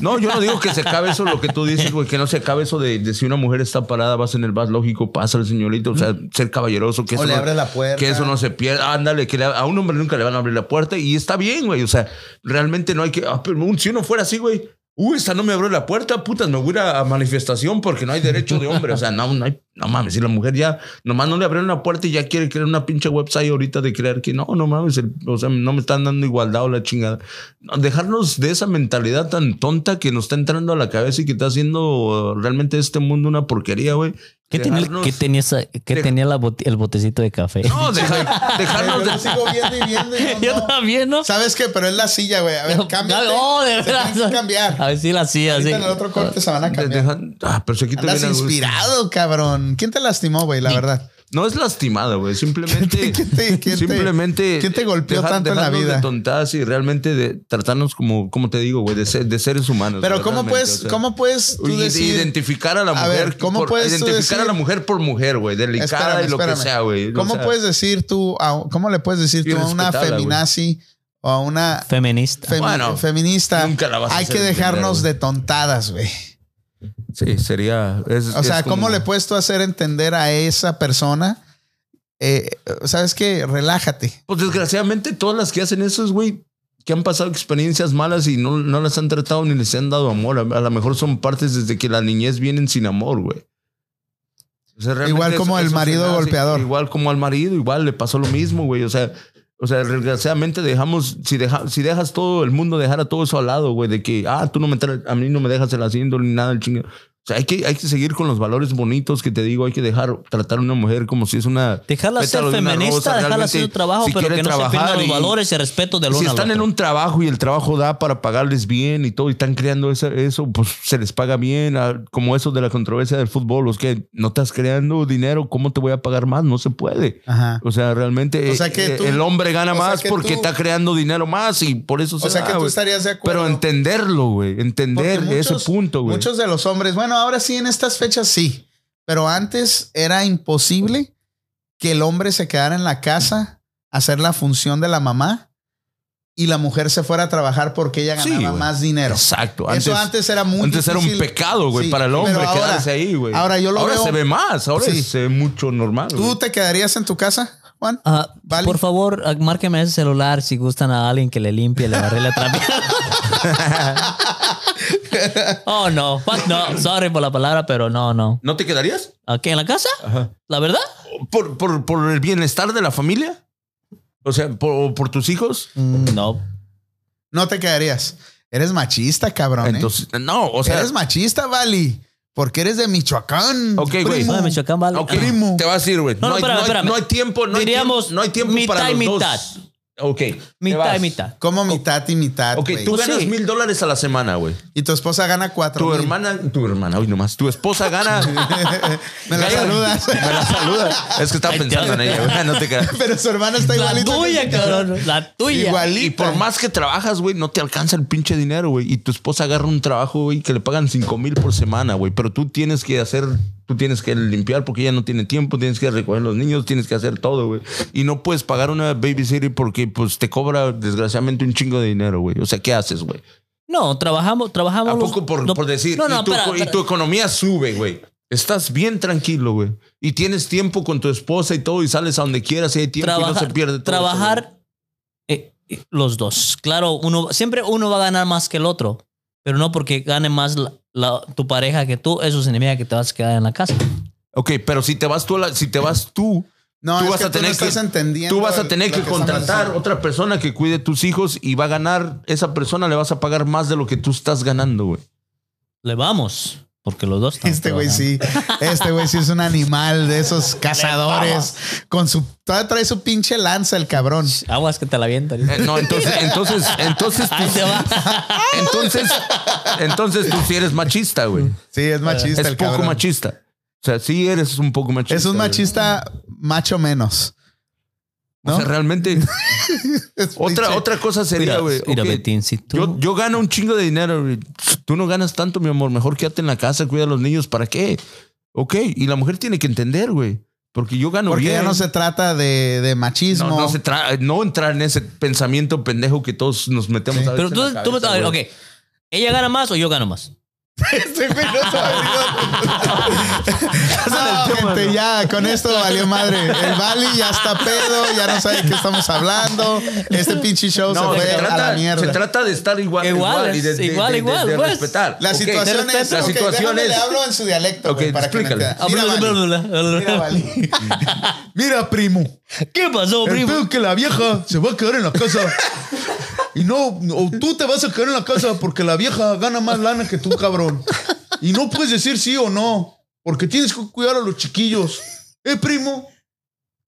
No, yo no digo que se acabe eso, lo que tú dices, güey, que no se acabe eso de, de si una mujer está parada, vas en el bus, lógico, pasa el señorito, o sea, ser caballeroso, que O eso, le no, abres la puerta. que eso no se pierda, ándale, que le- a un hombre nunca le van a abrir la puerta y está bien, güey, o sea, realmente no hay que, ah, pero un- si uno fuera así, güey, uy, esta no me abrió la puerta, putas, me voy a ir a, a manifestación porque no hay derecho de hombre, o sea, no, no hay, No mames, si la mujer ya, nomás no le abrieron la puerta y ya quiere crear una pinche website ahorita de creer que no, no mames, el- o sea, no me están dando igualdad o la chingada. No, dejarnos de esa mentalidad tan tonta que nos está entrando a la cabeza y que está haciendo eh, realmente este mundo una porquería, güey. ¿Qué tenía, el- Dejarnos- qué tenía, esa- qué Deja- tenía la bote- el botecito de café? No, deja- Yo dejarnos de... lo sigo viendo y viendo y no, Yo no. también, ¿no? ¿Sabes qué? Pero es la silla, güey. A ver, cámbiate. No, de Se verdad. tienen que cambiar. A ver si la hacía así. Ahorita en el otro corte se van a de- cambiar. dejar- ah, pero se quita Andas bien a gusto. inspirado, cabrón. ¿Quién te lastimó, güey? La verdad. No es lastimada, güey. Simplemente. ¿Quién te- quién te- quién te- simplemente. quién te golpeó tanto en la dejarnos vida? De tontadas y realmente de tratarnos como, como te digo, güey, de, ser- de seres humanos. Pero güey, ¿cómo realmente, puedes, o sea. cómo puedes tú Y- y decir? identificar a la A mujer. ver, ¿cómo por- puedes tú Identificar a la decir- mujer por mujer, güey. Delicada Espérame, y lo espérame. que sea, güey. O ¿Cómo sea, puedes decir tú, a- cómo le puedes decir tú a una Irrespetable, güey. feminazi o a una Feminista. femi- Bueno, feminista? nunca la vas a Hay hacer que dejarnos entender, de tontadas, güey. Sí, sería. es- O es sea, ¿cómo como- le puedes tú hacer entender a esa persona? Eh, ¿Sabes qué? Relájate. Pues desgraciadamente, todas las que hacen eso es, güey, que han pasado experiencias malas y no, no las han tratado ni les han dado amor. A, a lo mejor son partes desde que la niñez vienen sin amor, güey. O sea, realmente Igual como el marido se me hace- golpeador. Igual como al marido, igual le pasó lo mismo, güey. O sea, o sea, desgraciadamente dejamos, si, deja, si dejas todo el mundo dejar a todo eso al lado, güey, de que, ah, tú no me tra- a mí no me dejas el asiento ni nada, el chingado. O sea, hay que, hay que seguir con los valores bonitos que te digo, hay que dejar tratar a una mujer como si es una... Dejarla ser pétalo de una rosa, feminista, dejarla hacer su realmente, trabajo, si pero quiere que no se pierdan trabajar los y- valores y respeto del uno si al están en otro. un trabajo y el trabajo da para pagarles bien y todo, y están creando esa- eso, pues se les paga bien, ah, como eso de la controversia del fútbol, los que no estás creando dinero, ¿cómo te voy a pagar más? No se puede. Ajá. O sea, realmente O sea eh, que eh, tú- el hombre gana o sea más que porque tú- está creando dinero más y por eso se O sea da, que tú güey. estarías de acuerdo. Pero entenderlo, güey, entender Porque ese punto, güey. Muchos de los hombres, bueno, ahora sí, en estas fechas sí, pero antes era imposible que el hombre se quedara en la casa a hacer la función de la mamá y la mujer se fuera a trabajar porque ella Sí, ganaba güey. más dinero. Exacto. Eso antes era muy Antes era un difícil. pecado, güey, Sí, para el pero hombre ahora- quedarse ahí, güey. ahora yo lo Ahora veo- se ve más, ahora Sí. se ve mucho normal. güey. ¿Tú te quedarías en tu casa, Juan? Ah, Vale. Por favor, ah, márqueme ese celular si gustan a alguien que le limpie, le barre la trampa. oh, no. Fuck no. Sorry por la palabra, pero no, no. ¿No te quedarías? ¿Aquí en la casa? ¿La verdad? ¿Por, por, por el bienestar de la familia? O sea, por, por tus hijos. Mm, no. No te quedarías. Eres machista, cabrón. ¿eh? Entonces, no, o sea, eres machista, Vali. Porque eres de Michoacán. Ok, güey. primo. Ay, Ah, Michoacán, vale. ok, primo. te vas a ir, güey. No, no, hay- espérame, hay- espérame. no hay tiempo, no Diríamos hay tiempo, no hay tiempo para los mitad y dos. mitad. Ok. te Mitad y vas. mitad. Como mitad y mitad. Ok, güey. tú Pues ganas sí. mil dólares a la semana, güey. Y tu esposa gana cuatro. Tu mil. hermana, tu hermana, hoy nomás. Tu esposa gana. Me la Gana- saludas. Me la saluda. Es que estaba Ay, pensando en Dios. ella, güey. No te creas. Pero su hermana está La igualita. tuya, que- cabrón. La tuya. Igualita. Y por más que trabajas, güey, no te alcanza el pinche dinero, güey. Y tu esposa agarra un trabajo, güey, que le pagan cinco mil por semana, güey. Pero tú tienes que hacer, tú tienes que limpiar porque ella no tiene tiempo, tienes que recoger los niños, tienes que hacer todo, güey. Y no puedes pagar una babysitter porque, pues, te cobra desgraciadamente un chingo de dinero, güey. O sea, ¿qué haces, güey? No, trabajamos, trabajamos. ¿A los- poco por, no- por decir? No, no, y, tu, espera, y espera. tu economía sube, güey. Estás bien tranquilo, güey. Y tienes tiempo con tu esposa y todo, y sales a donde quieras y hay tiempo y no se pierde todo. eso, güey. trabajar eh, eh, los dos. Claro, uno siempre uno va a ganar más que el otro, pero no porque gane más la- la- tu pareja que tú, eso significa que te vas a quedar en la casa. Ok, pero si te vas tú, a la- si te vas tú, No, Tú es vas que a tener tú no estás que- entendiendo tú vas a tener lo que estamos contratar haciendo. otra persona que cuide tus hijos y va a ganar. Esa persona le vas a pagar más de lo que tú estás ganando, güey. Le vamos, porque los dos estamos Este güey trabajando. sí. Este güey sí es un animal de esos cazadores. Con su. Todavía trae su pinche lanza el cabrón. Aguas que te la avientan. Eh, no, entonces, entonces, entonces, Ahí tú, te va. entonces, entonces tú sí eres machista, güey. Sí, es machista Es el poco cabrón. machista. O sea, sí eres un poco machista. Es un güey. machista macho menos. O sea, ¿no? realmente. Es Otra, pinche- otra cosa sería, Mira, güey. mira, ok, Betín, si tú- Yo, yo gano un chingo de dinero. güey. Tú no ganas tanto, mi amor. Mejor quédate en la casa, cuida a los niños. ¿Para qué? Ok. Y la mujer tiene que entender, güey. Porque yo gano Porque bien. ya no se trata de, de machismo. no, no se tra- no entrar en ese pensamiento pendejo que todos nos metemos Sí. a pero veces tú, en la tú me cabeza, ok. güey. ¿Ella gana más o yo gano más? Este güey no sabe, digo. en el No, tema gente, ya con esto valió madre. El Bali ya está pedo, ya no sabe de qué estamos hablando. Este pinche show No, se se, fue a trata, la mierda. se trata de estar igual, Igual, igual, y de, es de- igual, de- de- igual, de pues. respetar. La Ok. situación es. La ok, situación déjame, es. Le hablo en su dialecto, Ok, güey, para que me explícale. entienda. Mira, Bali. Mira, Bali. Mira, primo. ¿Qué pasó, Oh, El primo? pedo es que la vieja se va a quedar en la casa. Y no, o tú te vas a quedar en la casa porque la vieja gana más lana que tú, cabrón. Y no puedes decir sí o no, porque tienes que cuidar a los chiquillos. ¿Eh, primo?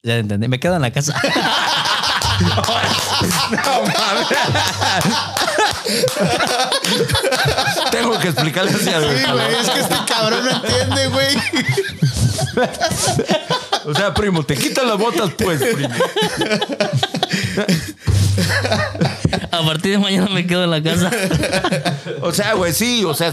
Ya entendí, me quedo en la casa. Tengo que explicarle así a mi cabrón. es que este cabrón no entiende, güey. O sea, primo, te quitas las botas, pues, primo. A partir de mañana me quedo en la casa. Pues O sea, güey, sí, o sea,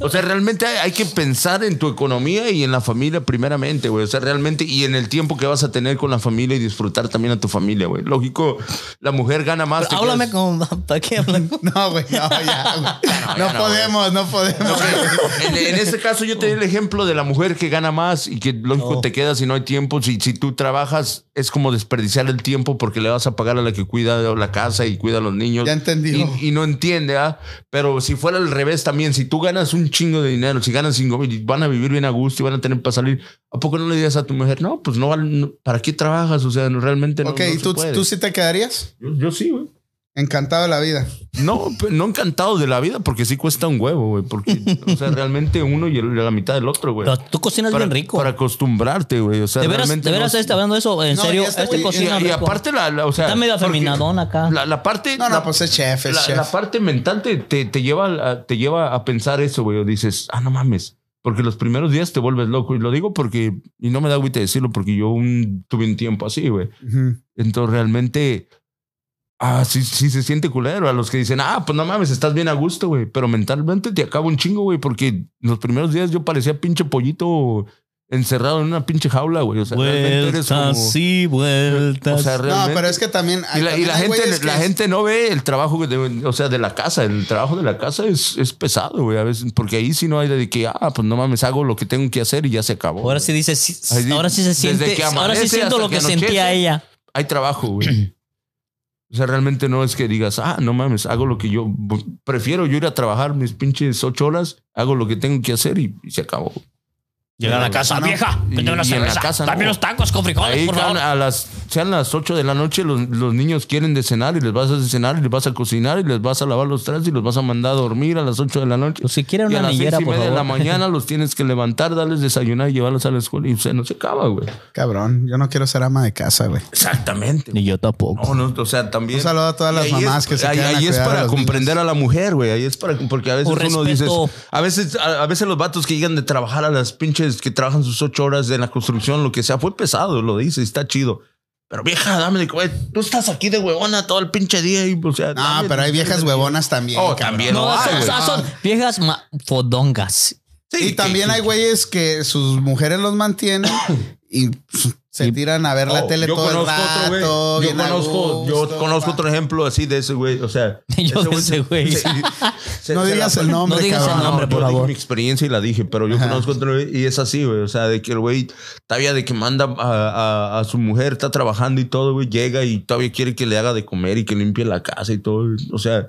o sea, realmente hay, hay que pensar en tu economía y en la familia primeramente, güey. O sea, realmente, y en el tiempo que vas a tener con la familia y disfrutar también a tu familia, güey. Lógico, la mujer gana más. te Háblame quedas- con. ¿Para qué hablan con- No, güey, no, ya, güey. No, podemos, no podemos. En, en este caso yo te di el ejemplo de la mujer que gana más y que lógico te quedas y no hay tiempo. Si, si tú trabajas es como desperdiciar el tiempo porque le vas a pagar a la que cuida la casa y cuida a los niños. Ya entendí. Y, y no entiende, ¿ah? Pero si fuera al revés también, si tú ganas un chingo de dinero, si ganas cinco mil y van a vivir bien a gusto y van a tener para salir, ¿a poco no le digas a tu mujer? No, pues no, vale- no, ¿para qué trabajas? O sea, no, realmente no. Ok, no ¿y se tú, puede. tú sí te quedarías? yo, yo sí, güey. Encantado de la vida. No, pe- no encantado de la vida porque sí cuesta un huevo, güey. Porque, o sea, realmente uno y el- la mitad del otro, güey. Pero tú cocinas para, bien rico. Para acostumbrarte, güey. O sea, de veras, realmente de veras no- este hablando de eso, en No, serio, ya está, este güey. y, cocina y rico. aparte, la, la- o sea. Está medio porque afeminadón acá. La, la parte. No, no, la- pues es chef, es la, chef. la parte mental te, te, te lleva a, te lleva a pensar eso, güey. O dices, ah, no mames. Porque los primeros días te vuelves loco. Y lo digo porque, y no me da agüite decirlo, porque yo un- tuve un tiempo así, güey. Ujú. Entonces realmente, ah, sí, sí se siente culero. A los que dicen, ah, pues no mames, estás bien a gusto, güey. Pero mentalmente te acaba un chingo, güey. Porque los primeros días yo parecía pinche pollito encerrado en una pinche jaula, güey. O sea, realmente eres como... y O vueltas. sea, No, realmente... pero es que también. Y la, y también la hay gente, güeyes la que- gente no ve el trabajo, de, o sea, de la casa. El trabajo de la casa es, es pesado, güey, a veces. Porque ahí sí no hay de que, ah, pues no mames, hago lo que tengo que hacer y ya se acabó. ahora güey. sí dice, sí- Ahí ahora sí se desde siente, que ahora sí amanece siento hasta lo que, que sentía anochece. ella. Hay trabajo, güey. O sea, realmente no es que digas, ah, no mames, hago lo que yo prefiero yo ir a trabajar mis pinches ocho horas, hago lo que tengo que hacer y, y se acabó. Llegar a la casa, No. vieja, Y- que tengo una y en la cerveza. casa, no. También los tacos con frijoles, Ahí por can- favor. a las, sean las 8 de la noche, los, los niños quieren de cenar y les vas a hacer cenar y les vas a cocinar y les vas a lavar los trastes y los vas a mandar a dormir a las 8 de la noche. Pues si quieren y una a las seis millera, y por media de la favor. mañana los tienes que levantar, darles desayunar y llevarlos a la escuela y o sea, no se acaba, güey. Cabrón, yo no quiero ser ama de casa, güey. Exactamente. Ni yo tampoco. No, no, o sea, también. Un saludo a todas las Y ahí mamás es- que se ahí, quedan a ahí es cuidar a para los comprender a la mujer, güey. Ahí es para porque a veces Por uno dice, respeto. a veces a, a veces los vatos que llegan de trabajar a las pinches que trabajan sus ocho horas de la construcción, lo que sea, fue pesado, lo dice, está chido. Pero vieja, dame de güey, tú estás aquí de huevona todo el pinche día y o sea, No, dame- Ah, pero hay viejas huevonas también. Oh, cabrón. también. No, No, son- ay, güey. son- son viejas ma- fodongas. Sí, Y que- también hay güeyes que sus mujeres los mantienen y se tiran a ver la Oh, tele yo todo el conozco otro, güey. rato. Yo bien a conozco, gusto, yo conozco pa- otro ejemplo así de ese güey. O sea, Yo de ese güey. se- se- No se digas la- el nombre, No digas el cabrón. nombre. yo por dije favor. mi experiencia y la dije, pero yo Ajá. conozco otro güey y es así, güey. O sea, de que el güey todavía de que manda a, a- a su mujer, está trabajando y todo, güey, llega y todavía quiere que le haga de comer y que limpie la casa y todo. O sea,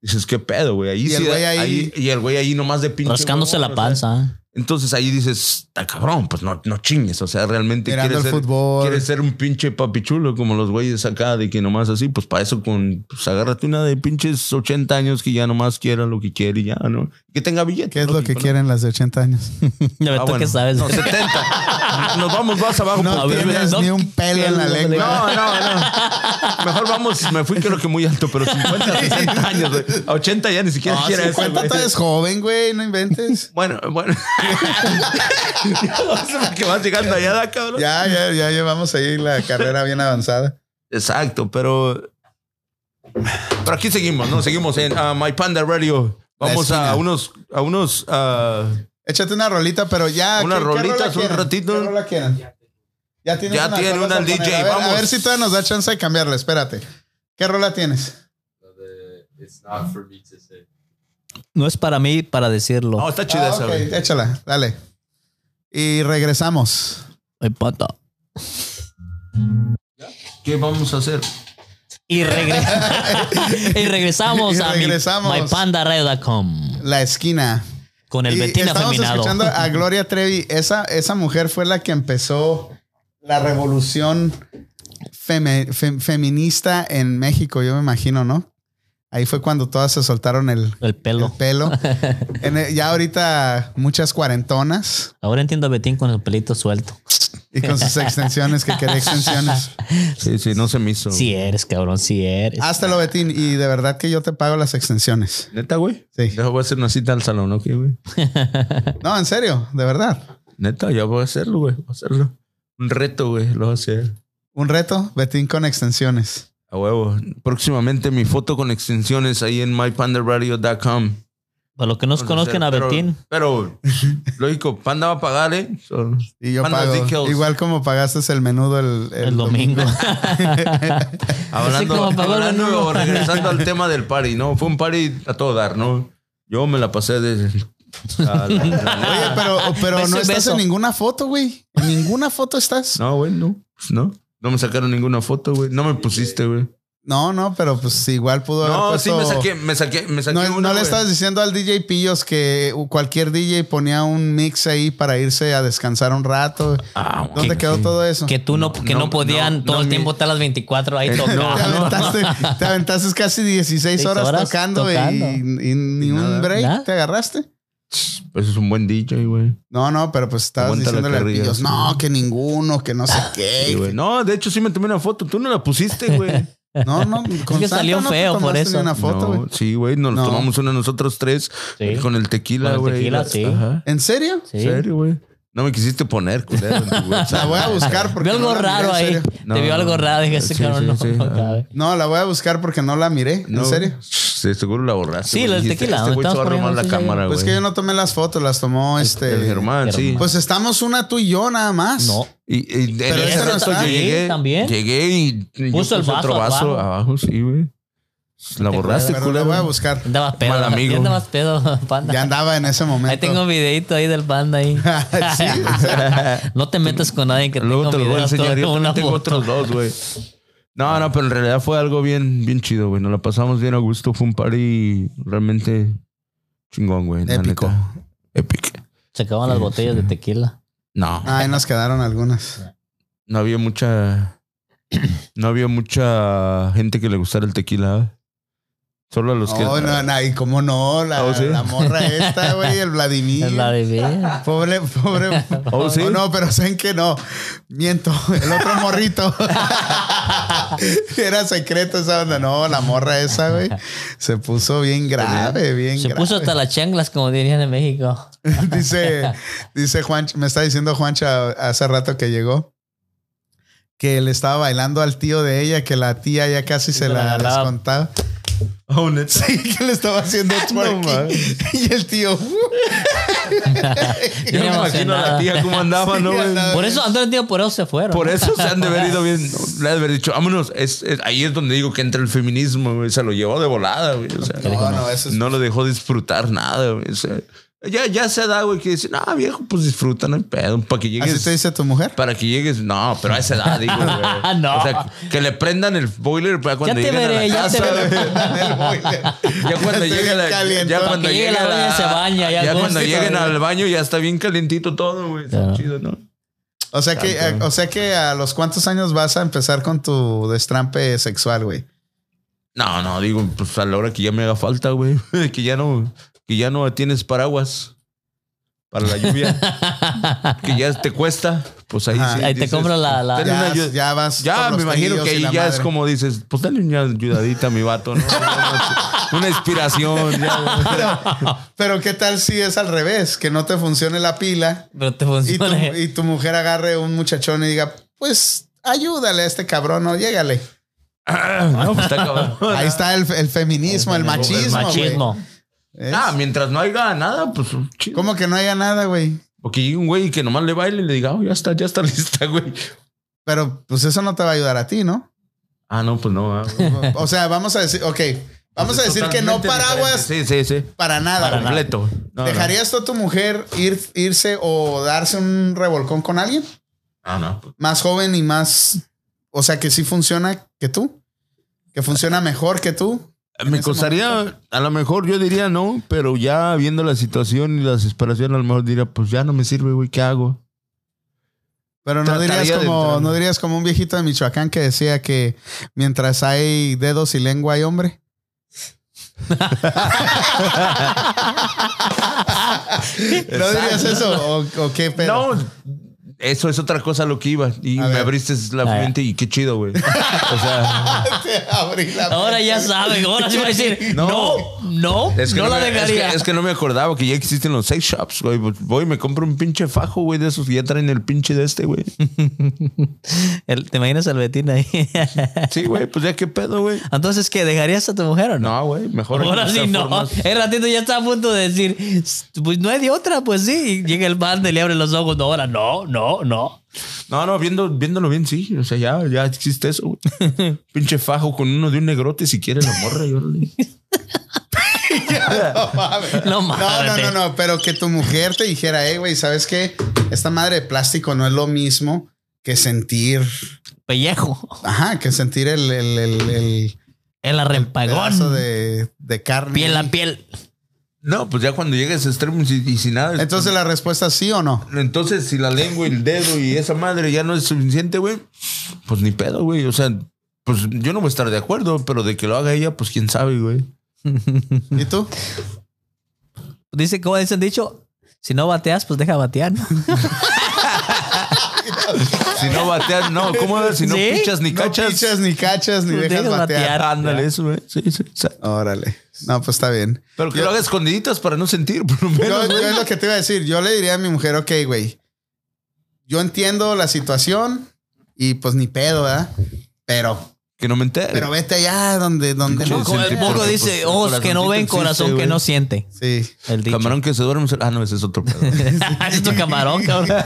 dices, qué pedo, güey. Ahí Y el sí, güey ahí- y el güey ahí nomás de pinche. Rascándose huevón, la o sea, panza. entonces ahí dices, está cabrón, pues no, no chingues. O sea, realmente Mirando quieres el ser, fútbol. quieres ser un pinche papichulo como los güeyes acá de que nomás así, pues para eso con, pues agárrate una de pinches 80 años que ya nomás quiera lo que quiere y ya, ¿no? Que tenga billete. ¿Qué es lo que lógico, ¿no? quieren las de 80 años? Ya ves Ah, tú bueno. qué sabes. No, 70. Nos vamos más abajo. No porque- ver, tienes no, ni un pelo en la no, lengua. no, no, no. Mejor vamos, me fui creo que muy alto, pero 50, 60 años, güey. A 80 ya ni siquiera No, quiera eso, 50 güey. Ah, todavía es joven, güey, no inventes. Bueno, bueno. que vas llegando allá, da, cabrón. Ya, ya, ya llevamos ahí la carrera bien avanzada. Exacto, pero. Pero aquí seguimos, ¿no? Seguimos en ah, My Panda Radio. Vamos La esquina. a unos. A unos ah, Échate una rolita, pero ya. Unas Ah, rola rolitas, un quieren? ratito. ¿Qué rola quieren? Ya tienes Ya tiene ¿cuál vas una a el poner? DJ, A ver, vamos. A ver si todavía nos da chance de cambiarla, espérate. ¿Qué rola tienes? It's not for me to say. No es para mí para decirlo. no, está chida Ah, esa, ok, güey. Échala, dale. Y regresamos. Ay, pata. ¿Qué vamos a hacer? Y, regre- y regresamos Y a mi- regresamos. mypandaradio.com La esquina. con el Y Betín estamos afeminado. escuchando a Gloria Trevi. Esa, esa mujer fue la que empezó la revolución feme- fe- feminista en México, yo me imagino, ¿no? Ahí fue cuando todas se soltaron el, El pelo. el pelo. En el- ya ahorita muchas cuarentonas Ahora entiendo a Betín con el pelito suelto. y con sus extensiones, que quería extensiones. Sí, sí, no se me hizo. Si eres, cabrón, si eres. Ah, Hasta lo Betín. Y de verdad que yo te pago las extensiones. ¿Neta, güey? Sí. Ya voy a hacer una cita al salón, ¿ok, güey? No, en serio, de verdad. Neta, ya voy a hacerlo, güey. Voy a hacerlo. Un reto, güey. Lo voy a hacer. Un reto, Betín con extensiones. A huevo. Próximamente mi foto con extensiones ahí en mypandaradio.com. Para los que no conozcan a Pues, Pero- Betín, Pero, lógico, Panda va a pagar, ¿eh? So, Y yo Pandas pago. Details. Igual como pagaste el menudo el, el el domingo. Así hablando, como pagó el hablando menudo. regresando al tema del party, ¿no? Fue un party a todo dar, ¿no? Yo me la pasé de... a la- la- Oye, pero, pero Beso no y estás beso. en ninguna foto, güey. En ninguna foto estás. no, güey, no. Pues no. No me sacaron ninguna foto, güey. No me pusiste, güey. No, no, pero pues igual pudo haber No, sí, me puesto- saqué, me saqué, me saqué No, una, no le güey. estabas diciendo al DJ Pillos que cualquier DJ ponía un mix ahí para irse a descansar un rato. Ah, güey. ¿Dónde que- quedó todo eso? que tú no, que no, no, podían no, todo el no, tiempo mi- estar las 24 ahí Eh, no, te, tocando. aventaste, te aventaste casi 16 Seis horas, horas tocando, tocando. Y, y ni un nada. break Nada. te agarraste. Pues es un buen DJ, güey. No, no, pero pues estabas Aguanta la diciéndole al carrilla, Pillos, sí. no, que ninguno, que no sé Ah. qué. Sí, güey. No, de hecho sí me tomé una foto. Tú no la pusiste, güey. No, no, con que Santa salió no te feo por tomaste eso. Ni una foto, No, güey. sí, güey. Nos No. tomamos una nosotros tres Sí. con el tequila, Con el güey. tequila, sí. Ajá. ¿En serio? Sí. ¿En serio, güey? No me quisiste poner, culero. en tu WhatsApp. La voy a buscar porque Vio algo no la miré, raro en ahí. serio. No, Te vio algo raro. Dije, ese sí, cabrón sí, no, sí. no cabe. No, la voy a buscar porque no la miré. ¿En No, Ah, serio? Sí, seguro la borraste. Sí, güey. la del Dijiste, tequila, Este güey se estamos va a armar poniendo la así, cámara, güey. Pues que yo no tomé las fotos, las tomó El este. Germán, sí. Germán. Pues estamos una tú y yo nada más. No. Y, y en Pero ese ese no rato está. yo llegué. Sí, también. Llegué y. y yo Puso el puse otro vaso vaso abajo. abajo, sí, güey. La borraste, Pero la culero. voy a buscar. Andabas pedo. Mal ya amigo. andabas pedo, panda. Ya andaba en ese momento. Ahí tengo un videito ahí del panda ahí. Ah, Sí, no te metas con nadie que Luego te tenga lo voy a videos, enseñar. todo Yo como también una tengo foto. otros dos, güey. No, no, pero en realidad fue algo bien, bien chido, güey. Nos la pasamos bien a gusto. Fue un party realmente chingón, güey. la Épico. neta. Épico. Se acabaron las botellas de tequila. No. Ahí nos quedaron algunas. No había mucha. No había mucha gente que le gustara el tequila. ¿eh? Solo a los que. Ah, Oh, no, no, y cómo no, la, Oh, sí. la morra esta, güey, el Vladimir. Es la de Ah, vida. Pobre, pobre. Oh, sí. Oh, no, pero saben que no. Miento, el otro morrito. Era secreto esa onda. No, la morra esa, güey. Se puso bien grave, bien Se grave. puso hasta las changlas, como dirían en México. dice, dice Juan, me está diciendo Juancha hace rato que llegó que le estaba bailando al tío de ella, que la tía ya casi se se la la jalaba. descontaba. Oh, neta. Sí, que le estaba haciendo twerking. mames. y el tío, "Uh", Yo no me imagino a la tía cómo andaba, ¿no? güey? andaba. Por eso, Andrés, tío, por eso se fueron. Por eso se han de haber ido bien. Le han de haber dicho, vámonos. Es, es- ahí es donde digo que entra el feminismo, güey. Se lo llevó de volada, güey. O sea, no, no, eso es no lo dejó disfrutar nada, güey. O sea, ya, ya se da, güey, que dice, no, viejo, pues disfruta, no hay pedo. Para que llegues. ¿Así te dice tu mujer? Para que llegues, no, pero a esa edad, digo, güey. Ah, No. O sea, que le prendan el boiler para cuando Ya te lleguen a veré, la ya te casa, veré. güey. Del boiler. Ya cuando Estoy llegue la, calientón. ya cuando Que llegue llegue la doña y se baña, ya ya gusto, cuando lleguen güey. al baño ya está bien calientito todo, güey. Está Claro. chido, ¿no? O sea que, eh, o sea que a los cuántos años vas a empezar con tu destrampe sexual, güey. No, no, digo, pues a la hora que ya me haga falta, güey, que ya no que ya no tienes paraguas para la lluvia, que ya te cuesta, pues ahí Ajá. sí Ahí te dices, compro la- la- dale Ya, una ayu- ya vas. Ya, por los me imagino tríos que y ahí la ya es madre. como dices, pues dale una ayudadita a mi vato, ¿no? una inspiración, ya, güey. Pero qué tal si es al revés, que no te funcione la pila Pero te y tu, funciona. y tu mujer agarre un muchachón y diga, pues ayúdale a este cabrón, no llégale. No, pues está cabrón. Ahí está el, el feminismo, el, machismo. El machismo. machismo. Ah, mientras no haya nada, pues chido. Como que no haya nada, güey. O que llegue un güey que nomás le baile y le diga, oh, ya está, ya está lista, güey. Pero pues eso no te va a ayudar a ti, ¿no? Ah, no, pues no. ah, güey. O sea, vamos a decir, ok, vamos a Pues Es decir que no totalmente paraguas diferente. Sí, sí, sí. para nada. güey. Completo. No, no. ¿Dejarías tú a tu mujer ir, irse o darse un revolcón con alguien? Ah, no. pues, más joven y más, o sea, que sí funciona que tú, que funciona mejor que tú. Eh, Me ese costaría, a lo mejor yo diría no, pero ya viendo la situación y la desesperación, a lo mejor diría, pues ya no me sirve, güey, ¿qué hago? Pero no Trataría dirías, de como, entrar. no dirías como un viejito de Michoacán que decía que mientras hay dedos y lengua hay hombre. ¿No dirías eso? ¿O, o qué pedo? No, eso es otra cosa a lo que iba. Y A me ver. abriste la Ah, ya. mente y qué chido, güey. O sea, Te abrí la Ahora ya saben, ahora sí va a decir, no, no, no, es que la me- es que- dejaría. Es que, no me acordaba que ya existen los sex shops, güey. Pues Voy y me compro un pinche fajo, güey, de esos que ya traen el pinche de este, güey. El- ¿Te imaginas al Betín ahí? Sí, güey, pues ya qué pedo, güey. Entonces, ¿qué? ¿Dejarías a tu mujer o no? No, güey, mejor. Ahora sí, no. El ratito ya está a punto de decir, pues no hay de otra, pues sí. Y llega el bande, le abre los ojos, no, ahora no, no, no. No, no, viendo, viéndolo bien, sí. O sea, ya, ya existe eso, güey. Pinche fajo con uno de un negrote si quiere la morra, yo le No mames. No No, no, mames. no, no, pero que tu mujer te dijera, hey, güey, ¿sabes qué? Esta madre de plástico no es lo mismo que sentir, Pellejo. ajá, que sentir el, el, el, el El pedazo arrempagón. de, de carne. Piel a piel. No, pues ya cuando llegues a extremo y, sin- y sin nada. pues, Entonces la respuesta es sí o no. Entonces, si la lengua, y el dedo y esa madre ya no es suficiente, güey, pues ni pedo, güey. O sea, pues yo no voy a estar de acuerdo, pero de que lo haga ella, pues quién sabe, güey. ¿Y tú? Dice, ¿cómo dicen dicho? Si no bateas, pues deja batear. ¿no? Si no bateas, no, ¿cómo es? Si no ¿Sí? pichas ni No cachas. pichas, ni cachas, ni Dejas dejas batear. batear. Ándale, eso, güey. Sí, sí, sí. Órale. No, pues está bien. Pero que lo haga escondiditas para no sentir, por lo menos. Yo, güey. yo es lo que te iba a decir. Yo le diría a mi mujer, ok, güey, yo entiendo la situación y pues ni pedo, ¿verdad? Pero, Que no me entere. pero vete allá donde, donde Sí, no. Como el sentir, poco porque, dice, pues, ojos que no corazoncito ven, existe, corazón que güey. no siente. Sí. El dicho. Camarón que se duerme. se- Ah, no, ese es otro pedo. es tu camarón, cabrón.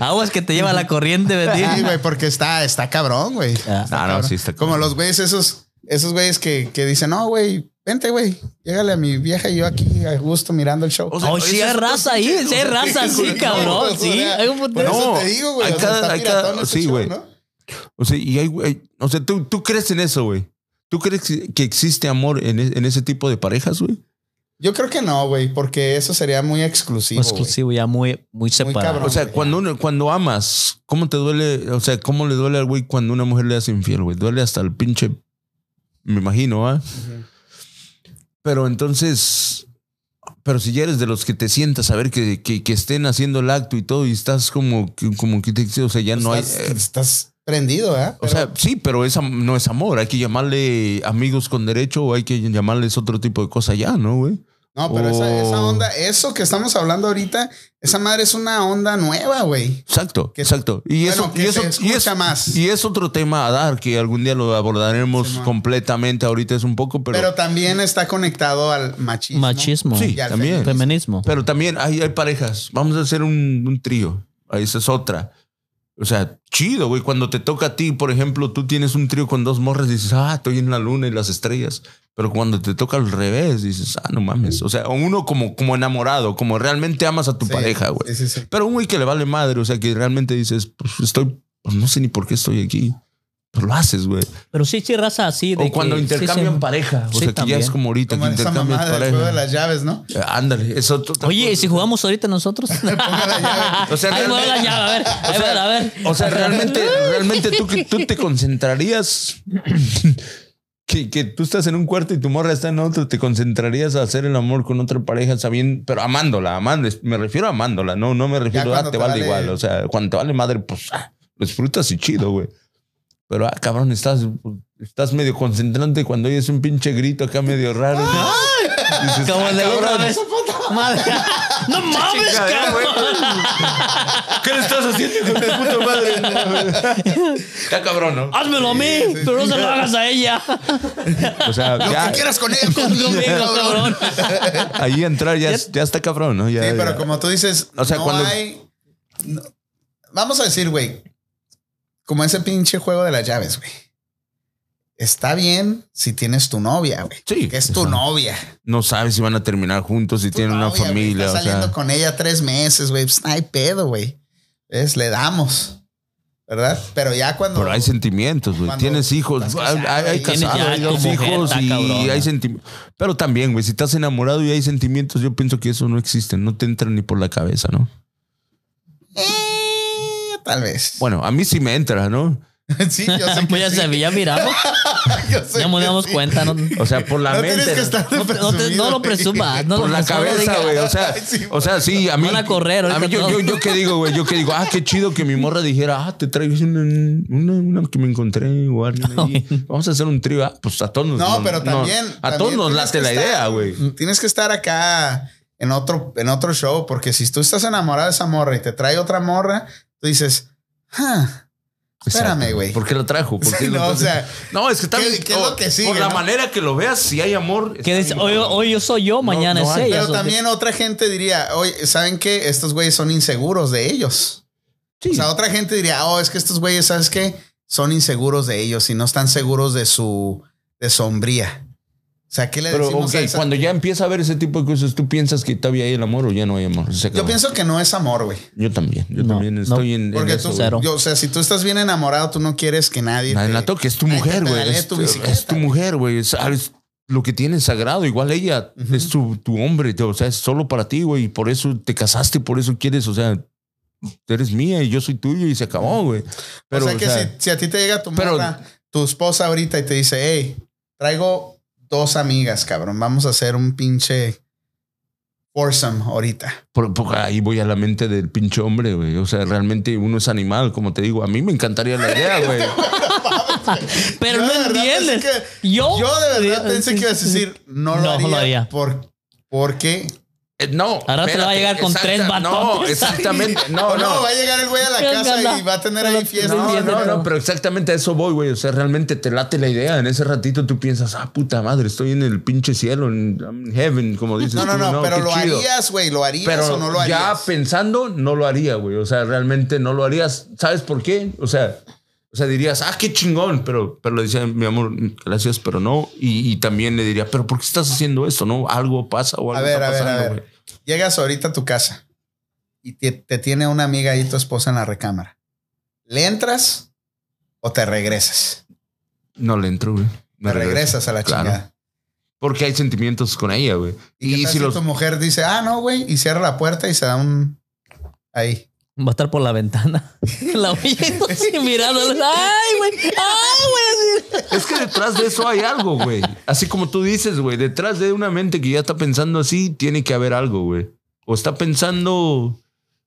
Aguas que te lleva la corriente, Sí, Betín. güey, porque está, está cabrón, güey. Ah. No, no, sí está Como los güeyes esos, esos güeyes que, que dicen, no, güey, vente, güey, llégale a mi vieja y yo aquí a gusto mirando el show. O sea, Oh, sí, pues, esas hay raza ahí, sí, hay raza, sí, cabrón, sí. Hay un Por montón. eso No, te digo, güey. hay o sea, cada- está hay cada- piratón ese sí, show, güey. ¿no? O sea, y hay, hay- o sea ¿tú, tú crees en eso, güey. ¿Tú crees que que existe amor en, e- en ese tipo de parejas, güey? Yo creo que no, güey, porque eso sería muy exclusivo. güey. exclusivo, ya muy, muy separado. cabrón. O sea, güey. cuando, uno- cuando amas, ¿cómo te duele? O sea, ¿cómo le duele al güey cuando una mujer le hace infiel, güey? Duele hasta el pinche. Me imagino, ¿ah? Pero entonces. Pero si ya eres de los que te sientas a ver que, que, que estén haciendo el acto y todo, y estás como, que- como que te- O sea, ya no hay. eh. estás, estás prendido, ¿eh? O sea, sí, pero esa no es amor. Hay que llamarle amigos con derecho o hay que llamarles otro tipo de cosa ya, ¿no, güey? no, pero esa, oh. esa onda, eso que estamos hablando ahorita, esa madre es una onda nueva, güey. Exacto, Que- exacto. Y bueno, eso, que y eso, se y escucha es, más. y es otro tema a dar que algún día lo abordaremos Simón. completamente. Ahorita es un poco, pero, pero, pero, también está conectado al machismo. Machismo. Sí, y al también. feminismo. Feminismo. también hay, hay parejas. Vamos a hacer un, un trío. Ahí esa es otra. O sea, chido, güey. Cuando te toca a ti, por ejemplo, tú tienes un trío con dos morras y dices, ah, estoy en la luna y las estrellas. Pero cuando te toca al revés, dices, ah, no mames. O sea, uno como, como enamorado, como realmente amas a tu Sí, pareja, güey. sí, sí, sí. Pero un güey que le vale madre, o sea, que realmente dices, pues estoy, pues, no sé ni por qué estoy aquí. Pero lo haces, güey. Pero sí, sí, raza así. de O cuando que- sí, intercambian sí. pareja. O Sí, sea, que también. ya es como ahorita Como que esa intercambias mamada del juego de pareja. las llaves, ¿no? Eh, Ándale, es otro. Oye, ¿y si jugamos ahorita nosotros? O sea, ahí va realmente- la llave, a ver, ahí va, a ver. o sea, realmente, realmente tú, que- tú te concentrarías. Que, que tú estás en un cuarto y tu morra está en otro, te concentrarías a hacer el amor con otra pareja sabiendo, pero amándola, amándola, me refiero a amándola, no, no me refiero a cuando te, te vale, vale- igual, o sea, cuando te vale madre, pues ah, lo disfrutas y chido, güey. Pero ah, cabrón, estás, estás medio concentrante cuando oyes un pinche grito acá medio raro. ¿no? Dices, Como "Ah, el de la otra cabrón, vez. Madre. No mames, chingadera, Pues, cabrón. güey. ¿Qué le estás haciendo hijo de puta madre? Está cabrón, ¿no? Házmelo a mí, pero no se lo hagas a ella. O sea, Lo ya, que quieras con él, conmigo, Conmigo, cabrón. cabrón. ahí entrar ya, es- ya está cabrón, ¿no? Ya, Sí, ya. pero como tú dices, O sea, no cuando- hay. no- vamos a decir, güey, como ese pinche juego de las llaves, güey. Está bien si tienes tu novia, güey. Sí, Que es tu o sea, novia. No sabes si van a terminar juntos, si Tu tienen una novia, güey, familia, Estás o saliendo sea. con ella tres meses, güey. Pues, no hay pedo, güey. Es, le damos. ¿Verdad? Pero ya cuando. Pero hay sentimientos, güey. Cuando Tienes hijos. estás Hay, casado hay y- casados, Ya, hay tu dos mujer hijos está y cabrona. hay sentimientos. Pero también, güey, si estás enamorado y hay sentimientos, yo pienso que eso no existe. No te entra ni por la cabeza, ¿no? Eh, tal vez. Bueno, a mí sí me entra, ¿no? sí, yo sé que Pues ya, sí. se- ya miramos, Yo sé ya nos que damos sí. cuenta. No, O sea, por la No mente. tienes que estar de no te- no te- presumido, no lo güey. presumas. No, por lo- la no lo cabeza, digas. güey. O sea, Sí, o sea, sí, a mí. Van a correr a mí, ahorita yo, yo, todos. yo qué digo, güey. Yo qué digo, ah, qué chido que mi morra dijera, ah, te traigo una, una, una que me encontré, o alguien ahí. Vamos a hacer un trío. Ah, pues a todos nos. No, pero nos- también. a también todos nos tienes late que la idea, estar- Mm, güey. Tienes que estar acá en otro, en otro show, porque si tú estás enamorado de esa morra y te trae otra morra, tú dices, "Ah, espérame, Exacto. güey. ¿Por qué lo trajo? ¿Por qué Sí, lo- no, o sea, No, es que está ¿qué- bien- qué es lo que sigue, Por la no? manera que lo veas, si hay amor. Que dice, está bien, hoy, cabrón. hoy yo soy yo, mañana no es hay. ella. Pero O sea, también otra gente diría, oye, ¿saben qué? Estos güeyes son inseguros de ellos. Sí. O sea, otra gente diría, oh, es que estos güeyes, ¿sabes qué? Son inseguros de ellos y no están seguros de su, de sombría. O sea, ¿qué le pero decimos ok, a esa- cuando ya empieza a ver ese tipo de cosas, ¿tú piensas que todavía hay el amor o ya no hay amor? Se Yo acabó. pienso que no es amor, güey. Yo también. Yo No, también no. estoy en- en. Porque eso, tú, güey. Cero. yo, o sea, si tú estás bien enamorado, tú no quieres que nadie. Nadie te- la toque, es tu nadie mujer, te güey. pedalee Es, tu tu- es bicicleta, tu güey. mujer, güey. Sabes lo que tienes sagrado. Igual ella es tu, tu hombre. te- O sea, es solo para ti, güey. Y por eso te casaste, por eso quieres. O sea, tú eres mía y yo soy tuyo y se acabó, güey. Pero, o sea, que o sea, si, si a ti te llega tu pero- morra, tu esposa ahorita y te dice, hey, traigo dos amigas, cabrón, vamos a hacer un pinche foursome ahorita. por- por- ahí voy a la mente del pinche hombre, güey. O sea, realmente uno es animal, como te digo. A mí me encantaría la idea, güey. pero Yo no pues, de verdad entiendes. pensé yo, que- yo de verdad pensé que ibas a sí. decir, no lo No, haría. no lo haría. Por, porque. Eh, No. Ahora te va a llegar con tres No, batones. exactamente. o No, no, no. va a llegar el güey a la Venga, casa y la- va a tener pero- ahí fiesta. no, No, entiendo, no, no, pero- pero exactamente a eso voy, güey. O sea, realmente te late la idea. En ese ratito tú piensas, ah, puta madre, estoy en el pinche cielo, en I'm in heaven, como dices. No, no, tú. no, pero qué lo chido. harías, güey, lo harías Pero o no lo ya harías. pensando, no lo haría, güey. O sea, realmente no lo harías. ¿Sabes por qué? O sea, o sea dirías, ah, qué chingón. Pero, pero le decía, mi amor, gracias, pero no. Y, y también le diría, pero ¿por qué estás haciendo esto? ¿No? Algo pasa o algo A ver, está a ver, a pasando, ver. güey. Llegas ahorita a tu casa y te, te tiene una amiga ahí, tu esposa en la recámara. ¿Le entras o te regresas? No le entro, güey. Me te regresas regreso. a la Claro. chingada. Porque hay sentimientos con ella, güey. Y, Y, si los. tu mujer dice, ah, no, güey, y cierra la puerta y se da un... Ahí. Va a estar por la ventana. La voy así mirándola. Ay, güey. Ay, güey. Es que detrás de eso hay algo, güey. Así como tú dices, güey. Detrás de una mente que ya está pensando así, tiene que haber algo, güey. O está pensando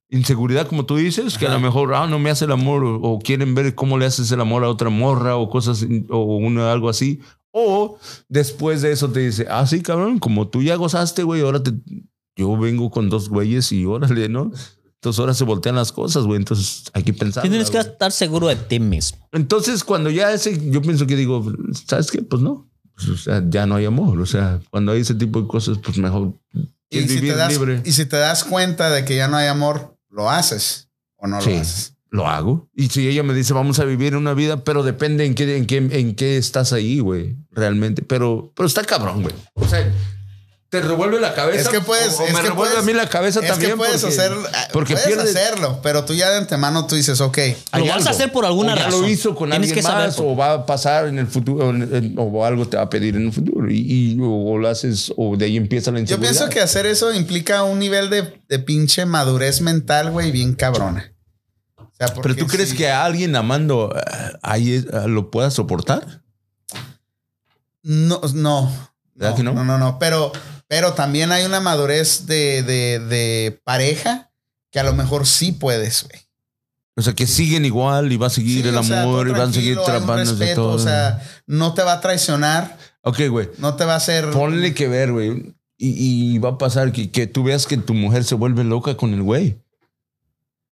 inseguridad, como tú dices, que a lo mejor, ah, no me hace el amor, o, o quieren ver cómo le haces el amor a otra morra, o cosas, o uno, algo así. O después de eso te dice, ah, sí, cabrón, como tú ya gozaste, güey, ahora te. Yo vengo con dos güeyes y órale, ¿no? Entonces ahora se voltean las cosas, güey. Entonces hay que pensar. Tienes que estar seguro de ti mismo. Entonces, cuando ya ese, yo pienso que digo, ¿sabes qué? Pues no. Pues, o sea, ya no hay amor. O sea, cuando hay ese tipo de cosas, pues mejor Y es si, vivir te das, libre. y si te das cuenta de que ya no hay amor, ¿lo haces o no Sí. lo haces? Lo hago. Y si ella me dice, vamos a vivir una vida, pero depende en qué, en qué, en qué estás ahí, güey. Realmente. Pero, pero está cabrón, güey. O sea, te revuelve la cabeza. Es que puedes- o- o es me que revuelve puedes- a mí la cabeza Es también. que puedes, porque, hacer, porque puedes pierdes- hacerlo, pero tú ya de antemano tú dices, ok, Lo Hay vas a hacer por alguna O ya lo razón. hizo con Tienes alguien que saber más por- o va a pasar en el futuro en- en- o algo te va a pedir en el futuro y, y- o, o lo haces o de ahí empieza la Yo inseguridad. pienso que hacer eso implica un nivel de, de pinche madurez mental, güey, bien cabrona. O sea, porque Pero tú crees si- que a alguien amando eh, ahí es- eh, lo pueda soportar? No, no. ¿Verdad no, que no? No, no, no. Pero, pero también hay una madurez de, de, de pareja que a lo mejor sí puedes, güey. O sea, que siguen igual y va a seguir Sí, el o sea, tú amor y van a seguir tranquilo, hay un trapándose respeto, todo. O sea, mm. no te va a traicionar, ok, güey. no te va a hacer. Ponle que ver, güey. Y, y va a pasar que, que tú veas que tu mujer se vuelve loca con el güey.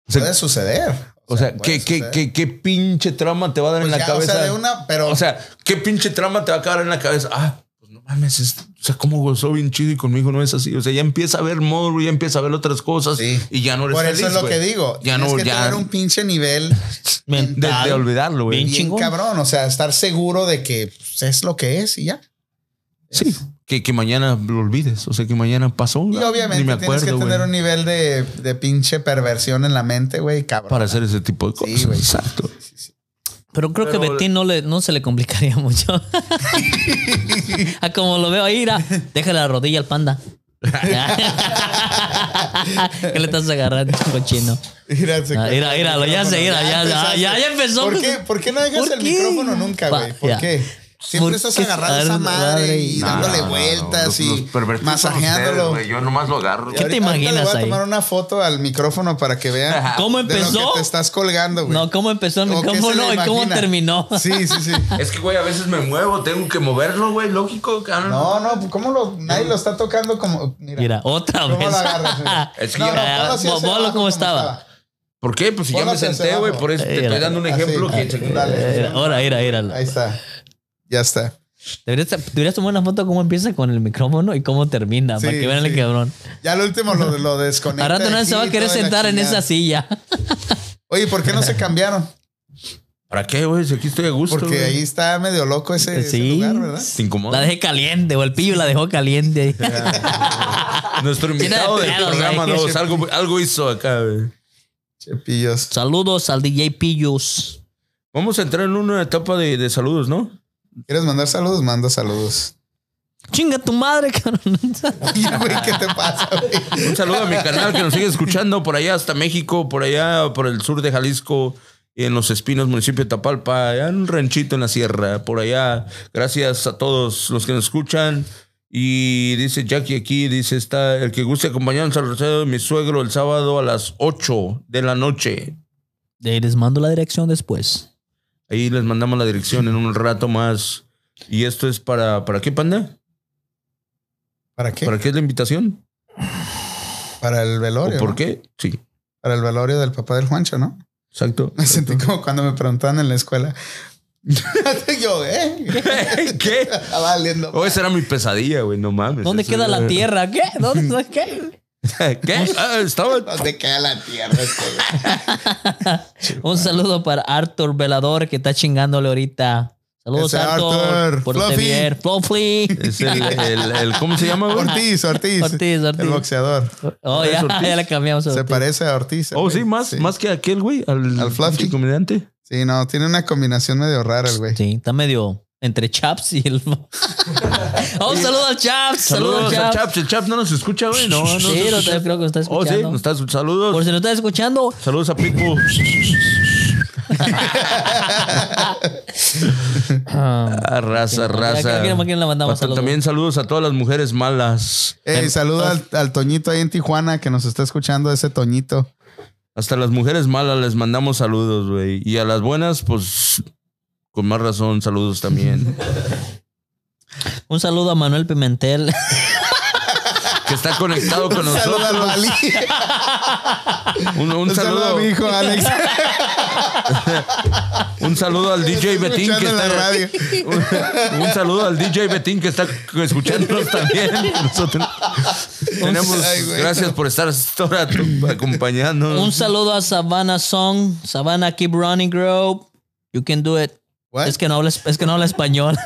O sea, Puede suceder. o sea, puede ¿qué, qué, suceder. qué, qué pinche trama te va a dar Pues en la ya, cabeza? O sea, de una, pero. O sea, ¿qué pinche trama te va a acabar en la cabeza? Ah, pues no mames, es- o sea, cómo gozó bien chido y conmigo no es así. O sea, ya empieza a ver morro, ya empieza a ver otras cosas Sí. y ya no eres por eso feliz, es lo güey. que digo. Ya Tienes no, que ya. tener un pinche nivel Men- De, de olvidarlo, güey. Bien bien chingón. cabrón. O sea, estar seguro de que pues, es lo que es y ya. Sí. que, que mañana lo olvides. O sea, que mañana pasó. Y Ni obviamente me tienes que acuerdo, tener güey, un nivel de, de pinche perversión en la mente, güey, cabrón. Para hacer ese tipo de cosas. Sí, güey. Exacto. Sí, sí. Pero creo que Pero- Betín no, le, no se le complicaría mucho. Ah, como lo veo ahí, mira, déjale la rodilla al panda. ¿Qué le estás agarrando, cochino? Mira, se Ah, cortó mira, el míralo, ya se- micrófono. mira, ya- ya- ya- ya empezaste. empezó ¿Por con qué, su- ¿Por qué no dejas ¿Por el qué? micrófono nunca, Va, güey? ¿Por ya. qué? Siempre ¿Por estás qué agarrando agarrar esa madre madre y y- No, dándole no, no, vueltas los- y los pervertidos son ustedes, masajeándolo. güey, Yo nomás lo agarro. ¿Qué te Ahorita- ahorita imaginas Le voy a ahí? tomar una foto al micrófono para que vean ¿Cómo De lo empezó? que te estás colgando, güey. No, ¿cómo empezó el ¿O qué se le micrófono y cómo imagina? terminó? Sí, sí, sí. Es que, güey, a veces me muevo, tengo que moverlo, güey, lógico. cabrón. No, no, ¿cómo lo, nadie lo está tocando como. Mira, Mira, otra ¿cómo vez. lo agarras? Mira. Es que No, yo- no, ponlo así Eh, hacia ponlo abajo como estaba. ¿Por qué? Pues si ya Ponlo me hacia senté, güey, abajo. por eso te Mira, estoy dando un así, ejemplo que así, dale. Eh, Ahora, mira, mira. Ahí está. Ya está. Deberías, deberías tomar una foto cómo empieza con el micrófono y cómo termina, Sí, para que vean sí. el cabrón. Ya lo último lo, lo desconecta. Al rato de nadie se va a aquí, querer toda la sentar en chingada. esa silla. Oye, ¿por qué no se cambiaron? ¿Para qué, güey? Si aquí estoy a gusto. Porque güey. ahí está medio loco ese, ese Sí. lugar, ¿verdad? Te incomoda. La dejé caliente, o el pillo la dejó caliente. Nuestro Llena de invitado del pedos, programa güey. dos, algo, algo hizo acá, güey. Chepillos. Saludos al DJ Pillos. Vamos a entrar en una etapa de, de saludos, ¿no? ¿Quieres mandar saludos? Manda saludos. Chinga tu madre, cabrón. Oye, güey, ¿qué te pasa, güey? Un saludo a mi canal que nos sigue escuchando por allá hasta México, por allá por el sur de Jalisco, y en Los Espinos, municipio de Tapalpa, allá en un ranchito en la sierra, por allá. Gracias a todos los que nos escuchan. Y dice Jackie aquí, dice está el que guste acompañarnos al rosario de mi suegro el sábado a las 8 de la noche. Eh, Les mando la dirección después. Ahí les mandamos la dirección en un rato más. Y esto es para, ¿para qué, panda? ¿Para qué? ¿Para qué es la invitación? Para el ¿O velorio. por ¿no? qué? Sí, Para el velorio del papá del Juancho, ¿no? exacto. Me sentí como cuando me preguntaban en la escuela. Yo, ¿eh? ¿Qué? Está valiendo. Oh, esa era mi pesadilla, güey, no mames. ¿Dónde Eso queda era- la tierra? ¿Qué? ¿Dónde dónde- qué? ¿Qué? Ah, estaba. ¿Dónde queda la tierra? este, güey? Un saludo para Arthur Velador que está chingándole ahorita. Saludos, Ese Arthur. Arthur. Pórtate Fluffy. bien. Fluffy. Es el, el- el- ¿Cómo se llama, güey? Ortiz, Ortiz. Ortiz, Ortiz. El boxeador. Oh, ¿Es ya, Ortiz? ya le cambiamos. a Se Ortiz. parece a Ortiz. el Oh, güey. sí, más, más que aquel, güey. Al, Al Fluffy. comediante. Sí, no, tiene una combinación medio rara el güey. Sí, está medio entre Chaps y el. Oh, un saludo al Chaps. Saludos, Saludos al al Chaps. Chaps. El Chaps no nos escucha, güey. No, no. nos sí, no, escucha. creo que nos está Oh, sí, escuchando. nos está. Saludos. Por si no está escuchando, Saludos a Pitbull. Ah, raza, raza. Aquí nomás que le mandamos Hasta saludos. También saludos a todas las mujeres malas. Ey, oh. saluda al, al Toñito ahí en Tijuana que nos está escuchando, ese Toñito. Hasta las mujeres malas les mandamos saludos, güey. Y a las buenas, pues, con más razón, saludos también. un saludo a Manuel Pimentel. que está conectado con Saluda al nosotros. Bali. Un, un Un saludo a saludo, mi hijo Alex. un saludo al DJ Está Betín que escuchando en la está. radio. Un, un saludo al DJ Betín que está escuchándonos también. Nosotros tenemos. Ay, güey. gracias por estar esta hora tu- acompañándonos. un saludo a Savannah Song. Savannah, keep running, girl. You can do it. What? Es que no habla, es que no habla español.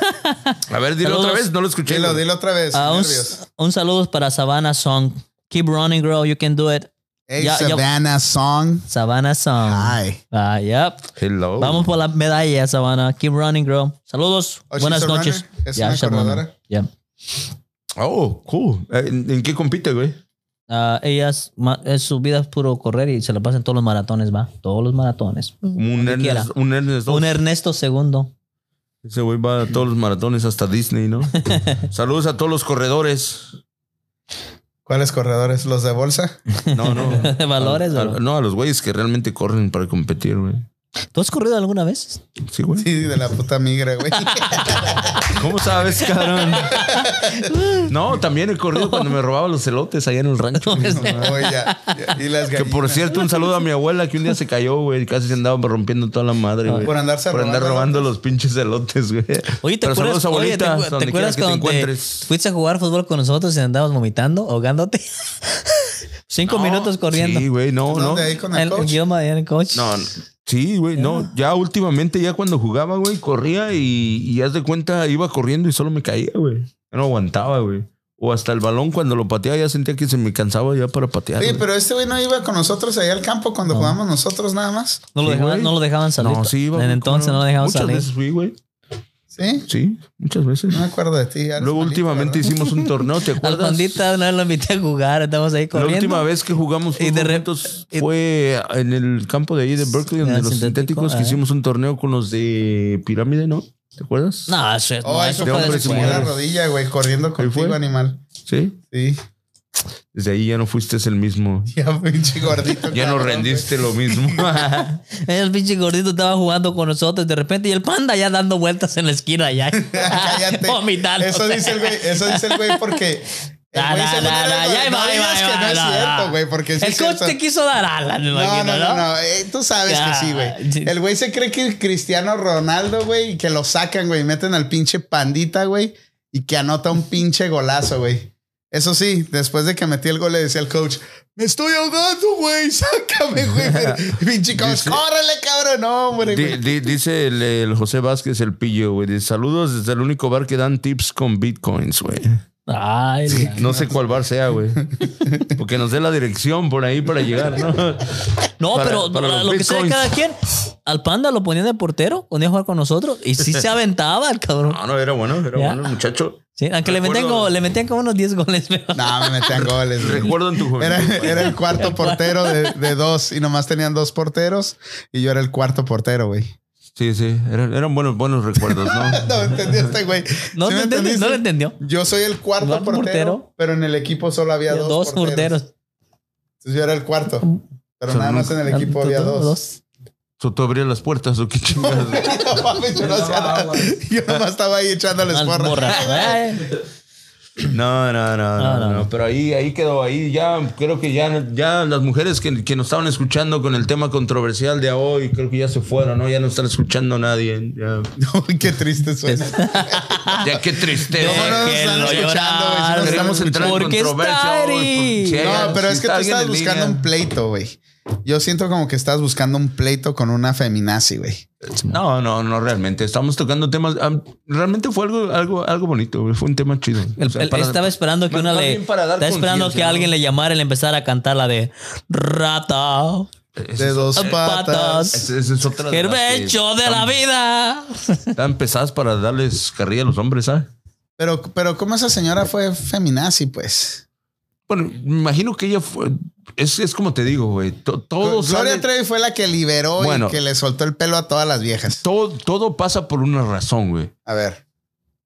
a ver, dilo saludos. otra vez, no lo escuché. Dilo, güey. dilo otra vez. Ah, un, nervios. un saludo para Savannah Song. Keep running, girl. You can do it. Hey, ya- ya- Savannah Song. Savannah Song. Hi. Oh. Ah, yep. Hello. Vamos por la medalla, Savannah. Keep running, girl. Saludos. Oh, she's Buenas a noches. runner. Es Ya, una she's a runner. corredora. Ya. Oh, cool. ¿En, en qué compite, güey? Ah, ella es, ma- es- su vida es puro correr y se la pasa en todos los maratones, va. Todos los maratones. Como un Donde quiera. Ernest, un Ernest Un E- dos. Ernesto II. Ese güey va a todos los maratones hasta Disney, ¿no? Saludos a todos los corredores. ¿Cuáles corredores? ¿Los de bolsa? No, no. ¿De valores, A- a- bro? no, a los güeyes que realmente corren para competir, güey. ¿Tú has corrido alguna vez? Sí, güey. Sí, de la puta migra, güey. Pues ¿Cómo sabes, cabrón? No, también he corrido cuando me robaba los elotes allá en el rancho. güey. No, ya, ya. Y las Que por gallinas. cierto, un saludo a mi abuela que un día se cayó, güey. Casi se andaba rompiendo toda la madre, güey. Por andarse Por andar robando robando los pinches elotes, güey. Oye, ¿te Pero acuerdas, saludos, abuelita, oye, ¿te, acu- donde te acuerdas quiera que te cuando te encuentres. fuiste a jugar fútbol con nosotros y andabas vomitando, ahogándote? Cinco No, minutos corriendo. Sí, güey, no, no. ¿Dónde? Ahí con el El, coach. el idioma de coach. No, no. sí, güey, no. Ya últimamente, ya cuando jugaba, güey, corría y, y haz de cuenta, iba corriendo y solo me caía, güey. Ya no aguantaba, güey. O hasta el balón cuando lo pateaba ya sentía que se me cansaba ya para patear. Oye, güey. pero este güey no iba con nosotros allá al campo cuando No. jugamos nosotros nada más. No lo, Sí, dejaban, güey. no lo dejaban salir. No, sí, iba, En güey, entonces cómo no lo dejaban Muchas salir. veces fui, güey. Sí, Sí, muchas veces. no me acuerdo de ti. eres Luego malito, últimamente ¿verdad? hicimos un torneo, ¿te Al acuerdas? pandita una vez lo invité a jugar, estamos ahí La corriendo. última vez que jugamos Y de fútbol re- juntos y- fue en el campo de ahí de Berkeley, En donde el los sintético, sintéticos que ah. hicimos un torneo con los de Pirámide, ¿no? ¿Te acuerdas? No, eso, no, Oh, eso de fue eso fue hombres y después. la después. mujeres. rodilla, güey, corriendo fue? contigo, animal. Sí. Sí, Desde ahí ya no fuiste el mismo. ya pinche gordito. Ya no cabrón, rendiste lo mismo. El pinche gordito estaba jugando con nosotros de repente y el panda ya dando vueltas en la esquina ya. güey. Cállate. Vomitando. Eso dice el güey, eso dice el güey porque. el Da, güey da, según da, era da, algo de, ya ahí no va, ahí va, digas ahí que va, no es da, da. cierto, güey, porque sí El es coach cierto. te quiso dar alas, me No, imagino, no, no, ¿no? no. eh, tú sabes Ya, que sí, sí. güey. El güey se cree que Cristiano Ronaldo, güey, y que lo sacan, güey, y meten al pinche pandita, güey, y que anota un pinche golazo, güey. Eso sí, después de que metí el gol, le decía al coach, me estoy ahogando, güey, sácame, güey. pinche coach, Dice- córrele, cabrón, no, hombre, Di- güey. di- dice el, el José Vázquez, el pillo, güey. dice, Saludos desde el único bar que dan tips con bitcoins, güey. Ay, la- No sé cuál bar sea, güey. Porque nos dé la dirección por ahí para llegar, ¿no? No, Para- pero para la- los lo que sea de bitcoins. cada quien. Al panda lo ponían de portero, ponía a jugar con nosotros y sí se aventaba el cabrón. No, no, era bueno, era Ya. bueno, muchacho. Sí, aunque le metían, Recuerdo- como, le metían como unos 10 goles. pero- No, me metían goles, güey. Recuerdo en tu juventud. Era, era el cuarto portero de, de dos y nomás tenían dos porteros y yo era el cuarto portero, güey. Sí, sí, eran, eran buenos, buenos recuerdos, ¿no? No, entendiste, güey. No, ¿Sí me te entendí, no entendiste? lo entendió. Yo soy el cuarto ¿Cuarto portero, portero? pero en el equipo solo había Había dos, Dos porteros. porteros. Entonces yo era el cuarto. Pero Son nada más en el equipo había dos. ¿Tú, tú abrías las puertas o qué chingados? No, mames, yo no hacía nada. Yo nomás estaba ahí echándoles Ah, porra. porra. Ay, No, no, no, no, No, no, no, no. Pero ahí, ahí quedó, ahí ya, creo que ya, ya las mujeres que, que nos estaban escuchando con el tema controversial de hoy, creo que ya se fueron, ¿no? Ya no están escuchando a nadie. Ya, Uy, qué triste suena. Ya, qué tristeza. ¿Cómo no nos Déjenlo están escuchando, güey? Si llorar. no Queremos estamos entrar en ¿Por qué está controversia hoy, Ari? por- si hay- No, pero si es está que tú alguien estás en buscando línea. un pleito, güey. Yo siento como que estás buscando un pleito con una feminazi, güey. No, no, no, realmente. Estamos tocando temas. am, realmente fue algo, algo, algo bonito, güey. Fue un tema chido. El- O sea, el- para- estaba esperando que más- una más le. bien para dar Estaba esperando que conciencia, ¿no? alguien le llamara y le empezara a cantar la de Rata, De dos eh, patas. patas. Esa esa es otra. de el las que becho de la están- vida. Están pesadas para darles carrilla a los hombres, ¿sabes? Pero, pero ¿cómo esa señora fue feminazi, pues? Bueno, me imagino que ella fue. Es, es como te digo, güey. to- todo, Gloria sale- Trevi fue la que liberó Bueno. y que le soltó el pelo a todas las viejas. todo, todo pasa por una razón, güey. A ver.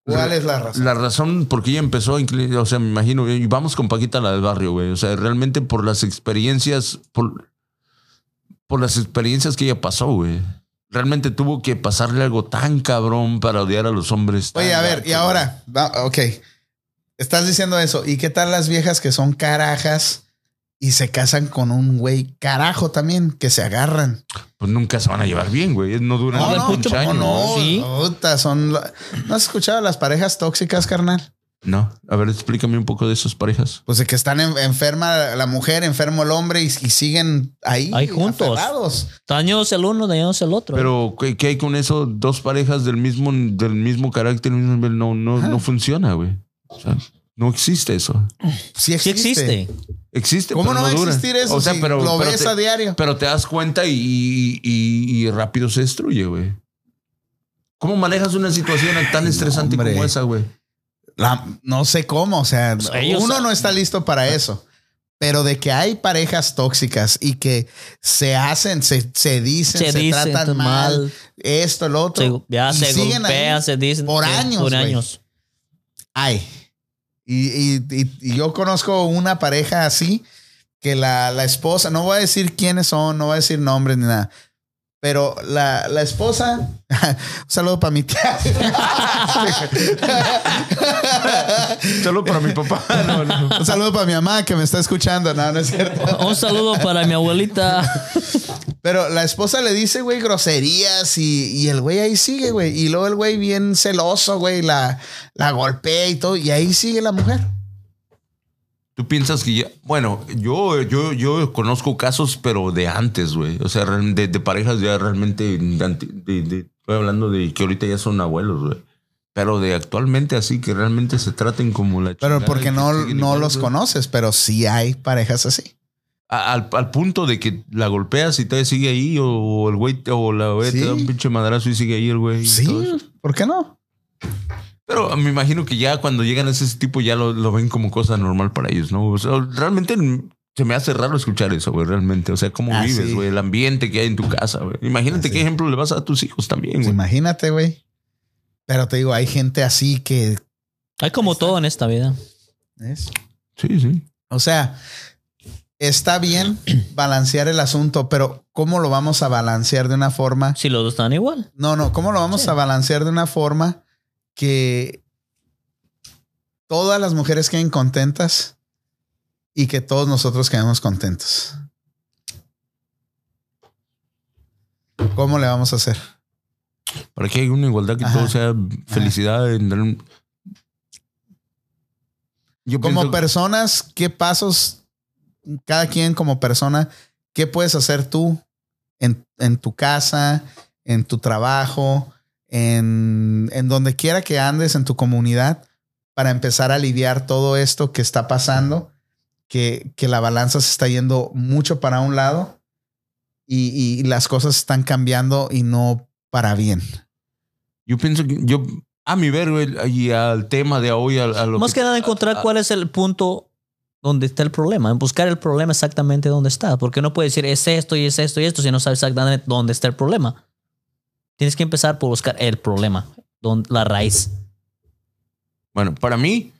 ¿Cuál es la razón? La razón por qué ella empezó, a inclin- o sea, me imagino, y vamos con Paquita la del barrio, güey. O sea, realmente por las experiencias, por, por las experiencias que ella pasó, güey. Realmente tuvo que pasarle algo tan cabrón para odiar a los hombres. tan Oye, a ver, gacho, y ahora, va- ok. Estás diciendo eso. ¿Y qué tal las viejas que son carajas y se casan con un güey carajo también, que se agarran? güey. Pues nunca se van a llevar bien, güey. No duran No, no, muchos no, años. no, ¿Sí? puta, son la- ¿No has escuchado las parejas tóxicas, carnal? No, a ver, explícame un poco de esas parejas. Pues de que están en- enferma la mujer, enfermo el hombre y, y siguen ahí. Ahí juntos. aferrados. Dañándose el uno, dañándose el otro. Pero, ¿qué, qué hay con eso? Dos parejas del mismo, del mismo carácter, mismo nivel, no, no, no funciona, güey. O sea, no existe eso. Sí sí existe. existe. Existe, ¿Cómo pero no va a dura. existir eso? O sea, si pero, lo pero ves te, a diario. pero te das cuenta y, y- y- y rápido se destruye, güey. ¿Cómo manejas una situación tan estresante hombre. como esa, güey? La- no sé cómo, o sea, Pues ellos uno saben. no está listo para eso. Pero de que hay parejas tóxicas y que se hacen, se, se dicen, se, Se dicen tratan mal, mal. esto, lo otro. Se- ya y se siguen ahí golpean, se dicen. por eh, años, Por güey. años. Hay. Y, y- y- y yo conozco una pareja así que la, la esposa, no voy a decir quiénes son, no voy a decir nombres ni nada. Pero la, la esposa, un saludo para mi tía. Solo para mi papá. No, no. Un saludo para mi mamá que me está escuchando. No, no es cierto. Un saludo para mi abuelita. Pero la esposa le dice, güey, groserías y, y el güey ahí sigue, güey. Y luego el güey bien celoso, güey, la, la golpea y todo. Y ahí sigue la mujer. Tú piensas que ya. Bueno, yo, yo, yo conozco casos, pero de antes, güey. O sea, real- de, de parejas ya realmente. de anti- de- de- estoy hablando de que ahorita ya son abuelos, güey. Pero de actualmente así que realmente se traten como la Pero chingada y porque que no, siguen no igual, los bro. conoces, pero sí hay parejas así. A- Al, al punto de que la golpeas y todavía sigue ahí, o, o el güey, te- o la güey Sí. te da un pinche madrazo y sigue ahí el güey. y todo eso. Sí, ¿por qué no? Pero me imagino que ya cuando llegan a ese tipo ya lo, lo ven como cosa normal para ellos, ¿no? O sea, realmente mm, se me hace raro escuchar eso, güey, realmente. O sea, cómo Ah, vives, sí. güey, el ambiente que hay en tu casa, güey. Imagínate Ah, sí. qué ejemplo le vas a dar a tus hijos también, Pues güey. imagínate, güey. Pero te digo, hay gente así que. Hay como todo en esta vida. ¿ves? Sí, sí. O sea, está bien balancear el asunto, pero ¿cómo lo vamos a balancear de una forma? Si los dos están igual. No, no, ¿cómo lo vamos Sí. a balancear de una forma que todas las mujeres queden contentas y que todos nosotros quedemos contentos? ¿Cómo le vamos a hacer? Para que haya una igualdad que Ajá. todo sea felicidad. en- Yo Como pienso- personas, ¿qué pasos cada quien como persona, qué puedes hacer tú en, en tu casa, en tu trabajo, en, en donde quiera que andes, en tu comunidad, para empezar a aliviar todo esto que está pasando, que, que la balanza se está yendo mucho para un lado y, y las cosas están cambiando y no para bien? Yo pienso que yo, a mi ver, güey, y al tema de hoy, a, a lo ah, Más que nada encontrar cuál es el punto donde está el problema. Buscar el problema exactamente donde está. Porque no puedes decir es esto y es esto y esto si no sabes exactamente dónde está el problema. Tienes que empezar por buscar el problema, don- la raíz. Bueno, para mí,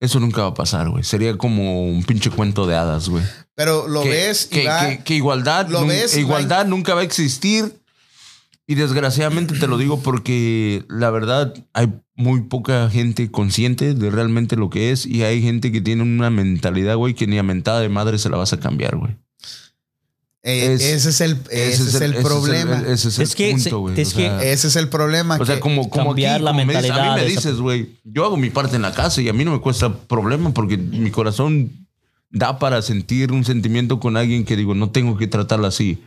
eso nunca va a pasar, güey. Sería como un pinche cuento de hadas, güey. Pero lo que, ves y que, va- que- que igualdad, lo nun- ves y igualdad nunca va a existir. Y desgraciadamente te lo digo porque la verdad hay muy poca gente consciente de realmente lo que es y hay gente que tiene una mentalidad, güey, que ni a mentada de madre se la vas a cambiar, güey. eh, es- ese es el, ese es el ese es problema. el- ese es el Es que se- punto, güey. es O que- sea, Ese es el problema. O sea, que- como, como aquí, Ah, cambiar la como me dices- a mí me mentalidad de esa- dices, güey, yo hago mi parte en la casa y a mí no me cuesta problema porque mi corazón da para sentir un sentimiento con alguien que digo, no tengo que tratarla así.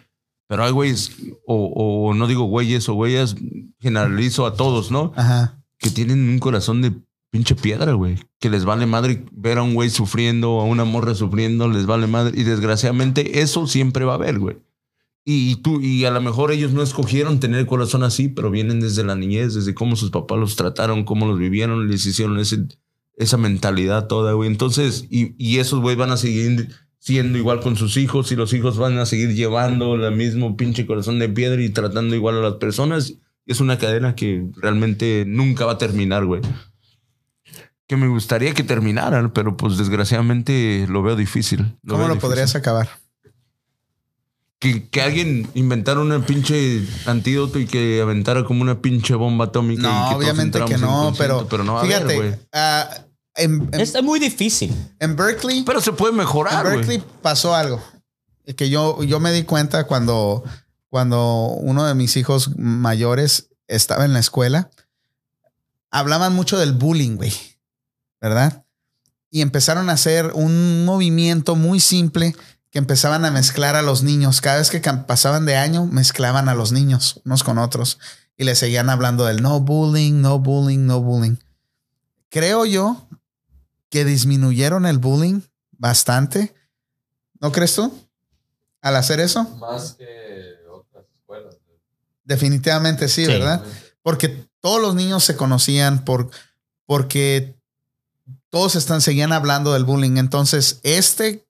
Pero hay güeyes, o, o no digo güeyes o güeyes, generalizo a todos, ¿no? Ajá. Que tienen un corazón de pinche piedra, güey. Que les vale madre ver a un güey sufriendo, a una morra sufriendo, les vale madre. Y desgraciadamente eso siempre va a haber, güey. Y, y tú, y a lo mejor ellos no escogieron tener el corazón así, pero vienen desde la niñez, desde cómo sus papás los trataron, cómo los vivieron, les hicieron ese, esa mentalidad toda, güey. Entonces, y, y esos güey van a seguir siendo igual con sus hijos y los hijos van a seguir llevando el mismo pinche corazón de piedra y tratando igual a las personas. Es una cadena que realmente nunca va a terminar, güey. Que me gustaría que terminaran, pero pues desgraciadamente lo veo difícil. veo ¿Cómo lo difícil podrías acabar? que, que alguien inventara una pinche antídoto y que aventara como una pinche bomba atómica. y No, que todos obviamente que entráramos en no, concierto, pero, pero no va a haber, fíjate, güey. ah, en, Em, en- Es muy difícil. en Berkeley, Pero se puede en mejorar, Berkeley güey. pasó algo que yo, yo me di cuenta cuando, cuando uno de mis hijos mayores estaba en la escuela. Hablaban mucho del bullying, güey, ¿verdad? Y empezaron a hacer un movimiento muy simple que empezaban a mezclar a los niños. Cada vez que cam- pasaban de año, mezclaban a los niños unos con otros y le seguían hablando del no bullying, no bullying, no bullying. Creo yo que disminuyeron el bullying bastante. ¿No crees tú? Al hacer eso, Más que otras escuelas. definitivamente sí, Sí. ¿verdad? Porque todos los niños se conocían por, porque todos están, seguían hablando del bullying. Entonces, este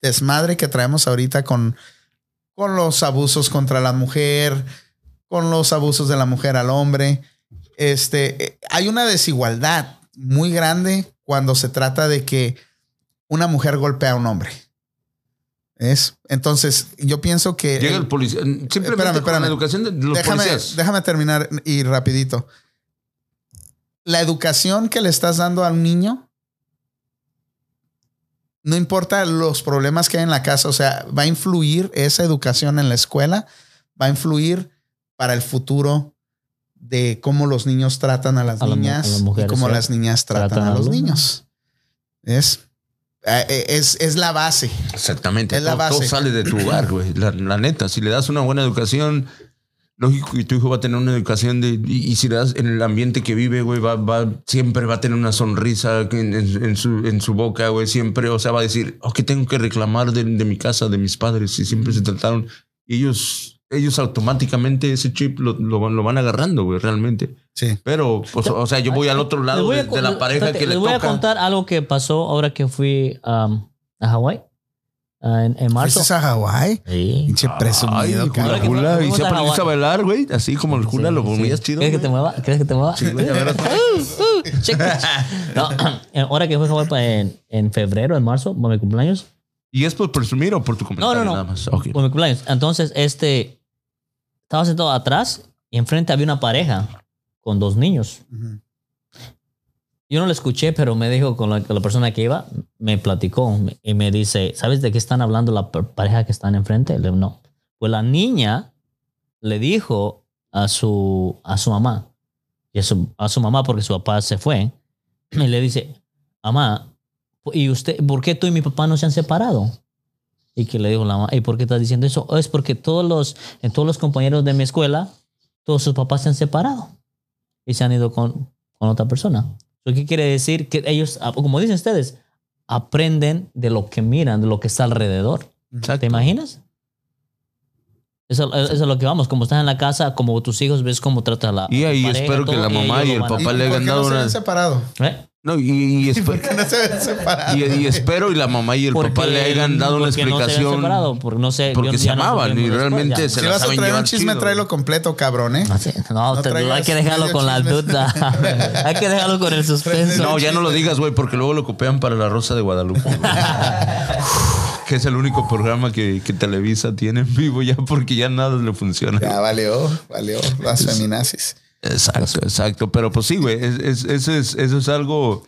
desmadre que traemos ahorita con, con los abusos contra la mujer, con los abusos de la mujer al hombre, este, eh, hay una desigualdad muy grande cuando se trata de que una mujer golpea a un hombre. ¿Es? Entonces, yo pienso que... Llega el- el policía. mm, Simplemente eh, espérame, con espérame. la educación de los déjame, policías. déjame terminar y rapidito. La educación que le estás dando al niño, no importa los problemas que hay en la casa, o sea, va a influir esa educación en la escuela, va a influir para el futuro de cómo los niños tratan a las A la mu- niñas a las mujeres, y cómo ¿verdad? las niñas tratan, Tratan a a los los niños. Es, eh, es, es la base. Exactamente. Es la todo, todo base. sale de tu hogar, güey. La, la neta, si le das una buena educación, Lógico que tu hijo va a tener una educación de, y, y si le das en el ambiente que vive, güey, va, va, siempre va a tener una sonrisa en, en- en su, en su boca, güey, siempre, o sea, va a decir, oh, que tengo que reclamar de, de mi casa, de mis padres, y siempre se trataron, y ellos, ellos automáticamente ese chip lo, lo, van- lo van agarrando, güey, realmente. Sí. Pero, pues, o sea, yo voy al otro Les lado voy a de, co- de la pareja espérate, que le les voy toca. a contar algo que pasó ahora que fui um, a Hawái ah, en, en marzo. ¿Fuiste a Hawái? Sí. Pinche presumido. Ay, con cabrón. la Ahora que jula, fuimos y se a aprendiste a Hawái. bailar, güey, así como el jula, Sí, lo sí. ponías chido. ¿Quieres que güey. te mueva? ¿Quieres que te mueva? Sí, güey, a ver, otra vez. Check. No, eh, ahora que fue a Hawái pa- en, en febrero, en marzo, por mi cumpleaños. ¿Y es por presumir o por tu comentario? no, no. Nada más. Ok. Por mi cumpleaños. Entonces, este. Estaba sentado atrás y enfrente había una pareja con dos niños. Ujú. Yo no lo escuché, pero me dijo con la, con la persona que iba, me platicó me- y me dice, ¿sabes de qué están hablando la pa- pareja que están enfrente? Le digo, no. Pues la niña le dijo a su, a su mamá, y a su, a su mamá porque su papá se fue, y le dice, mamá, ¿y usted, por qué tú y mi papá no se han separado? Y que le dijo la mamá, ¿y por qué estás diciendo eso? "Oh, es porque todos los, en todos los compañeros de mi escuela, todos sus papás se han separado y se han ido con, con otra persona. So, ¿Qué quiere decir? Que ellos, ah, como dicen ustedes, aprenden de lo que miran, de lo que está alrededor. ¿Te imaginas? Eso, eh, eso es a lo que vamos. Como estás en la casa, como tus hijos, ves cómo trata la. Y ahí la pareja, espero que todo, la mamá ellos y lo el van a- ¿Y papá le por hayan qué no dado se una. han separado? ¿Eh? No, y, y espe- ¿Por qué no se han separado? y- y espero y la mamá y el Porque- papá le hayan dado una porque no se habían explicación. separado, porque no sé, porque yo se ya no amaban supimos y después, realmente ya. se Si la vas a saben traer llevar un chisme, chido. tráelo completo, cabrón, ¿eh? Ah, sí. No, No te- traigas hay que dejarlo medio con la chisme. duda. hay que dejarlo con el suspenso. No, ya no lo digas, güey, porque luego lo copian para La Rosa de Guadalupe. güey. que es el único programa que, que Televisa tiene en vivo ya porque ya nada le funciona. Ya valió, valió las feminazis. Exacto, exacto. Pero pues sí, güey, es- es- eso, es, eso es algo,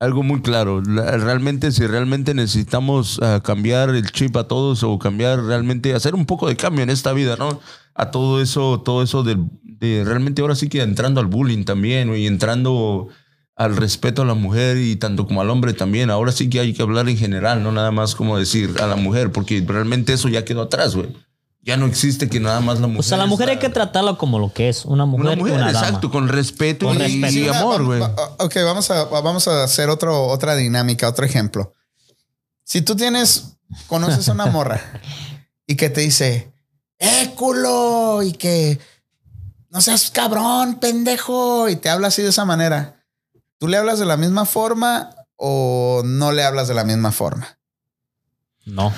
algo muy claro. La- realmente, si realmente necesitamos ah, cambiar el chip a todos o cambiar realmente, hacer un poco de cambio en esta vida, ¿no? A todo eso, todo eso del- de, realmente ahora sí que entrando al bullying también güey, y entrando al respeto a la mujer y tanto como al hombre también. Ahora sí que hay que hablar en general, no nada más como decir a la mujer, porque realmente eso ya quedó atrás, güey. Ya no existe que nada más la mujer. O sea, Pues, la mujer hay está- que tratarla como lo que es, una mujer, una y mujer, una dama. exacto, con respeto Con y, respeto. y Sí, una- amor, güey. va- va- Ok, vamos a, vamos a hacer otro, otra dinámica, otro ejemplo. Si tú tienes, conoces a una morra y que te dice, ¡eh, culo! Y que no seas cabrón, pendejo. Y te habla así de esa manera. ¿Tú le hablas de la misma forma o no le hablas de la misma forma? No.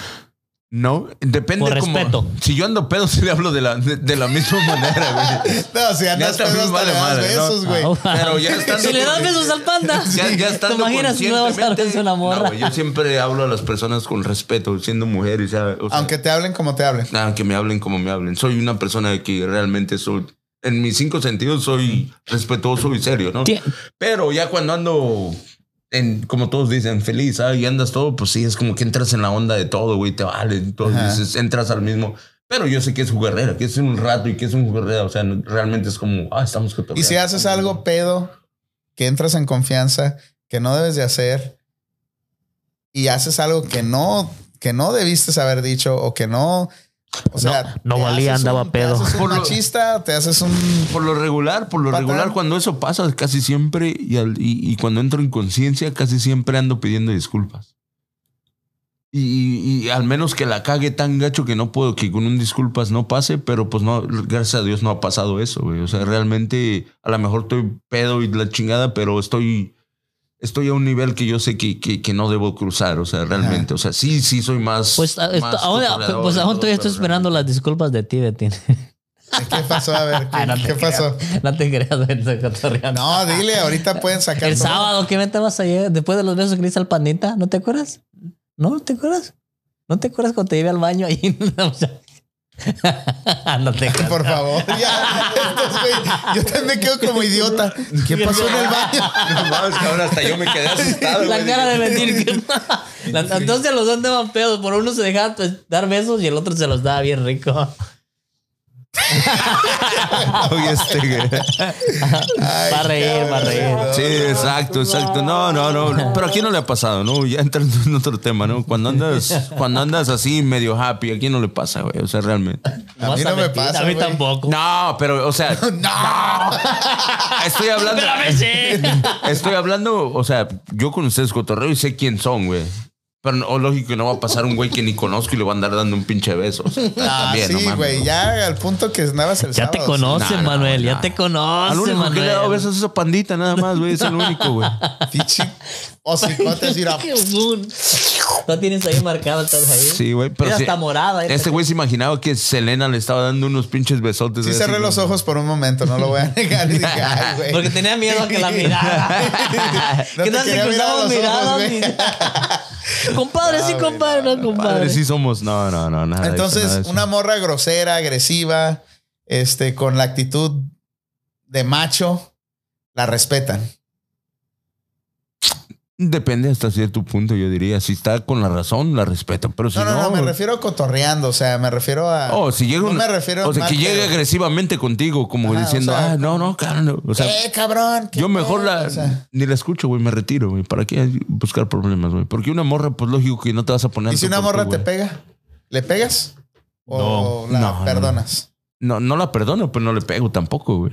No, depende Por como- respeto. Si yo ando pedo, si le hablo de la, de, de la misma manera, güey. No, si andas Neta, a mí pedo, me hasta vale le das madre, ¿no? Ah, besos, güey. Pero ya estando- Si le das besos al panda. Ya, ya ¿Te estando imaginas si no le vas a dar conscientemente- besos a una morra? No, güey, yo siempre hablo a las personas con respeto, siendo mujer, y sea, o sea, Aunque te hablen como te hablen. nada, Ah, que me hablen como me hablen. Soy una persona que realmente soy, en mis cinco sentidos, soy respetuoso y serio, ¿no? Ti- Pero ya cuando ando en, como todos dicen, feliz, ¿sabes? y andas todo, pues sí, es como que entras en la onda de todo, güey, te vale, todo, Ajá. dices, entras al mismo. Pero yo sé que es jugarrera, que es un rato y que es un jugarrera, o sea, no- realmente es como, ah, estamos Y si haces algo pedo, que entras en confianza, que no debes de hacer, y haces algo que no, que no debiste haber dicho o que no. O sea, no te valía, haces andaba un- pedo. Te haces un Por lo- machista, te haces un. Por lo regular, por lo Patán. regular, cuando eso pasa casi siempre, y, al- y- y cuando entro en conciencia, casi siempre ando pidiendo disculpas. Y, y- y al menos que la cague tan gacho que no puedo, que con un disculpas no pase, pero pues no, gracias a Dios no ha pasado eso, güey. O sea, realmente a lo mejor estoy pedo y la chingada, pero estoy, estoy a un nivel que yo sé que, que, que no debo cruzar, o sea, realmente. O sea, sí, sí soy más... Pues, a- esto- más aún, controlador pues y aún todo, todavía estoy pero esperando las disculpas de ti, de ti. ¿Qué pasó? A ver, ¿qué, Ah, no te qué pasó? creas, No te creas, güey, estoy cotorreando. No, dile, ahorita pueden sacar. El todo. sábado, ¿qué venta vas a llevar? Después de los besos que le hice al pandita, ¿no te acuerdas? ¿No te acuerdas? ¿No te acuerdas cuando te llevé al baño ahí? no te creas. Por favor, ya. Estos, güey, yo también me quedo como idiota. ¿Qué pasó en el baño? No mames, cabrón, hasta yo me quedé asustado. La güey. cara de mentir. que- La- Entonces los dos andaban pedos. Por uno se dejaba pues, dar besos y el otro se los daba bien rico. Oye, este, güey. Va a reír, va a reír. Sí, exacto, exacto. No, no, no. Pero aquí no le ha pasado, ¿no? Ya entrando en otro tema, ¿no? Cuando andas, cuando andas así medio happy, aquí no le pasa, güey. O sea, realmente. A mí Vas no me mentir, pasa, A mí güey. tampoco. No, pero, o sea, No. estoy hablando. Espérame, sí. Estoy hablando, o sea, yo con ustedes cotorreo y sé quién son, güey. Pero no, lógico que no va a pasar un güey que ni conozco y le va a andar dando un pinche beso. O sea, Ah, también, no sí, mames. güey. Ya al punto que andabas el Ya te sábado. No, conocen, no, Manuel. no. Ya te Al conocen, único que le he dado Manuel. besos es a pandita, nada más, güey. Es el único, güey. Pichi. O si no te dirá, Qué bun. No tienes ahí marcado, estás ahí. Sí, güey. Pero Mira, sí- ¿eh? hasta morada. eh, ahí Este está. güey se imaginaba que Selena le estaba dando unos pinches besotes. Sí así, cerré güey. los ojos por un momento, no lo voy a negar. Y dije, ay, güey. Porque tenía miedo a que la mirara. No ¿Qué te tal si quería mirar a cruzamos los ojos, miradas? güey. mi- Compadre, sí, No, güey, compadre, no, compadre. Padres sí somos. No, no, no, nada. de eso, nada de Entonces, eso. una morra grosera, agresiva, este, con la actitud de macho, la respetan. Depende hasta cierto punto, yo diría. Si está con la razón, la respeto. Pero si No, no. no, no, me refiero a cotorreando, o sea, me refiero a. Oh, si llega no una- me refiero O sea, mal, que llegue pero- agresivamente contigo, como Ajá, diciendo, o sea, ah, no, no, cabrón. no". O sea, eh, cabrón. ¿qué yo mejor pedo? la, O sea, ni la escucho, güey, me retiro, güey. ¿Para qué buscar problemas, güey? Porque una morra, pues lógico que no te vas a poner. ¿Y tú si una por tú, morra te güey. pega? ¿Le pegas? ¿O No, la no, no. perdonas? No, no la perdono, pues no le pego tampoco, güey.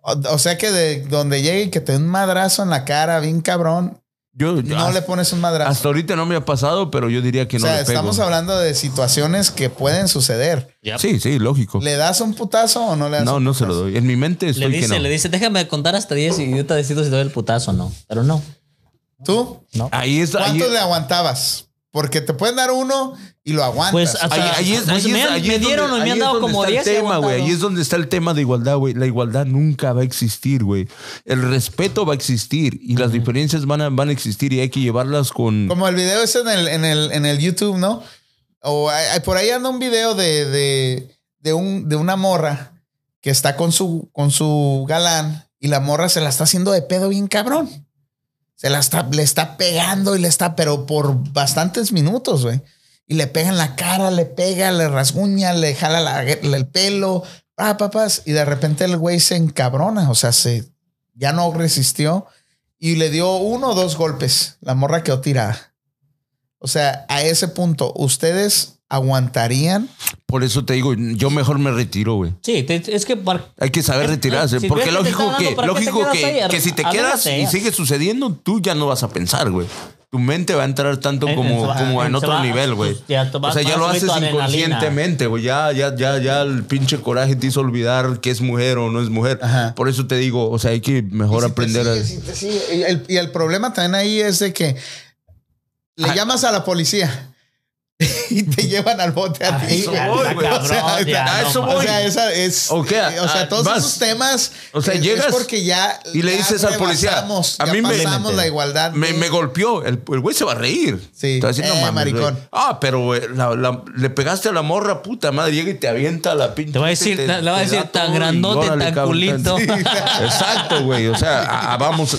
O, o sea que de donde llegue y que te dé un madrazo en la cara, bien cabrón, Yo, yo no hasta, le pones un madrazo. hasta ahorita no me ha pasado, pero yo diría que o no sea, le pego. estamos hablando de situaciones que pueden suceder. Sí, sí, lógico. ¿Le das un putazo o no le das No, un no se lo putazo? doy. En mi mente Le estoy dice, que no. le dice, déjame contar hasta 10 y yo te decido si doy el putazo o no. Pero no. ¿Tú? Ahí es, ahí, ¿Cuánto le aguantabas? Porque te pueden dar uno y lo aguantas. Pues, hasta- ahí- ahí es- Pues ahí me es- han- ahí me es dieron donde- y me han ahí es dado donde como está 10 y El he tema, güey. aguantado. Ahí es donde está el tema de igualdad, güey. La igualdad nunca va a existir, güey. El respeto va a existir y las diferencias van a, van a existir y hay que llevarlas con. Como el video ese en el, en el, en el YouTube, ¿no? O hay- hay- por ahí anda un video de, de, de un, de una morra que está con su, con su galán y la morra se la está haciendo de pedo bien cabrón. Se la está, le está pegando y le está, pero por bastantes minutos, güey. Y le pega en la cara, le pega, le rasguña, le jala la- el pelo, pa, papás. Y de repente el güey se encabrona, o sea, se, ya no resistió y le dio uno o dos golpes. La morra quedó tirada. O sea, a ese punto, ¿ustedes aguantarían? Por eso te digo, yo mejor me retiro, güey. Sí, te- es que par- Hay que saber Es- retirarse. si porque ves que te lógico está que, dando, ¿para qué te lógico quedas que, ahí? que si te quedas Agárrate. y sigue sucediendo, tú ya no vas a pensar, güey. Tu mente va a entrar tanto En- como, en- como en, en- Eh, se otro va- pues, nivel, güey. ya te o vas- sea, ya vas lo subir haces tu adrenalina. inconscientemente, güey. Ya, ya, ya, ya el pinche coraje te hizo olvidar que es mujer o no es mujer. Ajá. Por eso te digo, o sea, hay que mejor Y si te aprender sigue, si te sigue. Y el, y el problema también ahí es de que le Ah. llamas a la policía y te llevan al bote a ti. eso güey. voy, güey. O sea, Cabrón, ya, a no eso mames. O Ah, voy. sea, esa es. Ok, o sea, ah, todos vas. esos temas. O sea, es- es llegas porque ya. y le ya dices al policía, rebasamos, a ya mí me- pasamos la igualdad. a... Me, de- me golpeó. El el güey se va a reír. Sí. Te va a decir, no Eh, mames, maricón. güey. Ah, pero güey, la- la- le pegaste a la morra, puta madre. Llega y te avienta la pinche. Te va a decir, te- le va a te decir, da tan todo y grandote, órale, tan cabrón, culito. Sí. Exacto, güey. O sea, a- a- vamos.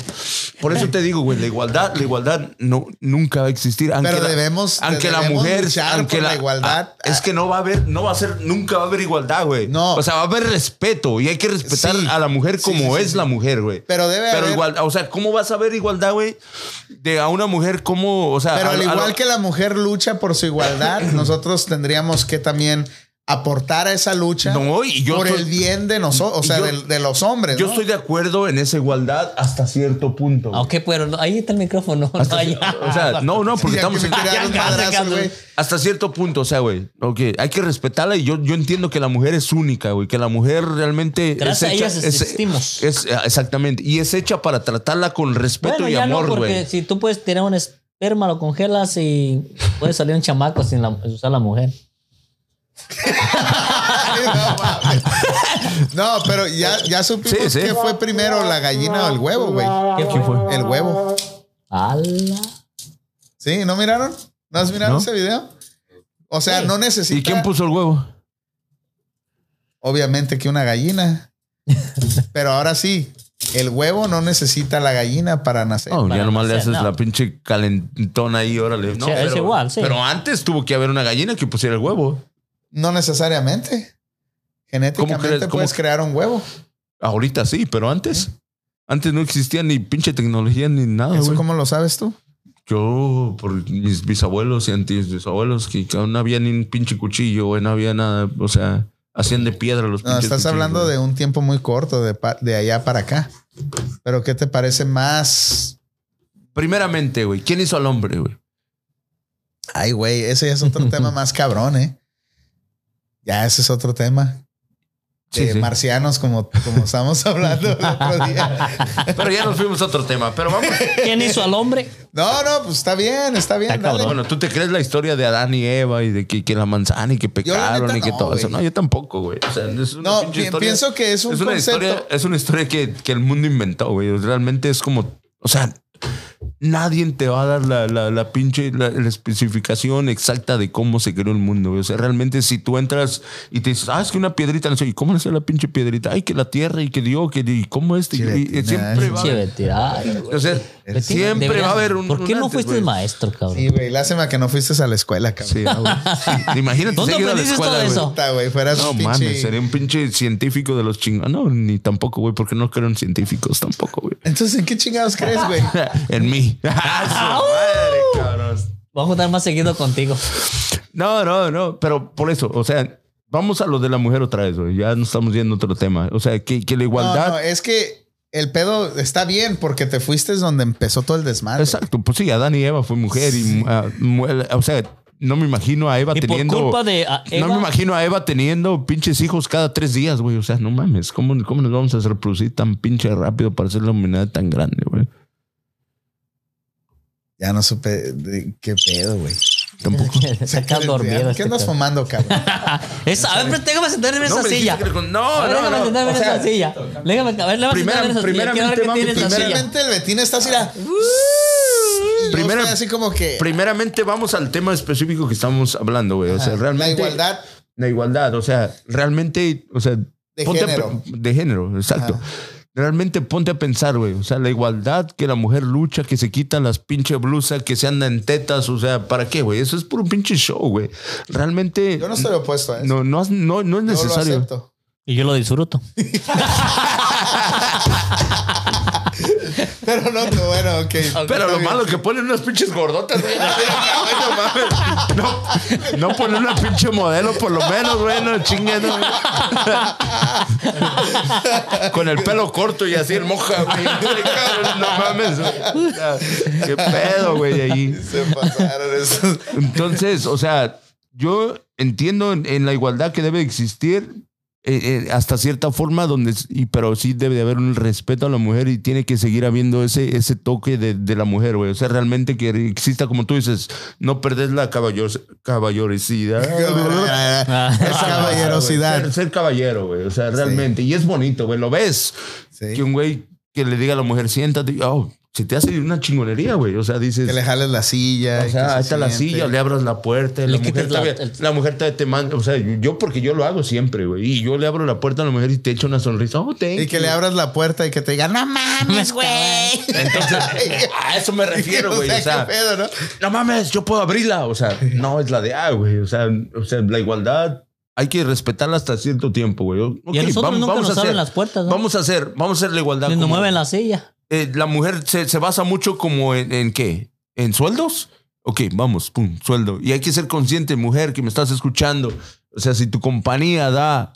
Por eso te digo, güey, la igualdad, la igualdad no, nunca va a existir. Aunque Pero la- debemos- aunque la debemos mujer, luchar aunque por la igualdad. ah, es que no va a haber, no va a ser, nunca va a haber igualdad, güey. No. O sea, va a haber respeto y hay que respetar Sí. a la mujer Sí, como sí, sí, es sí. la mujer, güey. Pero debe Pero haber- igual, o sea, ¿cómo vas a ver igualdad, güey? De a una mujer, ¿cómo? O sea, Pero a- al a- igual que la mujer lucha por su igualdad, nosotros tendríamos que también aportar a esa lucha No, y yo por estoy- el bien de nosotros, o sea, yo- del- de, los hombres. Yo ¿no? estoy de acuerdo en esa igualdad hasta cierto punto. güey. Ok, pero no- ahí está el micrófono. no Hasta- allá. o sea, no, no, Sí, porque ya estamos que me en- quiere dar un Ya, ya, madrazo, ya, ya. güey. hasta cierto punto, o sea, güey, ok, hay que respetarla y yo, yo entiendo que la mujer es única, güey, que la mujer realmente es Gracias a hecha, ellas es- existimos. es- exactamente, y es hecha para tratarla con respeto bueno, y ya amor, no, porque güey. si tú puedes tirar un esperma, lo congelas y puede salir un chamaco sin la- usar la mujer. Ay, no, mames. No, pero ya, ya supimos Sí, sí. que fue primero la gallina o el huevo, güey. ¿Qué fue? El huevo. ¡Hala! ¿Sí? ¿No miraron? ¿No has mirado No. ese video? O sea, no necesita. ¿Y quién puso el huevo? Obviamente que una gallina. Pero ahora sí, el huevo no necesita la gallina para nacer. Oh, ya Este, para nomás le nacer, haces no. la pinche calentona ahí, órale. No, Sí, es pero, igual, sí. Pero antes tuvo que haber una gallina que pusiera el huevo. No necesariamente. Genéticamente cómo- puedes crear un huevo. Ahorita sí, pero antes. Antes no existía ni pinche tecnología ni nada, ¿Eso güey. cómo lo sabes tú? Yo, por mis bisabuelos y antibisabuelos, que que no había ni un pinche cuchillo, güey, no había nada. O sea, hacían de piedra los No, pinches estás cuchillos, hablando güey. de un tiempo muy corto, de, pa- de allá para acá. Pero ¿qué te parece más? Primeramente, güey, ¿quién hizo al hombre, güey? Ay, güey, ese ya es otro tema más cabrón, ¿eh? Ya, ese es otro tema. De Sí, sí. marcianos, como, como estábamos hablando el otro día. Pero ya nos fuimos a otro tema, pero vamos. ¿Quién hizo al hombre? No, No, no, pues está bien, está bien. Está dale. cabrón. Bueno, tú te crees la historia de Adán y Eva y de que, que la manzana y que Yo la pecaron neta y que no, todo eso. güey. No, yo tampoco, güey. O sea, es una No, pinche pi- historia- pienso que es un es una concepto. historia, es una historia que, que el mundo inventó, güey. Realmente es como, o sea, nadie te va a dar la, la, la pinche la, la especificación exacta de cómo se creó el mundo, güey. O sea, realmente si tú entras y te dices, ah, es que una piedrita, no sé, ¿y cómo nació la pinche piedrita? Ay, que la tierra y que Dios, que y cómo este, y- Chiletina, y, siempre va. a Pinche haber- mentira. Ay, güey. O sea, Betín, siempre deberías- va a haber un. ¿Por qué un no antes, fuiste güey. maestro, cabrón? Sí, güey, lástima que no fuiste a la escuela, cabrón. Sí, ah, güey. Imagínate. ¿Dónde seguir a la aprendiste escuela, todo güey. Ah, eso? Puta, güey, fueras No pinche- mames, sería un pinche científico de los chingados. No, ni tampoco, güey, porque no creo en científicos tampoco, güey. Entonces, ¿en qué chingados crees, güey? en mí. ¡Ah, su madre, cabrón! Voy a juntar más seguido contigo. No, no, no, pero por eso, o sea, vamos a lo de la mujer otra vez, güey. Ya nos estamos yendo a otro tema. O sea, que, que la igualdad. No, no, es que el pedo está bien porque te fuiste donde empezó todo el desmadre. Exacto, pues sí, Adán y Eva fue mujer y. ah, mu- o sea, no me imagino a Eva Y por teniendo. culpa de ah, Eva, No me imagino a Eva teniendo pinches hijos cada tres días, güey. O sea, no mames, ¿cómo, cómo nos vamos a reproducir tan pinche rápido para hacer la humanidad tan grande, güey? Ya no supe de qué pedo, güey. Tampoco. Saca dormido. ¿Qué este andas cabrón. fumando, cabrón? Esa- a ver, déjame sentarme en No, esa me dijiste silla. que le con- No, no, déjame no. sentarme O en sea, esa silla. Déjame, a ver, déjame Primera- sentarme en esa silla. Quiero ver primeramente, qué mami, tiene esa silla. Primeramente, el Betín está así, mira. Y yo Primera- estoy así como que primeramente vamos al tema específico que estamos hablando, güey. O sea, la realmente. igualdad La igualdad. O sea, realmente. O sea, de ponte a pe- género. De género, exacto. Realmente ponte a pensar, güey. O sea, la igualdad que la mujer lucha, que se quitan las pinche blusas, que se anda en tetas. O sea, ¿para qué, güey? Eso es puro pinche show, güey. Realmente. Yo no estoy opuesto a eso. no, no, has- no, no Yo lo es necesario. acepto. Y yo lo disfruto. Pero no, no, bueno, ok. Pero lo Está malo que ponen unas pinches gordotas, güey. Ay, No, mames. no, no ponen una pinche modelo, por lo menos, güey. No chinguen, no, güey. Con el pelo corto y así el moja, güey. No mames. güey. O sea, Qué pedo, güey, ahí. bien. Se pasaron esos. Entonces, o sea, yo entiendo en, en la igualdad que debe existir eh, eh, hasta cierta forma, donde, s- y, pero sí debe de haber un respeto a la mujer y tiene que seguir habiendo ese, ese toque de, de la mujer, güey. O sea, realmente que exista, como tú dices, no perder la caballos- caballerosidad. Es caballerosidad. Ser, ser caballero, Ah, güey. O sea, realmente. Y es bonito, güey. Lo ves. Sí. Que un güey que le diga a la mujer, siéntate. Oh, se te hace una chingonería, güey. O sea, dices. Que le jales la silla. O y sea, que se ahí está la siente. silla, le abras la puerta, y Le la quitas mujer, la- todavía- la, el- mujer todavía te manda, o sea, yo porque yo lo hago siempre, güey, y yo le abro la puerta a la mujer y te echo una sonrisa, oh, thank Y que you. le abras la puerta y que te diga, no mames, güey. Entonces, a eso me refiero, güey, o sea, qué pedo, ¿no? no mames, yo puedo abrirla, o sea, no es la de, ah, güey, o sea, o sea, la igualdad hay que respetarla hasta cierto tiempo, güey. y a Ok, nosotros vamos- nunca vamos a nos abren hacer- las puertas. ¿no? Vamos a hacer, vamos a hacer la igualdad. Ni nos como- mueven la silla. eh, la mujer se, se basa mucho como en, en qué? ¿En sueldos? Ok, vamos, pum, sueldo. Y hay que ser consciente, mujer, que me estás escuchando. O sea, si tu compañía da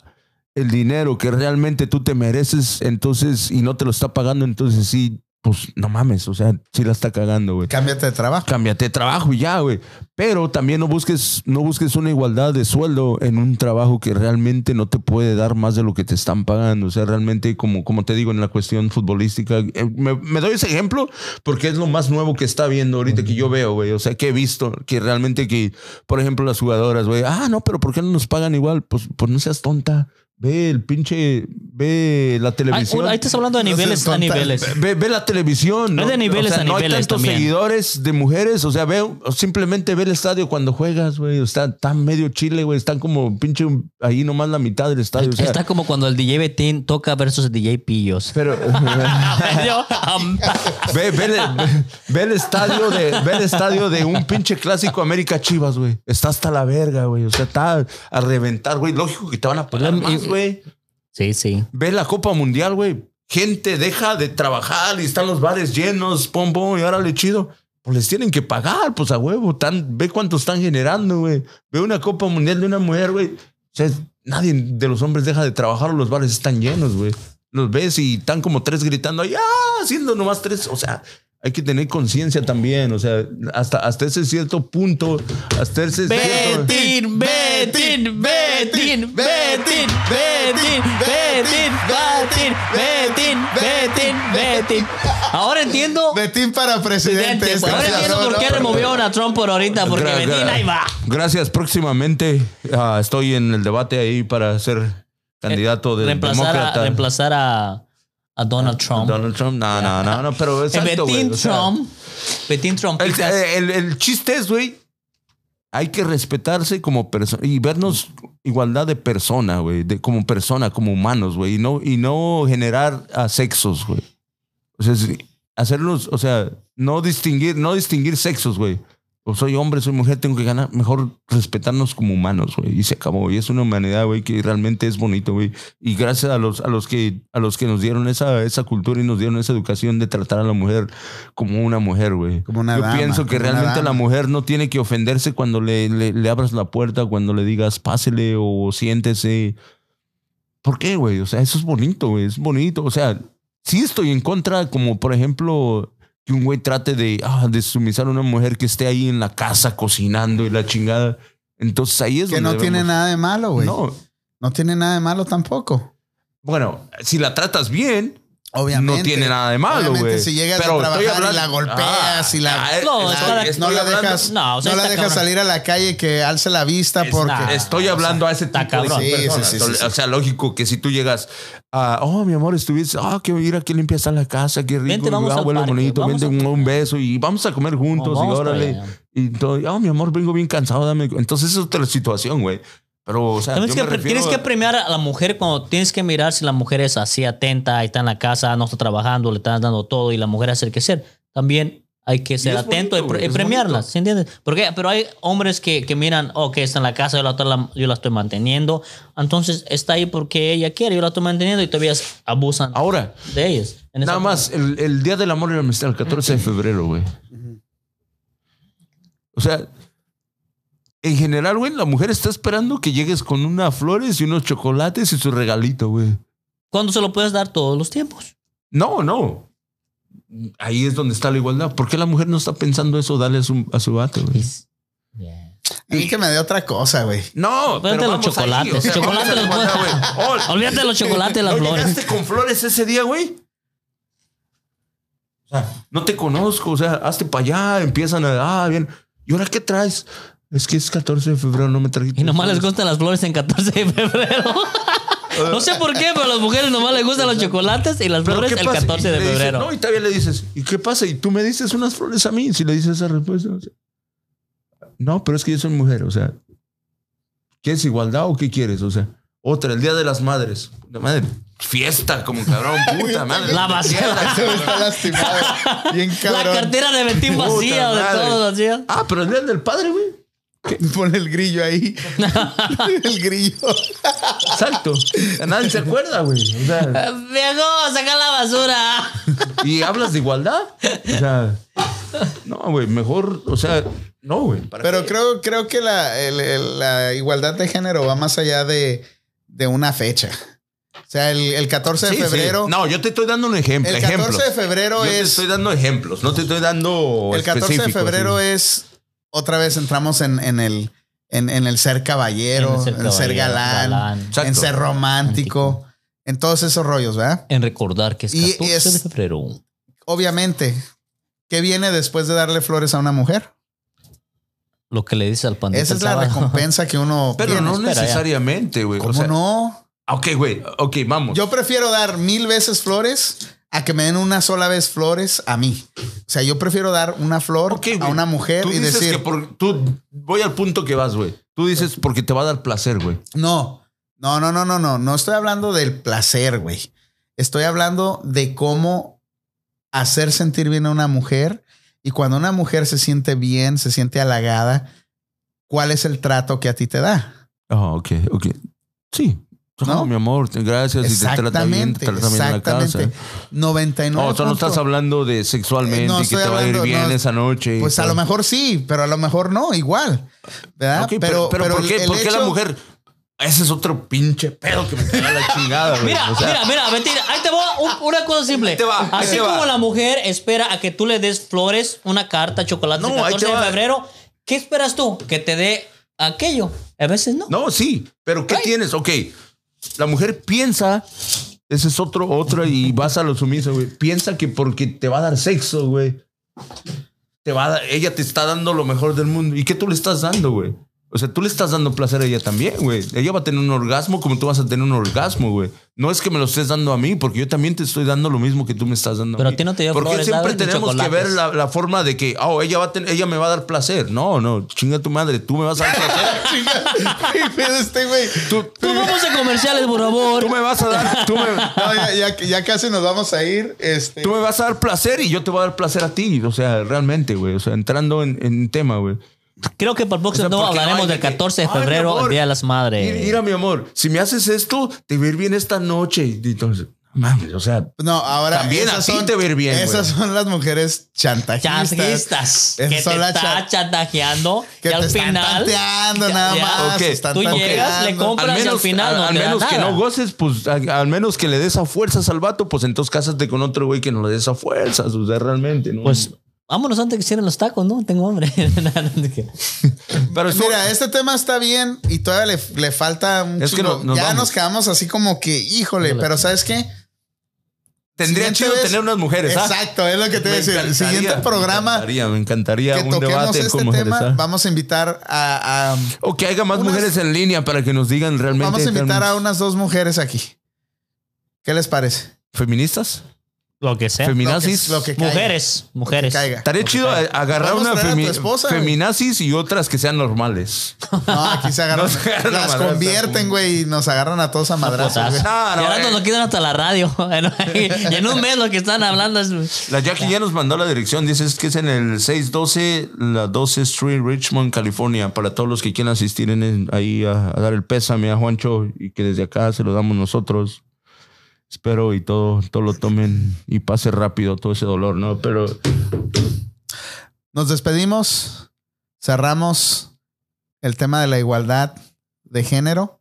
el dinero que realmente tú te mereces, entonces, y no te lo está pagando, entonces sí, pues no mames, o sea, sí la está cagando, güey. Cámbiate de trabajo. Cámbiate de trabajo y ya, güey. Pero también no busques, no busques una igualdad de sueldo en un trabajo que realmente no te puede dar más de lo que te están pagando. O sea, realmente, como, como te digo, en la cuestión futbolística, eh, me, me doy ese ejemplo porque es lo más nuevo que está viendo ahorita que yo veo, güey. O sea, que he visto que realmente que, por ejemplo, las jugadoras, güey, ah, no, pero ¿por qué no nos pagan igual? Pues, pues no seas tonta. Ve el pinche, ve la Ay, televisión. ahí estás hablando de No sé, niveles a tonta- niveles. Ve, ve la televisión. ¿no? Es de niveles O sea, a no niveles hay tantos también. seguidores de mujeres. O sea, ve, o simplemente ve el estadio cuando juegas, güey. Está tan medio chile, güey. Están como pinche ahí nomás la mitad del estadio. o sea, Está como cuando el DJ Betín toca versus el DJ Pillos. Pero ve, ve, ve- ve el estadio de, ve el estadio de un pinche clásico América Chivas, güey. Está hasta la verga, güey. O sea, está a reventar, güey. Lógico que te van a pagar Hablan- más, güey. Sí, sí. Ve la Copa Mundial, güey. Gente deja de trabajar y están los bares llenos, pom, pom, y ahora le chido. Pues les tienen que pagar, pues a huevo. Tan, ve cuánto están generando, güey. Ve una Copa Mundial de una mujer, güey. O sea, nadie de los hombres deja de trabajar, los bares están llenos, güey. Los ves y están como tres gritando, ya, haciendo nomás tres. O sea, hay que tener conciencia también. O sea, hasta, hasta ese cierto punto, hasta ese cierto. Betín, Betín, Betín, Betín, Betín, Betín, Betín, Betín, Betín, Betín, Betín. Ahora entiendo. Betín para presidente. Presidente, este Ahora cabrón, entiendo por qué ¿no? removieron a Trump por ahorita, Ah, porque Gra- Betín gra- ahí va. Gracias. Próximamente ah, estoy en el debate ahí para ser candidato de Eh, Reemplazar demócrata. a, reemplazar a, a Donald Trump. Donald Trump. No, no, no, no, pero Eh, exacto, güey, Betín o sea, Trump. Betín Trump. el, el- el chiste es, güey, hay que respetarse como persona y vernos igualdad de persona, güey, de- como persona, como humanos, güey, y no, y no generar a sexos, güey. O sea, sí, hacerlos, o sea, no distinguir, no distinguir sexos, güey. O soy hombre, soy mujer, tengo que ganar. Mejor respetarnos como humanos, güey. Y se acabó. Y es una humanidad, güey, que realmente es bonito, güey. Y gracias a los, a los que, a los que nos dieron esa, esa cultura y nos dieron esa educación de tratar a la mujer como una mujer, güey. Como una Yo dama, pienso que como una realmente dama. la mujer no tiene que ofenderse cuando le, le, le abras la puerta, cuando le digas pásele o siéntese. ¿Por qué, güey? O sea, eso es bonito, güey. Es bonito. O sea, sí estoy en contra, como por ejemplo, que un güey trate de, ah, de sumisar a una mujer que esté ahí en la casa cocinando y la chingada. Entonces ahí es Que donde no tiene vemos- nada de malo, güey. No. No. tiene nada de malo tampoco. Bueno, si la tratas bien, Obviamente. no tiene nada de malo, Obviamente, güey. si llegas a trabajar y la golpeas y la- ah, No, estoy- es cada- No estoy la hablando- dejas, no, no, o sea, la está dejas cabrón. salir a la calle que alce la vista porque. nah. Estoy hablando a ese está tipo cabrón. de Sí, sí, personas. sí, sí, sí. O sea, lógico que si tú llegas a, oh, mi amor, estuviste, ah, que mira qué limpia está la casa, qué rico, Vente, vamos ah, al huele parque, bonito, vamos vente un, a- un beso y vamos a comer juntos Vamos y para órale. allá. Y todo, oh, mi amor, vengo bien cansado, dame. Entonces, es otra situación, güey. Pero, o sea, yo También es que me pre- refiero- tienes que premiar a la mujer cuando tienes que mirar si la mujer es así atenta, está en la casa, no está trabajando, le estás dando todo y la mujer hace el que ser. También hay que ser es bonito, atento y, pre- güey, es premiarlas, bonito. ¿sí entiendes? Porque, pero hay hombres que, que miran, ok, está en la casa, yo la, estoy- yo la estoy manteniendo, entonces está ahí porque ella quiere, yo la estoy manteniendo y todavía abusan Ahora, de ellas. En nada esa- más, el, el Día del Amor y la Amistad, el 14 de febrero, güey. O sea, en general, güey, la mujer está esperando que llegues con unas flores y unos chocolates y su regalito, güey. Cuando se lo puedes dar todos los tiempos. No, no. Ahí es donde está la igualdad. ¿Por qué la mujer no está pensando eso darle a su, a su vato, güey? A mí que me dé otra cosa, güey. No, Vete los vamos chocolates. ahí, o sea, Chocolates vamos a los la puedes- igualdad, güey. Oh, Olvídate de los chocolates y las ¿No flores. llegaste con flores ese día, güey? O sea, no te conozco, o sea, hazte para allá, empiezan a, ah, bien. ¿Y ahora qué traes? Es que es 14 de febrero, no me trajiste. Y nomás les flores. gustan las flores en 14 de febrero. No sé por qué, pero a las mujeres nomás les gustan los chocolates y las Pero flores ¿qué el pasa? 14 de Y le dices, febrero. no, y todavía le dices, ¿y qué pasa? Y tú me dices unas flores a mí, si le dices esa respuesta. o sea, no, pero es que yo soy mujer, o sea, ¿quieres igualdad o qué quieres? O sea, otra, el Día de las Madres. Puta madre, fiesta, como cabrón, puta madre. La basura. Se me está lastimado. Bien La cabrón. cartera de Betín Puta vacía, de madre. todo vacía. Ah, pero el Día del Padre, güey. Pon el grillo ahí. el grillo. Exacto. Nadie se acuerda, güey. O sea, Eh, Viejo, saca la basura. ¿y hablas de igualdad? O sea, no, güey, mejor, o sea, no, güey. ¿para Pero qué? creo, creo que la, el- el- la igualdad de género va más allá de, de una fecha. O sea, el, el 14 de Sí, sí. febrero. No, yo te estoy dando un ejemplo. El 14 ejemplos. de febrero Yo te es. estoy dando ejemplos, no te estoy dando. El 14 de específicos, febrero sí. es. Otra vez entramos en, en el. En, en el ser caballero, en, ser caballero, galán, en Exacto. ser romántico, en todos esos rollos, ¿verdad? En recordar que es Y 14 es- de febrero. Obviamente, ¿qué viene después de darle flores a una mujer? Lo que le dice al pandita. Esa el es la sábado. recompensa que uno. Pero tiene. no espera, ya. necesariamente, güey. ¿Cómo O sea, no? Ok, güey. Ok, vamos. Yo prefiero dar mil veces flores a que me den una sola vez flores a mí. O sea, yo prefiero dar una flor Ok, güey. a una mujer Tú y dices decir, que por- tú, voy al punto que vas, güey. Tú dices porque te va a dar placer, güey. no, no, no, no, no, no, no estoy hablando del placer, güey. Estoy hablando de cómo hacer sentir bien a una mujer y cuando una mujer se siente bien, se siente halagada, ¿cuál es el trato que a ti te da? Ah, ok, ok. Sí. ¿No? No, mi amor, te- gracias. y te trata bien, te Exactamente, trata bien en la casa. exactamente. 99. No, o sea, no punto- estás hablando de sexualmente Eh, no, y que estoy te va a ir hablando, bien no, esa noche. y Pues a tal. lo mejor sí, pero a lo mejor no, igual. ¿Verdad? Ok, pero, pero, ¿por ah, el- qué, el por qué la hecho- mujer? Ese es otro pinche pedo que me pega la chingada, güey. Mira, O sea, mira, mira, mentira. Ahí te va un- una cosa simple. Ahí te va, ahí Así te va. como la mujer espera a que tú le des flores, una carta, chocolate, No, el ahí te 14 de va. febrero, ¿qué esperas tú? Que te dé aquello. A veces no. No, sí, pero ¿qué tienes? Ok, la mujer piensa, ese es otro, otro, y vas a lo sumiso, güey. Piensa que porque te va a dar sexo, güey. Te va a dar- ella te está dando lo mejor del mundo. ¿Y qué tú le estás dando, güey? O sea, tú le estás dando placer a ella también, güey. Ella va a tener un orgasmo como tú vas a tener un orgasmo, güey. No es que me lo estés dando a mí, porque yo también te estoy dando lo mismo que tú me estás dando. Pero a a ti no te dio Porque flores, siempre nada, ni tenemos que ver chocolates. la, la forma de que, oh, ella, va a ten- ella me va a dar placer. No, no, chinga tu madre, tú me vas a dar placer. ¿Qué pedo este güey? Tú- Tú Pues vamos a comerciales, por favor. Tú me vas a dar, tú me, No, ya, ya- ya casi nos vamos a ir. Este, tú me vas a dar placer y yo te voy a dar placer a ti. O sea, realmente, güey. O sea, entrando en, en tema, güey. Creo que para el próximo O sea, ¿por qué? hablaremos Ay, del que- 14 de ay, mi febrero, amor, el Día de las Madres. Mira, mira, mi amor, si me haces esto, te va a ir bien esta noche. Y entonces, mames, o sea, no, ahora. También esas a ti te va a ir bien, Esas son las mujeres chantajistas. Chantajistas. Que Esas te son las está cha- chantajeando. Que y al te están final. tanteando ya- nada ya. más. Ok. están Tú tanteando. llegas, le al compras. Compras y menos, al final no al, al te da menos que nada. no goces, pues al, al menos que le des a fuerzas al vato, pues entonces cásate con otro güey que no le des a fuerzas. O sea, realmente, ¿no? Pues vámonos antes que cierren los tacos, ¿no? Tengo hambre. pero esto- Mira, este tema está bien y todavía le, le falta un Es que chingo. no- nos Ya vamos. nos quedamos así como que, híjole, Híjole. pero ¿sabes qué? tendría siguiente chido vez- tener unas mujeres. ¿ah? Exacto, es lo que Me te voy a decir. El encantaría, siguiente Me programa encantaría, me encantaría que un toquemos debate este con mujeres. tema, ¿ah? vamos a invitar a, a- O que haya más Unas- mujeres en línea para que nos digan realmente. vamos a invitar realmente- a unas dos mujeres aquí. ¿Qué les parece? ¿Feministas? Lo que sea. ¿Feminazis? Lo ¿Eh? que- lo que caiga. mujeres, mujeres. Lo que caiga. Estaría chido a- agarrar Podemos una traer a tu femi- esposa, güey. feminazis y otras que sean normales. No, aquí se agarran. No se agarran a las madrazos. convierten, güey, y nos agarran a todos a madrazos. güey. Putazo. No, no, y ahora eh. nos lo quitan hasta la radio. y en un mes lo que están hablando es. La Jackie ya nos mandó la dirección. Dice es que es en el 612, la 12 Street, Richmond, California. Para todos los que quieran asistir en- en- ahí a, a dar el pésame a Juancho y que desde acá se lo damos nosotros. Espero y todo, todo lo tomen y pase rápido todo ese dolor, ¿no? Pero Nos despedimos. Cerramos el tema de la igualdad de género.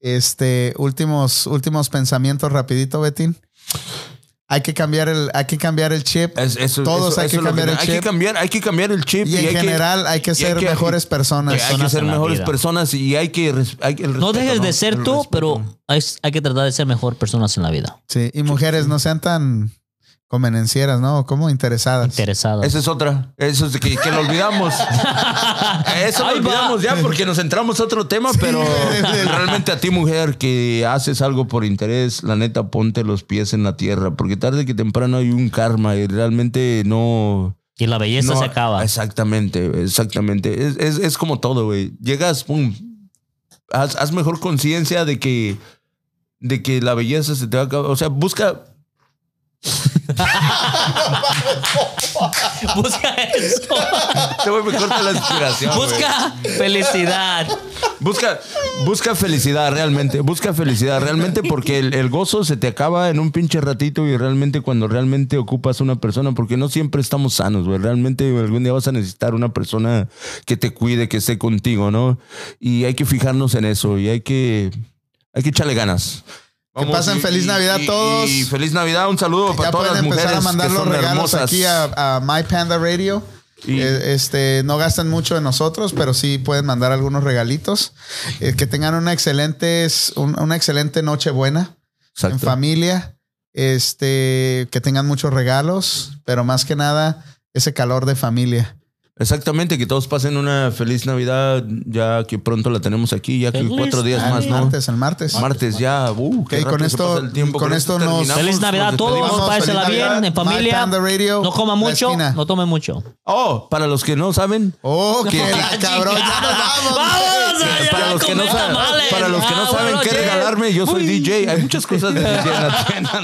Este, últimos, últimos pensamientos rapidito, Betín. Hay que cambiar el, hay que cambiar el chip. es- eso, Todos eso- hay eso que es lo cambiar el hay que chip. cambiar, hay que cambiar el chip Y en hay que- general hay que y ser hay que- mejores personas. hay que personas ser en la mejores vida. personas y hay que res- hay que el No respeto, dejes de ser El tú, respeto. pero hay, hay que tratar de ser mejor personas en la vida. Sí, y mujeres no sean tan convenencieras, ¿no? Como interesadas. Interesadas. esa es otra, eso es de que, que lo olvidamos. Eso lo Ahí va. olvidamos ya porque nos entramos a otro tema, pero realmente a ti mujer que haces algo por interés, la neta ponte los pies en la tierra, porque tarde que temprano hay un karma y realmente no y la belleza no- se acaba. Exactamente, exactamente. Es, es- es como todo, güey. Llegas, pum. Haz, haz mejor conciencia de que, de que la belleza se te va a acabar. O sea, busca. Busca eso. Te voy, me corta la inspiración. güey. Busca felicidad. Busca, busca felicidad realmente, busca felicidad realmente porque el, el gozo se te acaba en un pinche ratito y realmente cuando realmente ocupas a una persona, porque no siempre estamos sanos, güey, realmente algún día vas a necesitar una persona que te cuide, que esté contigo, ¿no? Y hay que fijarnos en eso y hay que, hay que echarle ganas. Que pasen feliz Navidad y- todos. Y feliz Navidad, un saludo para Ya todas pueden las mujeres empezar a mandar que los son regalos hermosas. aquí a, a My Panda Radio. Y- Eh, Este, no gastan mucho en nosotros, pero sí pueden mandar algunos regalitos. Eh, que tengan una excelente, un- una excelente noche buena en Exacto. familia. Este, que tengan muchos regalos, pero más que nada ese calor de familia. Exactamente, que todos pasen una feliz Navidad, ya que pronto la tenemos aquí, ya que Feliz cuatro días Ah, más, el ¿no? Martes, martes, el martes. ya. Uh, qué Ok, rápido con se esto- pasa el tiempo. con esto nos- terminamos, Feliz Navidad a todos, despedimos. Vamos, pásela feliz bien, Navidad. en familia. My Panda Radio, no coma La mucho, Esquina. no tome mucho. Oh, para los que no saben, Oh, que la Ah, cabrón, ya nos vamos. Vámonos allá para los que con no los saben, tamales. para los que Ah, no saben buenas qué noches. regalarme, yo soy DJ. Hay muchas cosas de DJ en la tienda. ¿no?